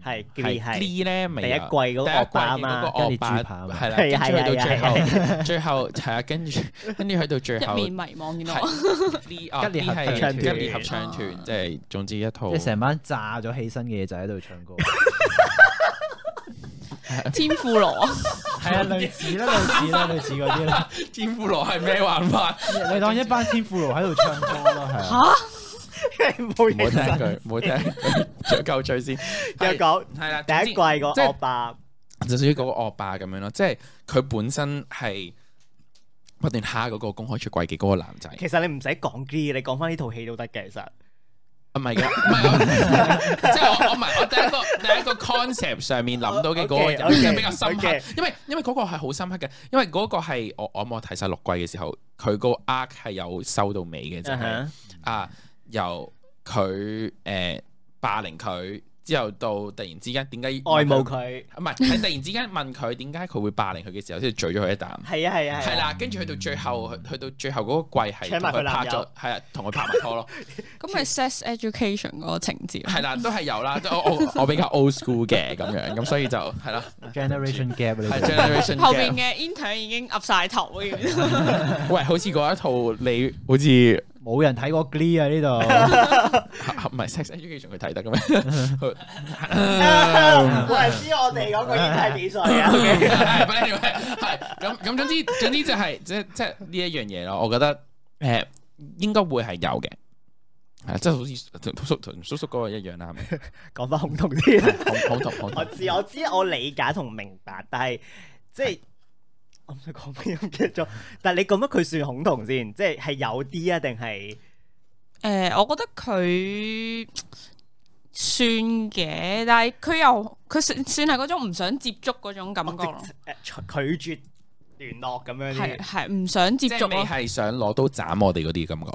Speaker 3: 係
Speaker 1: 嘅，
Speaker 3: 佢係第一季
Speaker 1: Glee 咧咪有
Speaker 3: 嗰個
Speaker 1: 第一季
Speaker 3: 惡霸啊
Speaker 1: 嘅 嗰
Speaker 3: 嘛，
Speaker 1: 個惡霸
Speaker 2: 跟住豬扒啊嘛
Speaker 1: 係啦，
Speaker 3: 係
Speaker 1: 跟住去
Speaker 3: 係
Speaker 1: 到最後，最後係啊，跟住跟住去到最後
Speaker 4: 一面迷茫，見到我
Speaker 1: ，Glee 啊
Speaker 2: 吉列
Speaker 1: ，Glee
Speaker 2: 合
Speaker 1: 係
Speaker 3: 唱
Speaker 1: 吉
Speaker 3: 團
Speaker 1: 列合唱團，即係總之一套
Speaker 2: 即係成班炸咗起身嘅嘢就喺度唱歌，
Speaker 4: 天婦羅，
Speaker 2: 係啊，類似啦，類似啦，類似嗰啲啦，
Speaker 1: 天婦羅係咩玩法？
Speaker 2: 你當一班天婦羅喺度唱歌咯，係啊，
Speaker 3: 冇
Speaker 1: 唔好
Speaker 3: 嘢
Speaker 1: 聽
Speaker 3: 實。
Speaker 1: 佢，唔好聽佢，最夠最先。
Speaker 3: 有
Speaker 1: 係
Speaker 3: 講
Speaker 1: 係啦，
Speaker 3: 第一季個
Speaker 1: 即係
Speaker 3: 惡霸，
Speaker 1: 就屬於嗰個惡霸咁樣咯，即係佢本身係不斷蝦嗰個公開出櫃嘅嗰個男仔，
Speaker 3: 其實你唔使講 G，你講翻呢套戲都得嘅。其實
Speaker 1: 啊唔係嘅，唔 係我即係我我唔係我第一個第一個 concept 上面諗到嘅嗰個人
Speaker 3: Okay, okay,
Speaker 1: 比較深刻
Speaker 3: okay
Speaker 1: 因為因為嗰個係好深刻嘅，因為嗰個係我我我睇晒六季嘅時候，佢個 arc 係有收到尾嘅，就係、
Speaker 3: Uh-huh
Speaker 1: 啊，由佢誒、呃霸凌佢之後到突然之間點解
Speaker 3: 愛慕
Speaker 1: 問
Speaker 3: 佢，
Speaker 1: 唔係，係突然之間問佢點解佢會霸凌佢嘅時候，先咀咗佢一啖。
Speaker 3: 係啊係啊
Speaker 1: 係
Speaker 3: 係啊，
Speaker 1: 啦，跟住去到最後，去到最後嗰個季係
Speaker 3: 請
Speaker 1: 同
Speaker 3: 埋
Speaker 1: 佢
Speaker 3: 佢
Speaker 1: 拍
Speaker 3: 男
Speaker 1: 咗
Speaker 3: 友，
Speaker 1: 係啊，同佢拍埋拖咯，
Speaker 4: 咁咪 sex education 嗰個情節咯。
Speaker 1: 係 啦，都係有啦，即係我我我比較 old school 嘅咁樣，咁所以就係啦，
Speaker 2: generation gap 啊呢
Speaker 1: 係
Speaker 2: 個
Speaker 1: generation
Speaker 4: 後邊
Speaker 1: gap。
Speaker 4: 嘅 intern 已經岌晒頭嘅，
Speaker 1: 喂，好似嗰一套你好似
Speaker 2: 冇人睇過 Glee 啊呢度，
Speaker 1: 唔係 sex education 佢睇得 嘅咩？
Speaker 3: 冇人知 我哋嗰個已經係幾歲啊？
Speaker 1: 係，but anyway，係咁咁，總之總之就係即即係呢一樣嘢咯。我覺得誒應該會係有嘅，係啊即係好似同叔同叔叔嗰個一樣啦，係咪？
Speaker 3: 講翻恐同先。
Speaker 1: 好好同
Speaker 3: 我
Speaker 1: 好
Speaker 3: 知我知我理解同明白，但係即係我唔想講咩，唔記得咗。但係你咁樣佢算恐同先，即係係有啲啊，定係
Speaker 4: 誒，呃我覺得佢算嘅，但係佢又佢算算係嗰種唔想接觸嗰種感覺咯，
Speaker 3: 誒拒絕聯絡咁樣
Speaker 4: 係
Speaker 3: 啲？
Speaker 4: 係唔想接
Speaker 1: 即係
Speaker 4: 觸
Speaker 1: 你
Speaker 4: 咯。
Speaker 1: 係想攞刀斬我哋嗰啲感覺，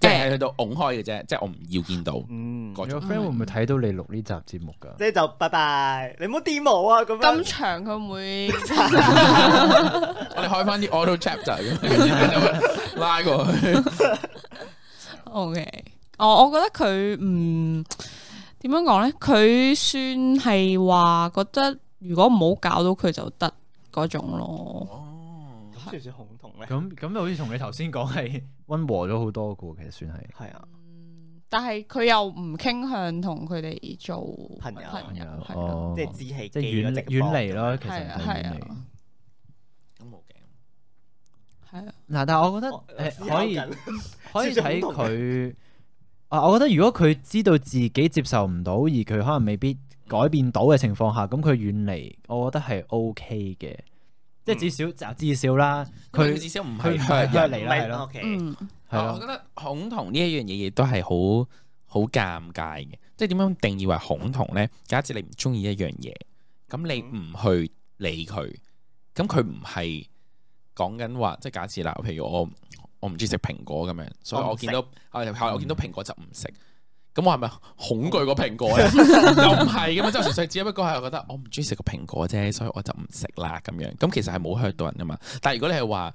Speaker 1: 即係去到拱開嘅啫，即係我唔要見到
Speaker 3: 嗯，
Speaker 1: 嗰
Speaker 2: 你個
Speaker 1: 種。
Speaker 2: friend 會唔會睇到你錄呢集節目㗎？
Speaker 3: 即係就拜拜，你唔好掂我啊咁
Speaker 4: 咁
Speaker 3: 樣。
Speaker 4: 長佢唔會，
Speaker 1: 我哋開翻啲 auto chapter 咁，跟住就 會拉過去。
Speaker 4: O K，我我覺得佢唔點樣講咧，佢算係話覺得如果唔好搞到佢就得嗰種咯。
Speaker 1: 哦
Speaker 3: 咁算唔算恐同咧？
Speaker 2: 咁咁好似同你頭先講係温和咗好多嘅，其實算係。
Speaker 3: 係啊，
Speaker 4: 但係佢又唔傾向同佢哋做
Speaker 3: 朋友
Speaker 4: 朋友係咯，
Speaker 2: 哦，
Speaker 3: 即係只係
Speaker 2: 即係
Speaker 3: 寄咗
Speaker 2: 遠
Speaker 3: 直
Speaker 2: 遠
Speaker 3: 播
Speaker 2: 離咯，其實
Speaker 4: 係啊
Speaker 2: 係遠
Speaker 4: 係
Speaker 2: 離。
Speaker 4: 啊
Speaker 1: 咁冇嘅，
Speaker 4: 係啊，
Speaker 2: 嗱，但係我覺
Speaker 3: 我
Speaker 2: 得
Speaker 3: 思
Speaker 2: 誒
Speaker 3: 考
Speaker 2: 可以
Speaker 3: 緊
Speaker 2: 可以
Speaker 3: 少少
Speaker 2: 睇
Speaker 3: 恐同
Speaker 2: 佢啊，我覺得如果佢知道自己接受唔到，而佢可能未必改變到嘅情況下，咁佢遠離，我覺得係 O K 嘅，即係至少就至少啦，
Speaker 1: 佢
Speaker 2: 嗯佢
Speaker 1: 至少唔
Speaker 2: 佢
Speaker 1: 係
Speaker 2: 唔
Speaker 1: 向
Speaker 2: 係
Speaker 1: 人
Speaker 2: 向嚟
Speaker 3: 唔
Speaker 2: 啦，係
Speaker 3: 係
Speaker 2: 咯，
Speaker 3: OK，
Speaker 4: 嗯，
Speaker 2: 係
Speaker 1: 哦我
Speaker 2: 咯
Speaker 1: 覺。得恐同呢一樣嘢亦都係好好尷尬嘅，即係點樣定義為恐同呢？假設你唔中意一樣嘢，咁你
Speaker 3: 嗯
Speaker 1: 唔去理佢，咁佢唔係講緊話，即係假設啦，譬如我我唔中意食蘋果咁樣，所以
Speaker 3: 我唔
Speaker 1: 我
Speaker 3: 食嗯
Speaker 1: 見到啊我見到蘋果就唔食。咁我係咪恐懼個蘋 果咧？啊又唔係啊噶嘛，即係純粹只不過係我覺得我唔中意食個蘋果啫，所以我就唔食啦咁樣。咁其實係冇 hurt 到人噶嘛。但係如果你係話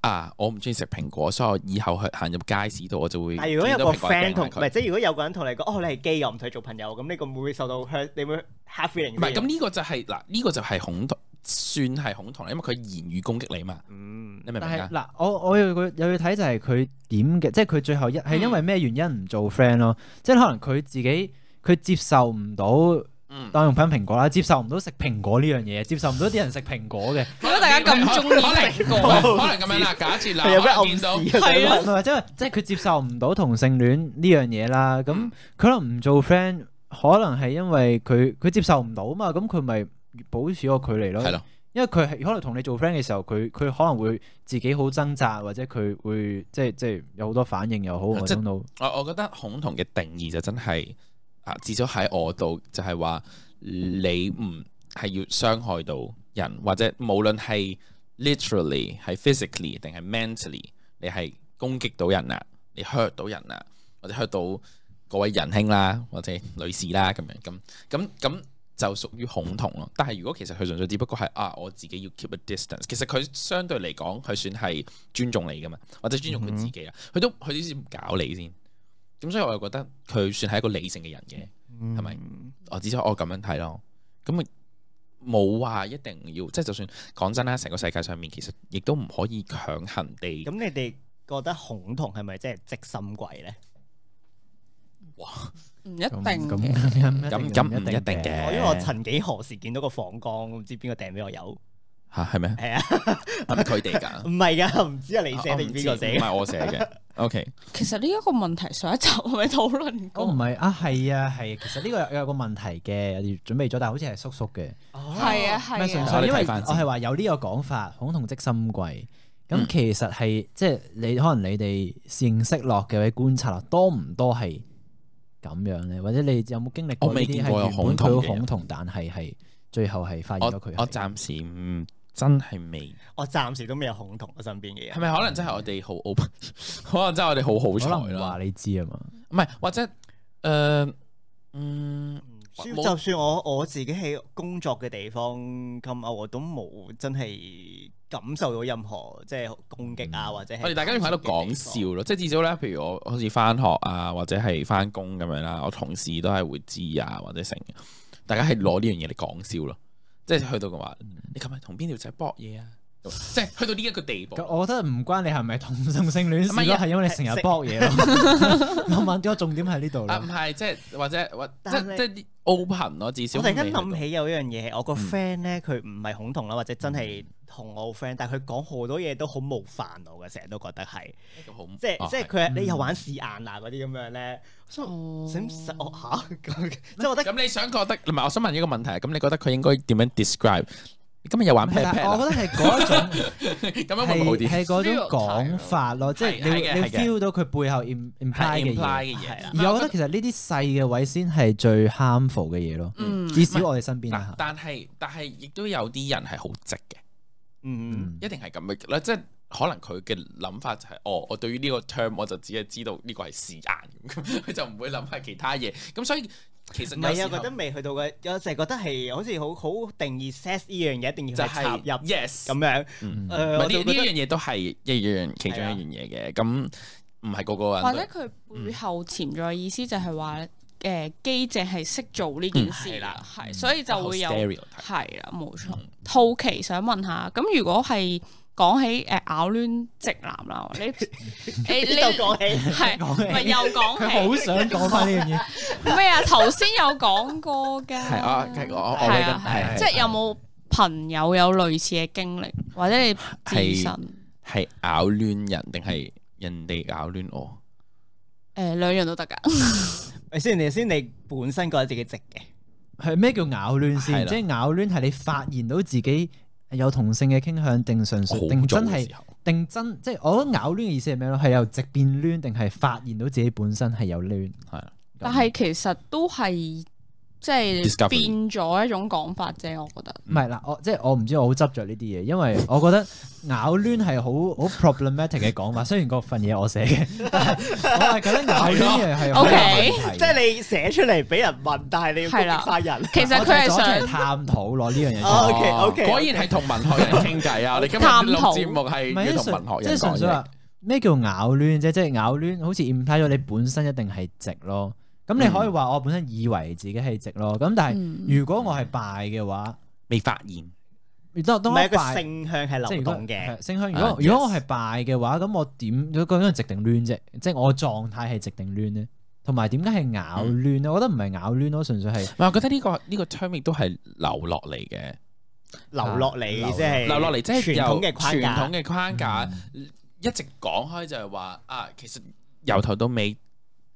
Speaker 1: 啊，我唔中意食蘋果，所以我以後去行入街市度，我就會
Speaker 3: 但係如果有
Speaker 1: 見
Speaker 3: 個
Speaker 1: 到蘋果
Speaker 3: friend 同，
Speaker 1: 掟
Speaker 3: 唔
Speaker 1: 埋佢
Speaker 3: 係即係如果有個人同你講，哦，你係基，我唔同你做朋友，咁你個會唔會受到 hurt？你會 hard feeling？
Speaker 1: 唔係咁，呢個就係嗱，呢個就係恐同，算係恐同啦，因為佢言語攻擊你嘛，
Speaker 3: 嗯，
Speaker 1: 你明唔明
Speaker 2: 但
Speaker 1: 啊
Speaker 2: 係？嗱，我我又個又要睇就係佢點嘅，即係佢最後一係
Speaker 1: 嗯
Speaker 2: 因為咩原因唔做 friend 咯？即係可能佢自己佢接受唔到
Speaker 1: 嗯
Speaker 2: 當用品蘋果啦，接受唔到食蘋果呢樣嘢，接受唔到啲人食蘋果 嘅，
Speaker 4: 覺得大家咁中意食
Speaker 1: 可
Speaker 4: 過，
Speaker 1: 能可能咁樣啦，假設啦，
Speaker 3: 係有咩
Speaker 1: 我
Speaker 3: 暗
Speaker 1: 見
Speaker 3: 示
Speaker 1: 到
Speaker 3: 啊？
Speaker 4: 係啊
Speaker 2: 唔係或者即係佢接受唔到同性戀呢樣嘢啦。咁
Speaker 1: 嗯
Speaker 2: 佢可能唔做 friend，可能係因為佢佢接受唔到啊嘛，咁佢咪保持個距離咯。
Speaker 1: 係
Speaker 3: 啊
Speaker 1: 咯，
Speaker 2: 因為佢係可能同你做 friend 嘅時候，佢佢可能會自己好掙扎，或者佢會即係即係有好多反應又好，我
Speaker 1: 啊即係
Speaker 2: 諗到。
Speaker 1: 我我覺得恐同嘅定義就真係啊，至少喺我度就係話你唔係要傷害到人，或者無論係 literally 係 physically 定係 mentally，你係攻擊到人啦，你 hurt 到人啦，或者 hurt 到各位仁兄啦，或者女士啦咁樣咁咁咁。就屬於恐同咯，但係如果其實佢純粹只不過係啊，我自己要 keep a distance，其實佢相對嚟講，佢算係尊重你噶嘛，或者尊重佢自己啊，佢、都佢先唔搞你先，咁所以我又覺得佢算係一個理性嘅人嘅，係咪、我只係我咁樣睇咯，咁咪冇話一定要，即係就算講真啦，成個世界上面其實亦都唔可以強行地
Speaker 3: 咁你哋覺得恐同係咪即係即心鬼咧？
Speaker 4: 唔一定
Speaker 2: 咁
Speaker 4: 嘅。
Speaker 2: 咁
Speaker 1: 咁咁唔一定
Speaker 3: 我因為我
Speaker 1: 嘅，
Speaker 3: 曾幾何時見到個房光，唔知邊個掟俾我有？
Speaker 1: 嚇係咩？
Speaker 3: 係啊，
Speaker 1: 係咪佢哋㗎
Speaker 3: 唔？係㗎，唔知係 你寫
Speaker 1: 我唔
Speaker 3: 定
Speaker 1: 知
Speaker 3: 邊個寫
Speaker 1: 唔
Speaker 3: 嘅？
Speaker 1: 係我寫嘅。OK，
Speaker 4: 其實呢一個問題上一集我咪討論
Speaker 2: 我
Speaker 4: 過
Speaker 2: 唔，係啊，係啊，係啊。其實呢個有有個問題嘅，準備咗，但係好似係叔叔嘅。
Speaker 4: 係啊
Speaker 2: 唔係
Speaker 4: 係
Speaker 2: 純
Speaker 4: 啊，
Speaker 2: 粹
Speaker 1: 我哋
Speaker 2: 因為
Speaker 1: 睇返
Speaker 2: 我
Speaker 1: 先
Speaker 2: 係話有呢個講法，恐同即心貴。
Speaker 1: 嗯
Speaker 2: 咁其實係即係你可能你哋認識落嘅或者觀察落多唔多係咁樣咧，或者你有冇經歷過
Speaker 1: 我
Speaker 2: 呢
Speaker 1: 未
Speaker 2: 啲
Speaker 1: 見過有
Speaker 2: 係原
Speaker 1: 恐
Speaker 2: 本
Speaker 1: 同
Speaker 2: 佢好
Speaker 1: 嘅
Speaker 2: 恐同，但係係最後係發現
Speaker 1: 我
Speaker 2: 咗佢係。
Speaker 1: 我暫時唔真係未，
Speaker 3: 我暫時都未有恐同我身邊嘅
Speaker 1: 係
Speaker 3: 人。
Speaker 1: 咪可能真係我哋好 open，可 能真係我哋
Speaker 2: 可
Speaker 1: 好好
Speaker 2: 能
Speaker 1: 彩
Speaker 2: 唔
Speaker 1: 啦
Speaker 2: 話。你知啊嘛。
Speaker 1: 唔係或者誒、呃嗯，
Speaker 3: 就
Speaker 1: 冇
Speaker 3: 就算我我自己喺工作嘅地方咁啊，我都冇真係感受到任何即係攻擊啊，或者係
Speaker 1: 嗯我哋大家要喺度講笑咯，即係至少咧，譬如我好似翻學啊，或者係翻工咁樣啦，我同事都係會知啊，或者成，大家係攞呢樣嘢嚟講笑咯，即係去到嘅話，你琴日同邊條仔搏嘢啊？咁即係去到呢一個地步
Speaker 2: 咁，我覺得唔關你係咪同同性戀事
Speaker 1: 唔係
Speaker 2: 咯，
Speaker 1: 啊
Speaker 2: 係因為你成日搏嘢咯。 我問咗個重點喺呢度
Speaker 1: 啊唔
Speaker 2: 啦。
Speaker 1: 係，即係或者或即
Speaker 3: 但
Speaker 1: 係
Speaker 3: 係
Speaker 1: 即係 open 咯，至少
Speaker 3: 我突然間
Speaker 1: 未去到
Speaker 3: 諗起有一樣嘢，我個
Speaker 1: 嗯
Speaker 3: friend 咧，佢唔係恐同啦，或者真係同我好 friend，但係佢講好多嘢都好冒犯我嘅，成日都覺得係，
Speaker 1: 一個好
Speaker 3: 即係
Speaker 1: 啊
Speaker 3: 即係佢係你又玩試眼啊嗰啲咁樣咧，所以
Speaker 4: 哦
Speaker 3: 使唔使我 嚇咁？即係我覺得
Speaker 1: 咁你想覺得唔係？我想問一個問題，咁你覺得佢應該點樣 describe？你今日又玩 pat
Speaker 2: 但
Speaker 1: pat
Speaker 2: 係
Speaker 1: 啦
Speaker 2: 我覺得係嗰一
Speaker 1: 咁
Speaker 2: 種。
Speaker 1: 樣會唔會好
Speaker 2: 係
Speaker 1: 啲？
Speaker 2: 係嗰種講法咯，即係你會
Speaker 1: 係嘅
Speaker 2: 你會
Speaker 1: 係嘅
Speaker 2: feel 到佢背後 im- imply
Speaker 1: imply
Speaker 2: 嘅嘢。
Speaker 1: 嘅嘢
Speaker 3: 係啊。
Speaker 2: 而我覺得其實呢啲細嘅位先係最 harmful 嘅嘢咯，
Speaker 4: 嗯，
Speaker 2: 至少我哋身邊啊
Speaker 1: 嗱
Speaker 2: 啦，。
Speaker 1: 但係但係亦都有啲人係好直嘅，
Speaker 3: 嗯，
Speaker 2: 嗯
Speaker 1: 一定係咁嘅啦，即係。可能佢嘅諗法就係、哦，我對於呢個 term 我就只係知道呢個係試眼，咁佢就唔會諗下其他嘢。咁所以其實
Speaker 3: 唔係
Speaker 1: 有時
Speaker 3: 啊，
Speaker 1: 候
Speaker 3: 覺得未去到嘅，有就係覺得係好似好好定義 sex 呢樣嘢，一定要
Speaker 1: 就
Speaker 3: 係插
Speaker 1: 係
Speaker 3: 入咁
Speaker 1: yes
Speaker 3: 樣。
Speaker 1: 嗯唔
Speaker 3: 誒，
Speaker 1: 係
Speaker 3: 我
Speaker 1: 呢
Speaker 3: 就
Speaker 1: 呢
Speaker 3: 覺得
Speaker 1: 樣嘢都係一樣其中一樣嘢嘅，咁唔係個個人
Speaker 4: 或者
Speaker 1: 都
Speaker 4: 佢背後潛在意思就係話誒機正係識做呢件事
Speaker 1: 嗯係啦
Speaker 4: 啦，係所以就會有
Speaker 1: 好 stereotype
Speaker 4: 係啦，冇錯
Speaker 1: 嗯。
Speaker 4: 好奇想問下，咁如果係講起誒咬攣直男啦，你你
Speaker 3: 呢
Speaker 4: 你
Speaker 3: 度講起，
Speaker 4: 係咪又
Speaker 2: 佢
Speaker 4: 講
Speaker 2: 好想講翻呢樣嘢，
Speaker 4: 起咩啊？頭先有講過㗎，
Speaker 1: 係啊我
Speaker 2: 哦
Speaker 1: 我我
Speaker 4: 係啊
Speaker 1: 我係係
Speaker 4: 即係有冇朋友有類似嘅經歷，或者你自
Speaker 1: 係
Speaker 4: 身？
Speaker 1: 係咬攣人定係人哋咬攣我？
Speaker 2: 嗯
Speaker 4: 誒兩樣都得㗎，
Speaker 3: 咪先你先，你本身覺得自己直嘅，
Speaker 2: 係咩叫咬亂
Speaker 1: 係啦
Speaker 2: 先？即係咬亂係你發現到自己有同性嘅傾向，定純粹
Speaker 1: 好
Speaker 2: 定
Speaker 1: 早
Speaker 2: 真
Speaker 1: 嘅
Speaker 2: 係
Speaker 1: 時候。
Speaker 2: 定真即係我覺得咬亂嘅意思係咩咯？係由直變攣，定係發現到自己本身係有攣？
Speaker 1: 係啦
Speaker 4: 但係其實都係即係
Speaker 1: Discovery
Speaker 4: 變咗一種講法啫，我覺得。
Speaker 1: 嗯
Speaker 2: 唔係啦，我即係我唔知，我好執着呢啲嘢，因為我覺 得咬攣係好好 problematic 嘅講法。雖然嗰份嘢我寫嘅， 但係我係覺得咬攣嘢係好有
Speaker 4: OK
Speaker 2: 問題嘅
Speaker 3: 即係你寫出嚟俾人問，但係你要攻擊翻人。
Speaker 4: 其實佢係
Speaker 2: 我就係
Speaker 4: 想
Speaker 2: 走出嚟探討咯呢樣嘢就係。
Speaker 3: 哦 OK，OK，OK
Speaker 1: 果然係同文學人傾偈啊！我哋今日
Speaker 4: 探討
Speaker 1: 錄節目
Speaker 2: 唔
Speaker 1: 係
Speaker 2: 係
Speaker 1: 要
Speaker 2: 即
Speaker 1: 同
Speaker 2: 純
Speaker 1: 文學
Speaker 2: 即
Speaker 1: 人
Speaker 2: 係純
Speaker 1: 講
Speaker 2: 粹
Speaker 1: 嘢
Speaker 2: 話，咩叫咬攣啫？即係咬攣，好似 imply 咗你本身一定係直咯。咁你
Speaker 1: 嗯
Speaker 2: 可以話我本身以為自己係直咯，咁但
Speaker 4: 嗯
Speaker 2: 係如果我係敗嘅話，
Speaker 1: 未發現。
Speaker 2: 當
Speaker 3: 唔
Speaker 2: 當我
Speaker 3: 係個
Speaker 2: 敗
Speaker 3: 性向係
Speaker 2: 即係
Speaker 3: 流
Speaker 2: 如果
Speaker 3: 動嘅，
Speaker 2: 係星香，如
Speaker 1: 啊
Speaker 2: 果如果我
Speaker 1: yes
Speaker 2: 係敗嘅話，咁我點究竟係直定攣啫？即係我狀態係直定攣咧？同埋點解係咬攣咧？我覺得唔係咬攣咯，純粹係
Speaker 1: 唔係我覺得呢個呢個 term 亦都係流落嚟嘅，
Speaker 3: 流落嚟即係
Speaker 1: 流落嚟即係
Speaker 3: 傳
Speaker 1: 由
Speaker 3: 統嘅框
Speaker 1: 傳
Speaker 3: 架
Speaker 1: 統。嘅框架
Speaker 2: 嗯
Speaker 1: 一直講開就係話啊，其實由頭到尾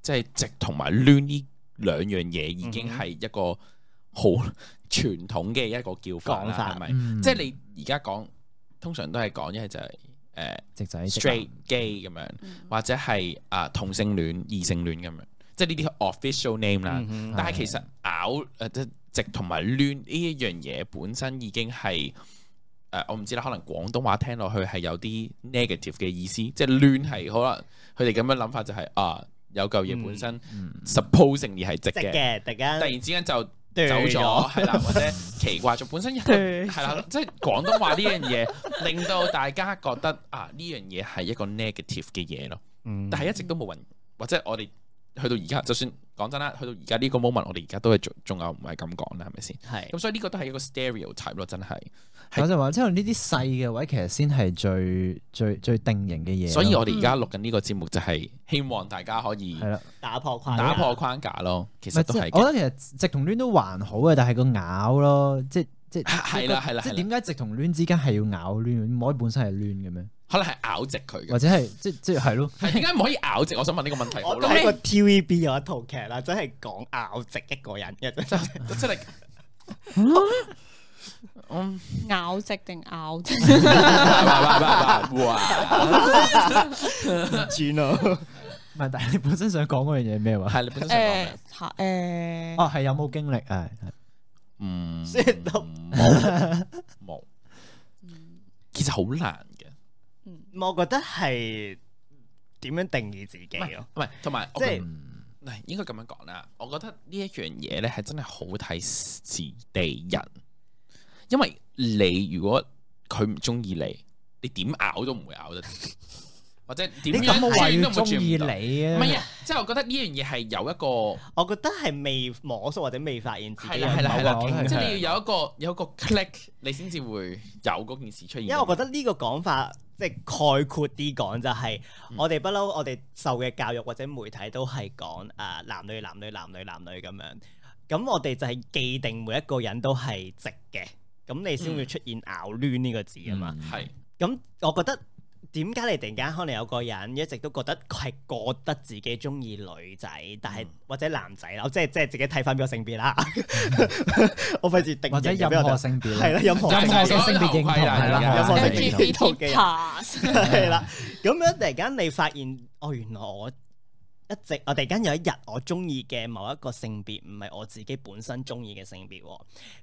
Speaker 1: 即係直同埋攣呢兩樣嘢已經係一個好 傳統嘅一個叫法
Speaker 3: 講
Speaker 1: 啦，
Speaker 3: 法
Speaker 1: 係咪？
Speaker 2: 嗯
Speaker 1: 即係你而家講通常都係講一係就係誒
Speaker 2: 直仔直
Speaker 1: straight gay 咁樣，或者係啊同性戀、異性戀咁樣，即係呢啲係 official name 啦。
Speaker 3: 嗯
Speaker 1: 但係其實咬誒即係直同埋攣呢一樣嘢本身已經係誒、呃我唔知啦，可能廣東話聽落去係有啲 negative 嘅意思，即係攣係可能佢哋咁樣諗法就係、啊有嚿嘢本身
Speaker 3: 嗯
Speaker 1: supposing 而係直
Speaker 3: 直
Speaker 1: 嘅，
Speaker 3: 嘅，突然
Speaker 1: 突然
Speaker 3: 間
Speaker 1: 之間就走
Speaker 3: 斷
Speaker 1: 咗，係 啦，或者奇怪咗，本身一個
Speaker 4: 斷
Speaker 1: 係啦，即係廣東話呢樣嘢令到大家覺得啊呢樣嘢係一個 negative 嘅嘢咯。
Speaker 2: 嗯
Speaker 3: 嗯
Speaker 1: 但係一直都冇人，或者我哋去到而家，就算講真啦，去到而家呢個 moment，我哋而家都係仲仲有唔係咁講啦，係咪先？
Speaker 3: 係
Speaker 1: 咁所以呢個都係一個 stereotype 咯，真係。係
Speaker 2: 我就話，即係呢啲細嘅位，其實先係最最最定型嘅嘢咯。
Speaker 1: 所以我哋而家錄緊呢個節目，就係希望大家可以
Speaker 2: 係啦，
Speaker 3: 打破框架，
Speaker 1: 打破框架咯。其
Speaker 2: 唔係
Speaker 1: 實都
Speaker 2: 嗯即係
Speaker 1: 係
Speaker 2: 我
Speaker 1: 嘅，
Speaker 2: 覺得其實直同攣都還好嘅，但係個咬咯，即係即係
Speaker 1: 係啦係啦
Speaker 2: 即係
Speaker 1: 係啦，
Speaker 2: 點解直同攣之間係要咬攣？唔可以本身係攣 嘅咩？
Speaker 1: 可能係咬直佢嘅
Speaker 2: 或。者係即即係咯？
Speaker 1: 係點解唔可以咬直？我想問呢個問題好
Speaker 3: 我都
Speaker 1: 耐
Speaker 3: 睇。過 TVB 有一套劇啦，真係講咬直一個人 嘅，真係
Speaker 1: 真係
Speaker 2: 嗯
Speaker 4: 咬直定咬直，
Speaker 1: 哇！
Speaker 3: 轉咯。
Speaker 2: 唔係，但係你本身想講嗰樣嘢咩話？
Speaker 1: 係你本身想講
Speaker 4: 誒
Speaker 1: 咩？
Speaker 4: 嚇誒，
Speaker 2: 哦，係有冇經歷啊？係
Speaker 1: 嗯，
Speaker 3: 即係都
Speaker 1: 冇冇，
Speaker 4: 嗯
Speaker 1: 其實好難嘅。
Speaker 3: 我覺得係點樣定義自己啊咯？
Speaker 1: 唔係，同埋
Speaker 3: 即係
Speaker 1: 嗱，應該咁樣講啦。我覺得呢一樣嘢咧係真係好睇時地人，因為你如果佢唔中意你，你點咬都唔會咬得掂，或者點
Speaker 2: 你咁
Speaker 1: 樣
Speaker 2: 我話
Speaker 1: 轉
Speaker 2: 要
Speaker 1: 都唔會
Speaker 2: 中
Speaker 1: 轉
Speaker 2: 意
Speaker 1: 唔到。
Speaker 2: 你
Speaker 1: 唔
Speaker 2: 啊？
Speaker 1: 係啊，即係我覺得呢樣嘢係有一個
Speaker 3: 我覺得係未摸索或者未發現自己
Speaker 1: 係
Speaker 3: 有
Speaker 1: 啦係啦係啦
Speaker 2: 某
Speaker 3: 某
Speaker 2: 個
Speaker 3: 個
Speaker 2: 傾
Speaker 1: 即
Speaker 2: 向
Speaker 1: 係你要有一個有一個 click，你先至會有嗰件事出現。
Speaker 3: 因為我覺得呢個講法即係概括啲講就係、
Speaker 1: 嗯
Speaker 3: 我哋不嬲，我哋受嘅教育或者媒體都係講啊男女男女男女男女咁樣，咁我哋就係既定每一個人都係直嘅，咁你先
Speaker 1: 嗯
Speaker 3: 會出現咬攣呢個字啊嘛。
Speaker 2: 嗯
Speaker 1: 係
Speaker 3: 咁我覺得點解你突然間可能有個人一直都覺得佢係覺得自己中意女仔，但
Speaker 2: 嗯
Speaker 3: 係或者男仔啦，我即係即係自己睇翻邊個性別啦。 我費事定
Speaker 2: 嗯或者
Speaker 3: 型
Speaker 2: 任
Speaker 3: 嘅俾我
Speaker 2: 何
Speaker 3: 哋，
Speaker 2: 性別
Speaker 3: 係啦，任何性
Speaker 2: 任
Speaker 3: 別
Speaker 2: 何嘅性別認同係啦，
Speaker 3: 任何性別認同
Speaker 4: LGBT
Speaker 3: 同嘅人
Speaker 4: t pass，
Speaker 3: 係啦，咁樣突然間你發現，哦，原來我一直，我突然間有一日我中意嘅某一個性別，唔係我自己本身中意嘅性別喎。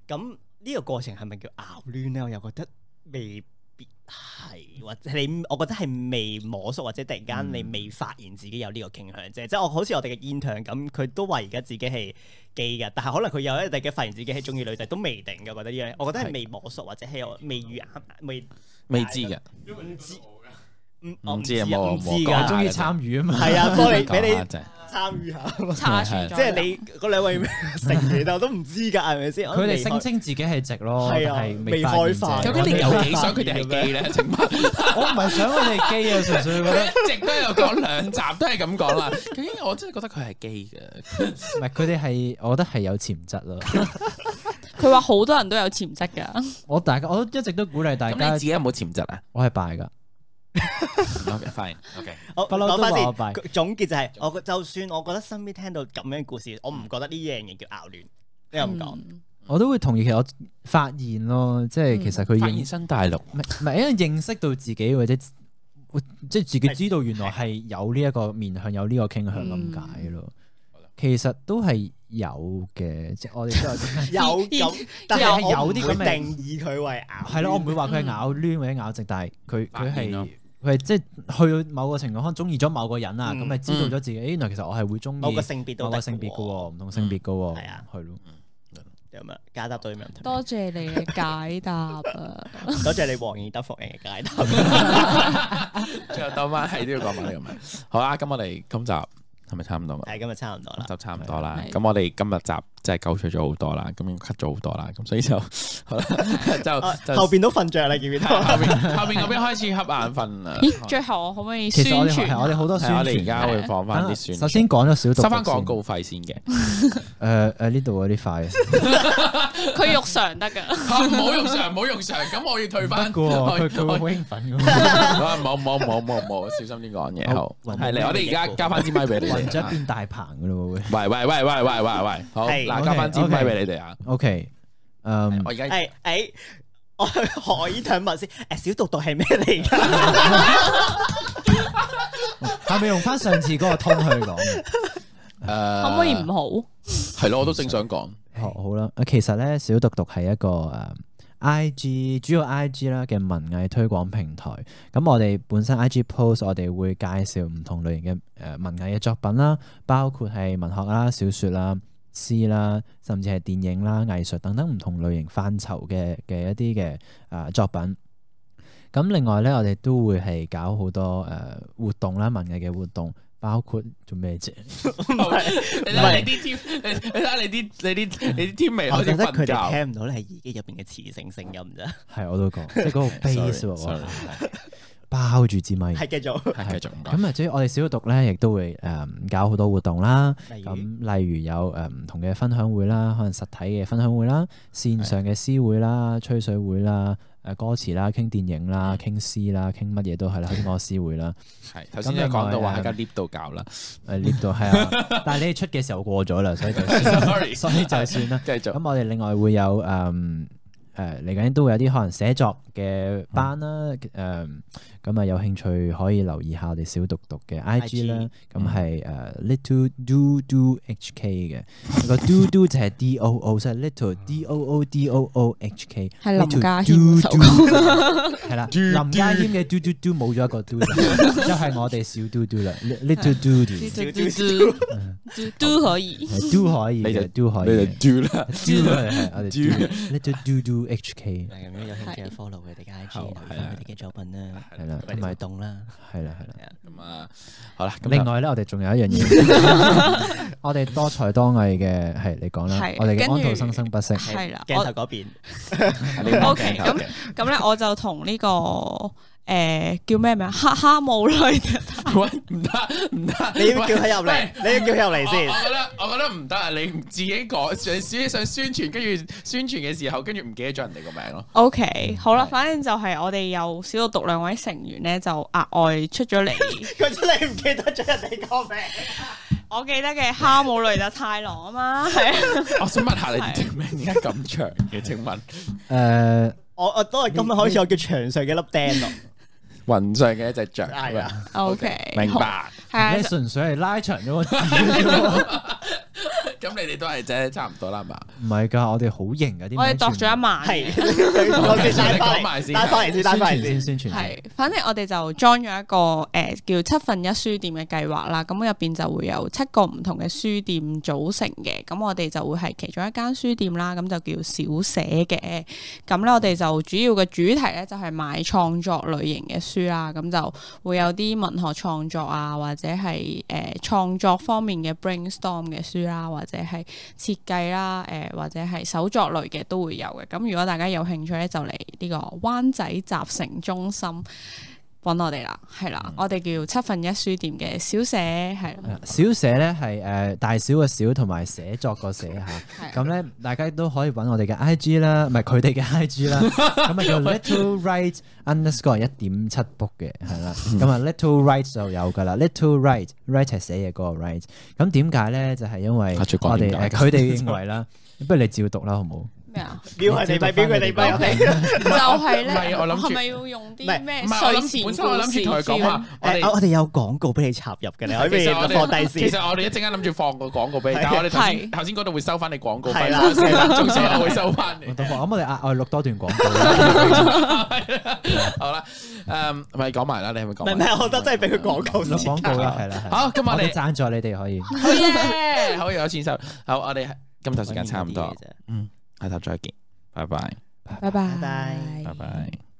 Speaker 3: 咁呢個過程係咪叫拗攣咧？我又覺得未必係，或者你，我覺得係未摸索，或者突然間你未發現自己有呢個傾向啫。即係我好似我哋嘅 intern 咁，佢都話而家自己係 gay 嘅，但係可能佢有一日突然間發現自己係中意女仔都未定嘅。我覺得呢樣，我覺得係未摸索或者係我未遇啱，未
Speaker 1: 未知嘅。
Speaker 3: 唔知。唔
Speaker 1: 唔知啊
Speaker 3: 我
Speaker 1: 冇
Speaker 3: 唔知㗎
Speaker 1: 冇
Speaker 2: 我中意參與啊嘛。
Speaker 3: 係 啊，幫你
Speaker 1: 講
Speaker 3: 俾
Speaker 1: 下
Speaker 3: 你
Speaker 1: 啫
Speaker 3: 參與下，
Speaker 4: 差錯咗，
Speaker 3: 即係你嗰兩位成員啊，我都唔知㗎，係咪先？
Speaker 2: 佢哋聲稱自己係直咯，
Speaker 3: 係啊
Speaker 2: 但係
Speaker 3: 未
Speaker 2: 發現
Speaker 3: 開發
Speaker 2: 啫
Speaker 1: 究竟你有幾想佢哋係 gay 咧？請問？
Speaker 2: 我唔係想佢哋基啊，純粹覺得
Speaker 1: 佢一直都有講兩集都係咁講啦。究竟我真係覺得佢係基嘅，
Speaker 2: 唔係佢哋係，我覺得係有潛質咯。
Speaker 4: 佢話好多人都有潛質㗎，
Speaker 2: 我大家我都一直都鼓勵大
Speaker 1: 咁你
Speaker 2: 家
Speaker 1: 自，己有冇潛質啊
Speaker 2: 我係敗㗎。
Speaker 1: ？OK fine OK，
Speaker 3: 我
Speaker 2: 不嬲都
Speaker 3: 講翻
Speaker 2: 話我敗
Speaker 3: 先，總結就係我就算我覺得身邊聽到咁樣嘅故事，我唔覺得呢樣嘢叫拗亂，你又唔講？
Speaker 4: 嗯
Speaker 2: 我都會同意，其實我發現咯，即係其實佢
Speaker 1: 發
Speaker 2: 認
Speaker 1: 現新大陸。
Speaker 2: 唔係唔係，因為認識到自己或者即係自己知道原來係有呢一個面向，有呢個傾向咁解咯。其實都係有嘅，即係我哋都有 啲。
Speaker 3: 有咁，但係
Speaker 2: 有啲
Speaker 3: 有啲
Speaker 2: 咁嘅
Speaker 3: 咁定義佢為咬。
Speaker 2: 係咯，我唔會話佢係咬攣或者咬直，但係佢
Speaker 1: 白
Speaker 2: 佢
Speaker 1: 面
Speaker 2: 係
Speaker 1: 咯
Speaker 2: 佢係即係去到某個情況，可能中意咗某個人啊，
Speaker 3: 嗯
Speaker 2: 咁咪知道咗自己，咦原來其實我係會中意
Speaker 3: 某個性別都
Speaker 2: 某
Speaker 3: 得
Speaker 2: 個
Speaker 3: 嘅
Speaker 2: 性別嘅
Speaker 3: 喎，
Speaker 2: 喎，唔同性別嘅喎，
Speaker 3: 係啊
Speaker 2: 係咯。
Speaker 3: 咁樣解答到啲問題。
Speaker 4: 多謝你嘅解答 啊！
Speaker 3: 多謝你黃義德服人嘅解答。
Speaker 1: 最後兜翻係都要講埋呢個問題。 好啊啦，咁我哋今集係咪差唔多啊？
Speaker 3: 係今日差唔多啦。
Speaker 1: 就差唔多啦
Speaker 4: 係。
Speaker 1: 咁我哋今日集真係鳩取咗好多啦，咁已經 cut 咗好多啦，咁所以就 好啦，
Speaker 3: 啊
Speaker 1: 就就
Speaker 3: 後邊都瞓着啦，見唔 見 到？
Speaker 1: 哦後面後面嗰邊開始瞌眼瞓啦。
Speaker 4: 咦，最後我可唔可以
Speaker 2: 其
Speaker 4: 宣
Speaker 2: 實我哋係我
Speaker 4: 傳啊
Speaker 2: 哋好多宣
Speaker 1: 係啊我哋而
Speaker 2: 傳。
Speaker 1: 家會放翻啲宣傳，
Speaker 2: 首先講咗小毒，
Speaker 1: 收翻廣。告費先嘅，
Speaker 2: 誒誒，呢度嗰啲快。
Speaker 4: 佢肉償得㗎？
Speaker 1: 啊唔好用常，唔好用常，咁我要退翻。
Speaker 2: 不過佢佢會好
Speaker 1: 我
Speaker 2: 興奮嘅，
Speaker 1: 啊冇冇冇冇冇，小心啲講嘢。好，
Speaker 2: 好
Speaker 1: 係嚟，我哋而家交翻支咪俾你
Speaker 2: 雲
Speaker 1: 哋
Speaker 2: 雀
Speaker 1: 啊。
Speaker 2: 變大棚嘅咯喎
Speaker 1: 喂
Speaker 2: 會。
Speaker 1: 喂喂喂喂喂喂，好
Speaker 3: 係
Speaker 1: 嗱，交翻支
Speaker 2: OK，OK
Speaker 1: 咪俾你哋啊。
Speaker 2: OK，誒嗯
Speaker 1: 我而家
Speaker 3: 誒誒， 我去何以等問先，誒小毒毒係咩嚟㗎？
Speaker 2: 係咪用翻上次嗰個通去講？
Speaker 1: 誒，
Speaker 4: 可唔可以唔好？
Speaker 1: 係咯，我都正想講。
Speaker 2: 好好啦，啊其實咧小毒毒係一個誒、I G 主要 I G 啦嘅文藝推廣平台。咁我哋本身 I G post 我哋會介紹唔同類型嘅誒、呃文藝嘅作品啦，包括係文學啦、小説啦、詩啦，甚至係電影啦、藝術等等唔同類型範疇嘅嘅一啲嘅誒作品。咁另外咧，我哋都會係搞好多誒、呃活動啦，文藝嘅活動，包括做咩啫？
Speaker 1: 你睇你啲 team，你你睇你啲你啲你啲 team 未
Speaker 3: 我
Speaker 1: 開始
Speaker 3: 覺得佢
Speaker 1: 瞓
Speaker 3: 哋
Speaker 1: 覺。
Speaker 3: 聽唔到咧，係耳機入邊嘅磁性聲音咋。
Speaker 2: 係我都講， 即係嗰個 base 喎
Speaker 1: Sorry，
Speaker 2: 我包住支咪。
Speaker 3: 係繼續，
Speaker 1: 係繼續唔該。
Speaker 2: 咁啊，至於我哋小讀咧，亦都會誒、搞好多活動啦。
Speaker 3: 例
Speaker 2: 咁
Speaker 3: 如
Speaker 2: 例如有誒唔、同嘅分享會啦，可能實體嘅分享會啦，線上嘅詩會啦、吹水會啦、誒、歌詞啦、傾電影
Speaker 1: 嗯
Speaker 2: 啦、傾詩啦、傾乜嘢都係啦，頭先講詩會啦，
Speaker 1: 係頭先都講到話喺間 lift 度搞啦。
Speaker 2: 誒 lift 度係 啊，但係你哋出嘅時候過咗啦，所以就
Speaker 1: Sorry，
Speaker 2: 算，所以就算啦。
Speaker 1: 繼續。
Speaker 2: 咁我哋另外會有誒誒嚟緊都會有啲可能寫作
Speaker 1: 嗯
Speaker 2: 嘅班啦，誒咁啊有興趣可以留意下我哋小讀讀嘅 IG 啦，
Speaker 1: 嗯
Speaker 2: 咁係誒 little do do hk 嘅，個 do do 就係 d o o，即係 little d o o d o o h k，
Speaker 4: 係林家謙嗰首
Speaker 2: 歌， 係啦，林家謙嘅 do do do 冇咗一個 do，就係我哋小 do do 啦，little do do。
Speaker 4: 嘟嘟嘟嘟可以。
Speaker 2: do 可以，
Speaker 1: 你就
Speaker 2: 都可以嘅，
Speaker 1: do 啦，
Speaker 2: do 係我哋 do little do do HK
Speaker 3: 係咁樣有興趣就 follow 佢哋嘅 IG，
Speaker 1: 好
Speaker 3: 留
Speaker 1: 係
Speaker 3: 意
Speaker 1: 啊
Speaker 3: 翻佢哋嘅作品啦，
Speaker 2: 係啦，
Speaker 3: 佢
Speaker 2: 同
Speaker 3: 哋活
Speaker 2: 埋
Speaker 3: 動啦。
Speaker 2: 係啦係啦。
Speaker 1: 咁啊，好啦，咁
Speaker 2: 另
Speaker 1: 另外
Speaker 2: 外咧，我哋仲有一樣嘢，我哋多才多藝嘅係你講啦
Speaker 4: 係，
Speaker 2: 我哋嘅
Speaker 4: 跟
Speaker 2: 安
Speaker 4: 住
Speaker 2: 徒生生不 息
Speaker 4: 係啦
Speaker 3: 鏡頭嗰邊
Speaker 1: 望
Speaker 4: OK，
Speaker 1: 鏡頭
Speaker 4: 咁咁咧，我就同呢個诶叫咩名？哈哈冇女
Speaker 1: 喂唔得唔得，
Speaker 3: 你要叫佢入
Speaker 1: 喂
Speaker 3: 嚟，你要叫佢入嚟
Speaker 1: 我
Speaker 3: 先
Speaker 1: 我。覺得我覺得唔得啊！你唔自己講，你自己想宣傳，跟住宣傳嘅時候，跟住唔記得咗人哋個名咯。
Speaker 4: O K，好啦，
Speaker 1: 係
Speaker 4: 反正就係我哋有小到讀兩位成員咧，就額外出咗嚟。
Speaker 3: 佢真係唔記得咗人哋個名。
Speaker 4: 我記得嘅哈姆雷特太郎啊嘛，係啊
Speaker 1: 我想問下你哋條名點解咁長嘅？請問
Speaker 2: 誒，
Speaker 3: 我我都係今日開始，我叫牆上嘅粒釘咯。
Speaker 1: 雲上嘅一隻雀，
Speaker 3: 係啊，
Speaker 4: O K，
Speaker 1: 明白。
Speaker 4: 係啊
Speaker 2: 你，純粹係拉長咗個 字，
Speaker 1: 咁你哋都係啫，差唔多啦嘛。
Speaker 2: 唔係㗎，我哋好型㗎啲名全部。
Speaker 4: 我哋度咗一晚，
Speaker 3: 係，我哋帶
Speaker 1: 你講埋
Speaker 3: 翻嚟，
Speaker 1: 先
Speaker 3: 帶翻嚟先，帶
Speaker 2: 宣傳
Speaker 3: 翻嚟
Speaker 2: 先
Speaker 3: 先。
Speaker 2: 宣傳先，
Speaker 4: 係，反正我哋就 join 咗一個誒、呃叫七分一書店嘅計劃啦，咁入邊就會有七個唔同嘅書店組成嘅，咁我哋就會係其中一間書店啦，咁就叫小寫嘅，咁咧我哋就主要嘅主題咧就係賣創作類型嘅書啦，咁就會有啲文學創作啊，或者係誒、呃、創作方面嘅 brainstorm 嘅書啦，或者係設計啦，誒、呃或者係手作類嘅都會有嘅。咁如果大家有興趣咧，就嚟呢個灣仔集成中心揾我哋啦，係啦，
Speaker 1: 嗯
Speaker 4: 我哋叫七分一書店嘅小寫係
Speaker 2: 係
Speaker 4: 啦
Speaker 2: 啦，小寫咧係誒大小嘅小同埋寫作個寫嚇。
Speaker 1: 嗯
Speaker 4: 係
Speaker 2: 咁咧，大家都可以揾我哋嘅 I G 啦，唔係佢哋嘅 I G 啦，咁 啊叫 Little Right underscore 一點七 book 嘅，係啦，咁啊 Little Right 就有噶啦，Little Right Right 係寫嘢嗰個 Right，咁點解咧？就係因為
Speaker 1: 阿卓講
Speaker 2: 我哋
Speaker 1: 點解
Speaker 2: 誒佢哋認為啦，不如你照讀啦，好唔好？
Speaker 4: 咩啊？
Speaker 3: 表佢哋咪表佢哋咪，我 哋
Speaker 4: 就係
Speaker 1: 唔係
Speaker 4: 咧，
Speaker 1: 我諗住
Speaker 4: 係咪要用
Speaker 3: 唔係
Speaker 4: 啲咩
Speaker 1: 唔係我
Speaker 4: 睡
Speaker 1: 諗
Speaker 4: 前
Speaker 1: 本身我諗住同佢
Speaker 4: 故
Speaker 1: 講
Speaker 4: 事
Speaker 1: 話，我
Speaker 3: 誒
Speaker 1: 哋
Speaker 3: 我哋有廣告俾你插入嘅，你可
Speaker 1: 其
Speaker 3: 以
Speaker 1: 實我哋
Speaker 3: 放低
Speaker 1: 其
Speaker 3: 先。
Speaker 1: 實我哋一陣間諗住放個廣告俾你，但係我哋頭先
Speaker 4: 係
Speaker 1: 頭先嗰度會收翻你廣告費，
Speaker 3: 係啦
Speaker 1: 四分鐘之後會收翻你
Speaker 2: 我。都話咁我哋額外錄多段廣告啦。
Speaker 1: 好啦，誒咪講埋啦，你係咪講
Speaker 3: 唔
Speaker 1: 埋？
Speaker 3: 係唔係，我覺得真係俾佢廣告
Speaker 2: 錄
Speaker 3: 先
Speaker 2: 廣。告啦，係啦，係啦
Speaker 1: 好，咁我
Speaker 2: 我哋
Speaker 1: 哋
Speaker 2: 贊助你哋可以。
Speaker 1: 好嘢，好有錢收。好，我哋今集時間差唔多，下集再見，拜拜，
Speaker 4: 拜拜
Speaker 3: 拜拜
Speaker 1: 拜拜。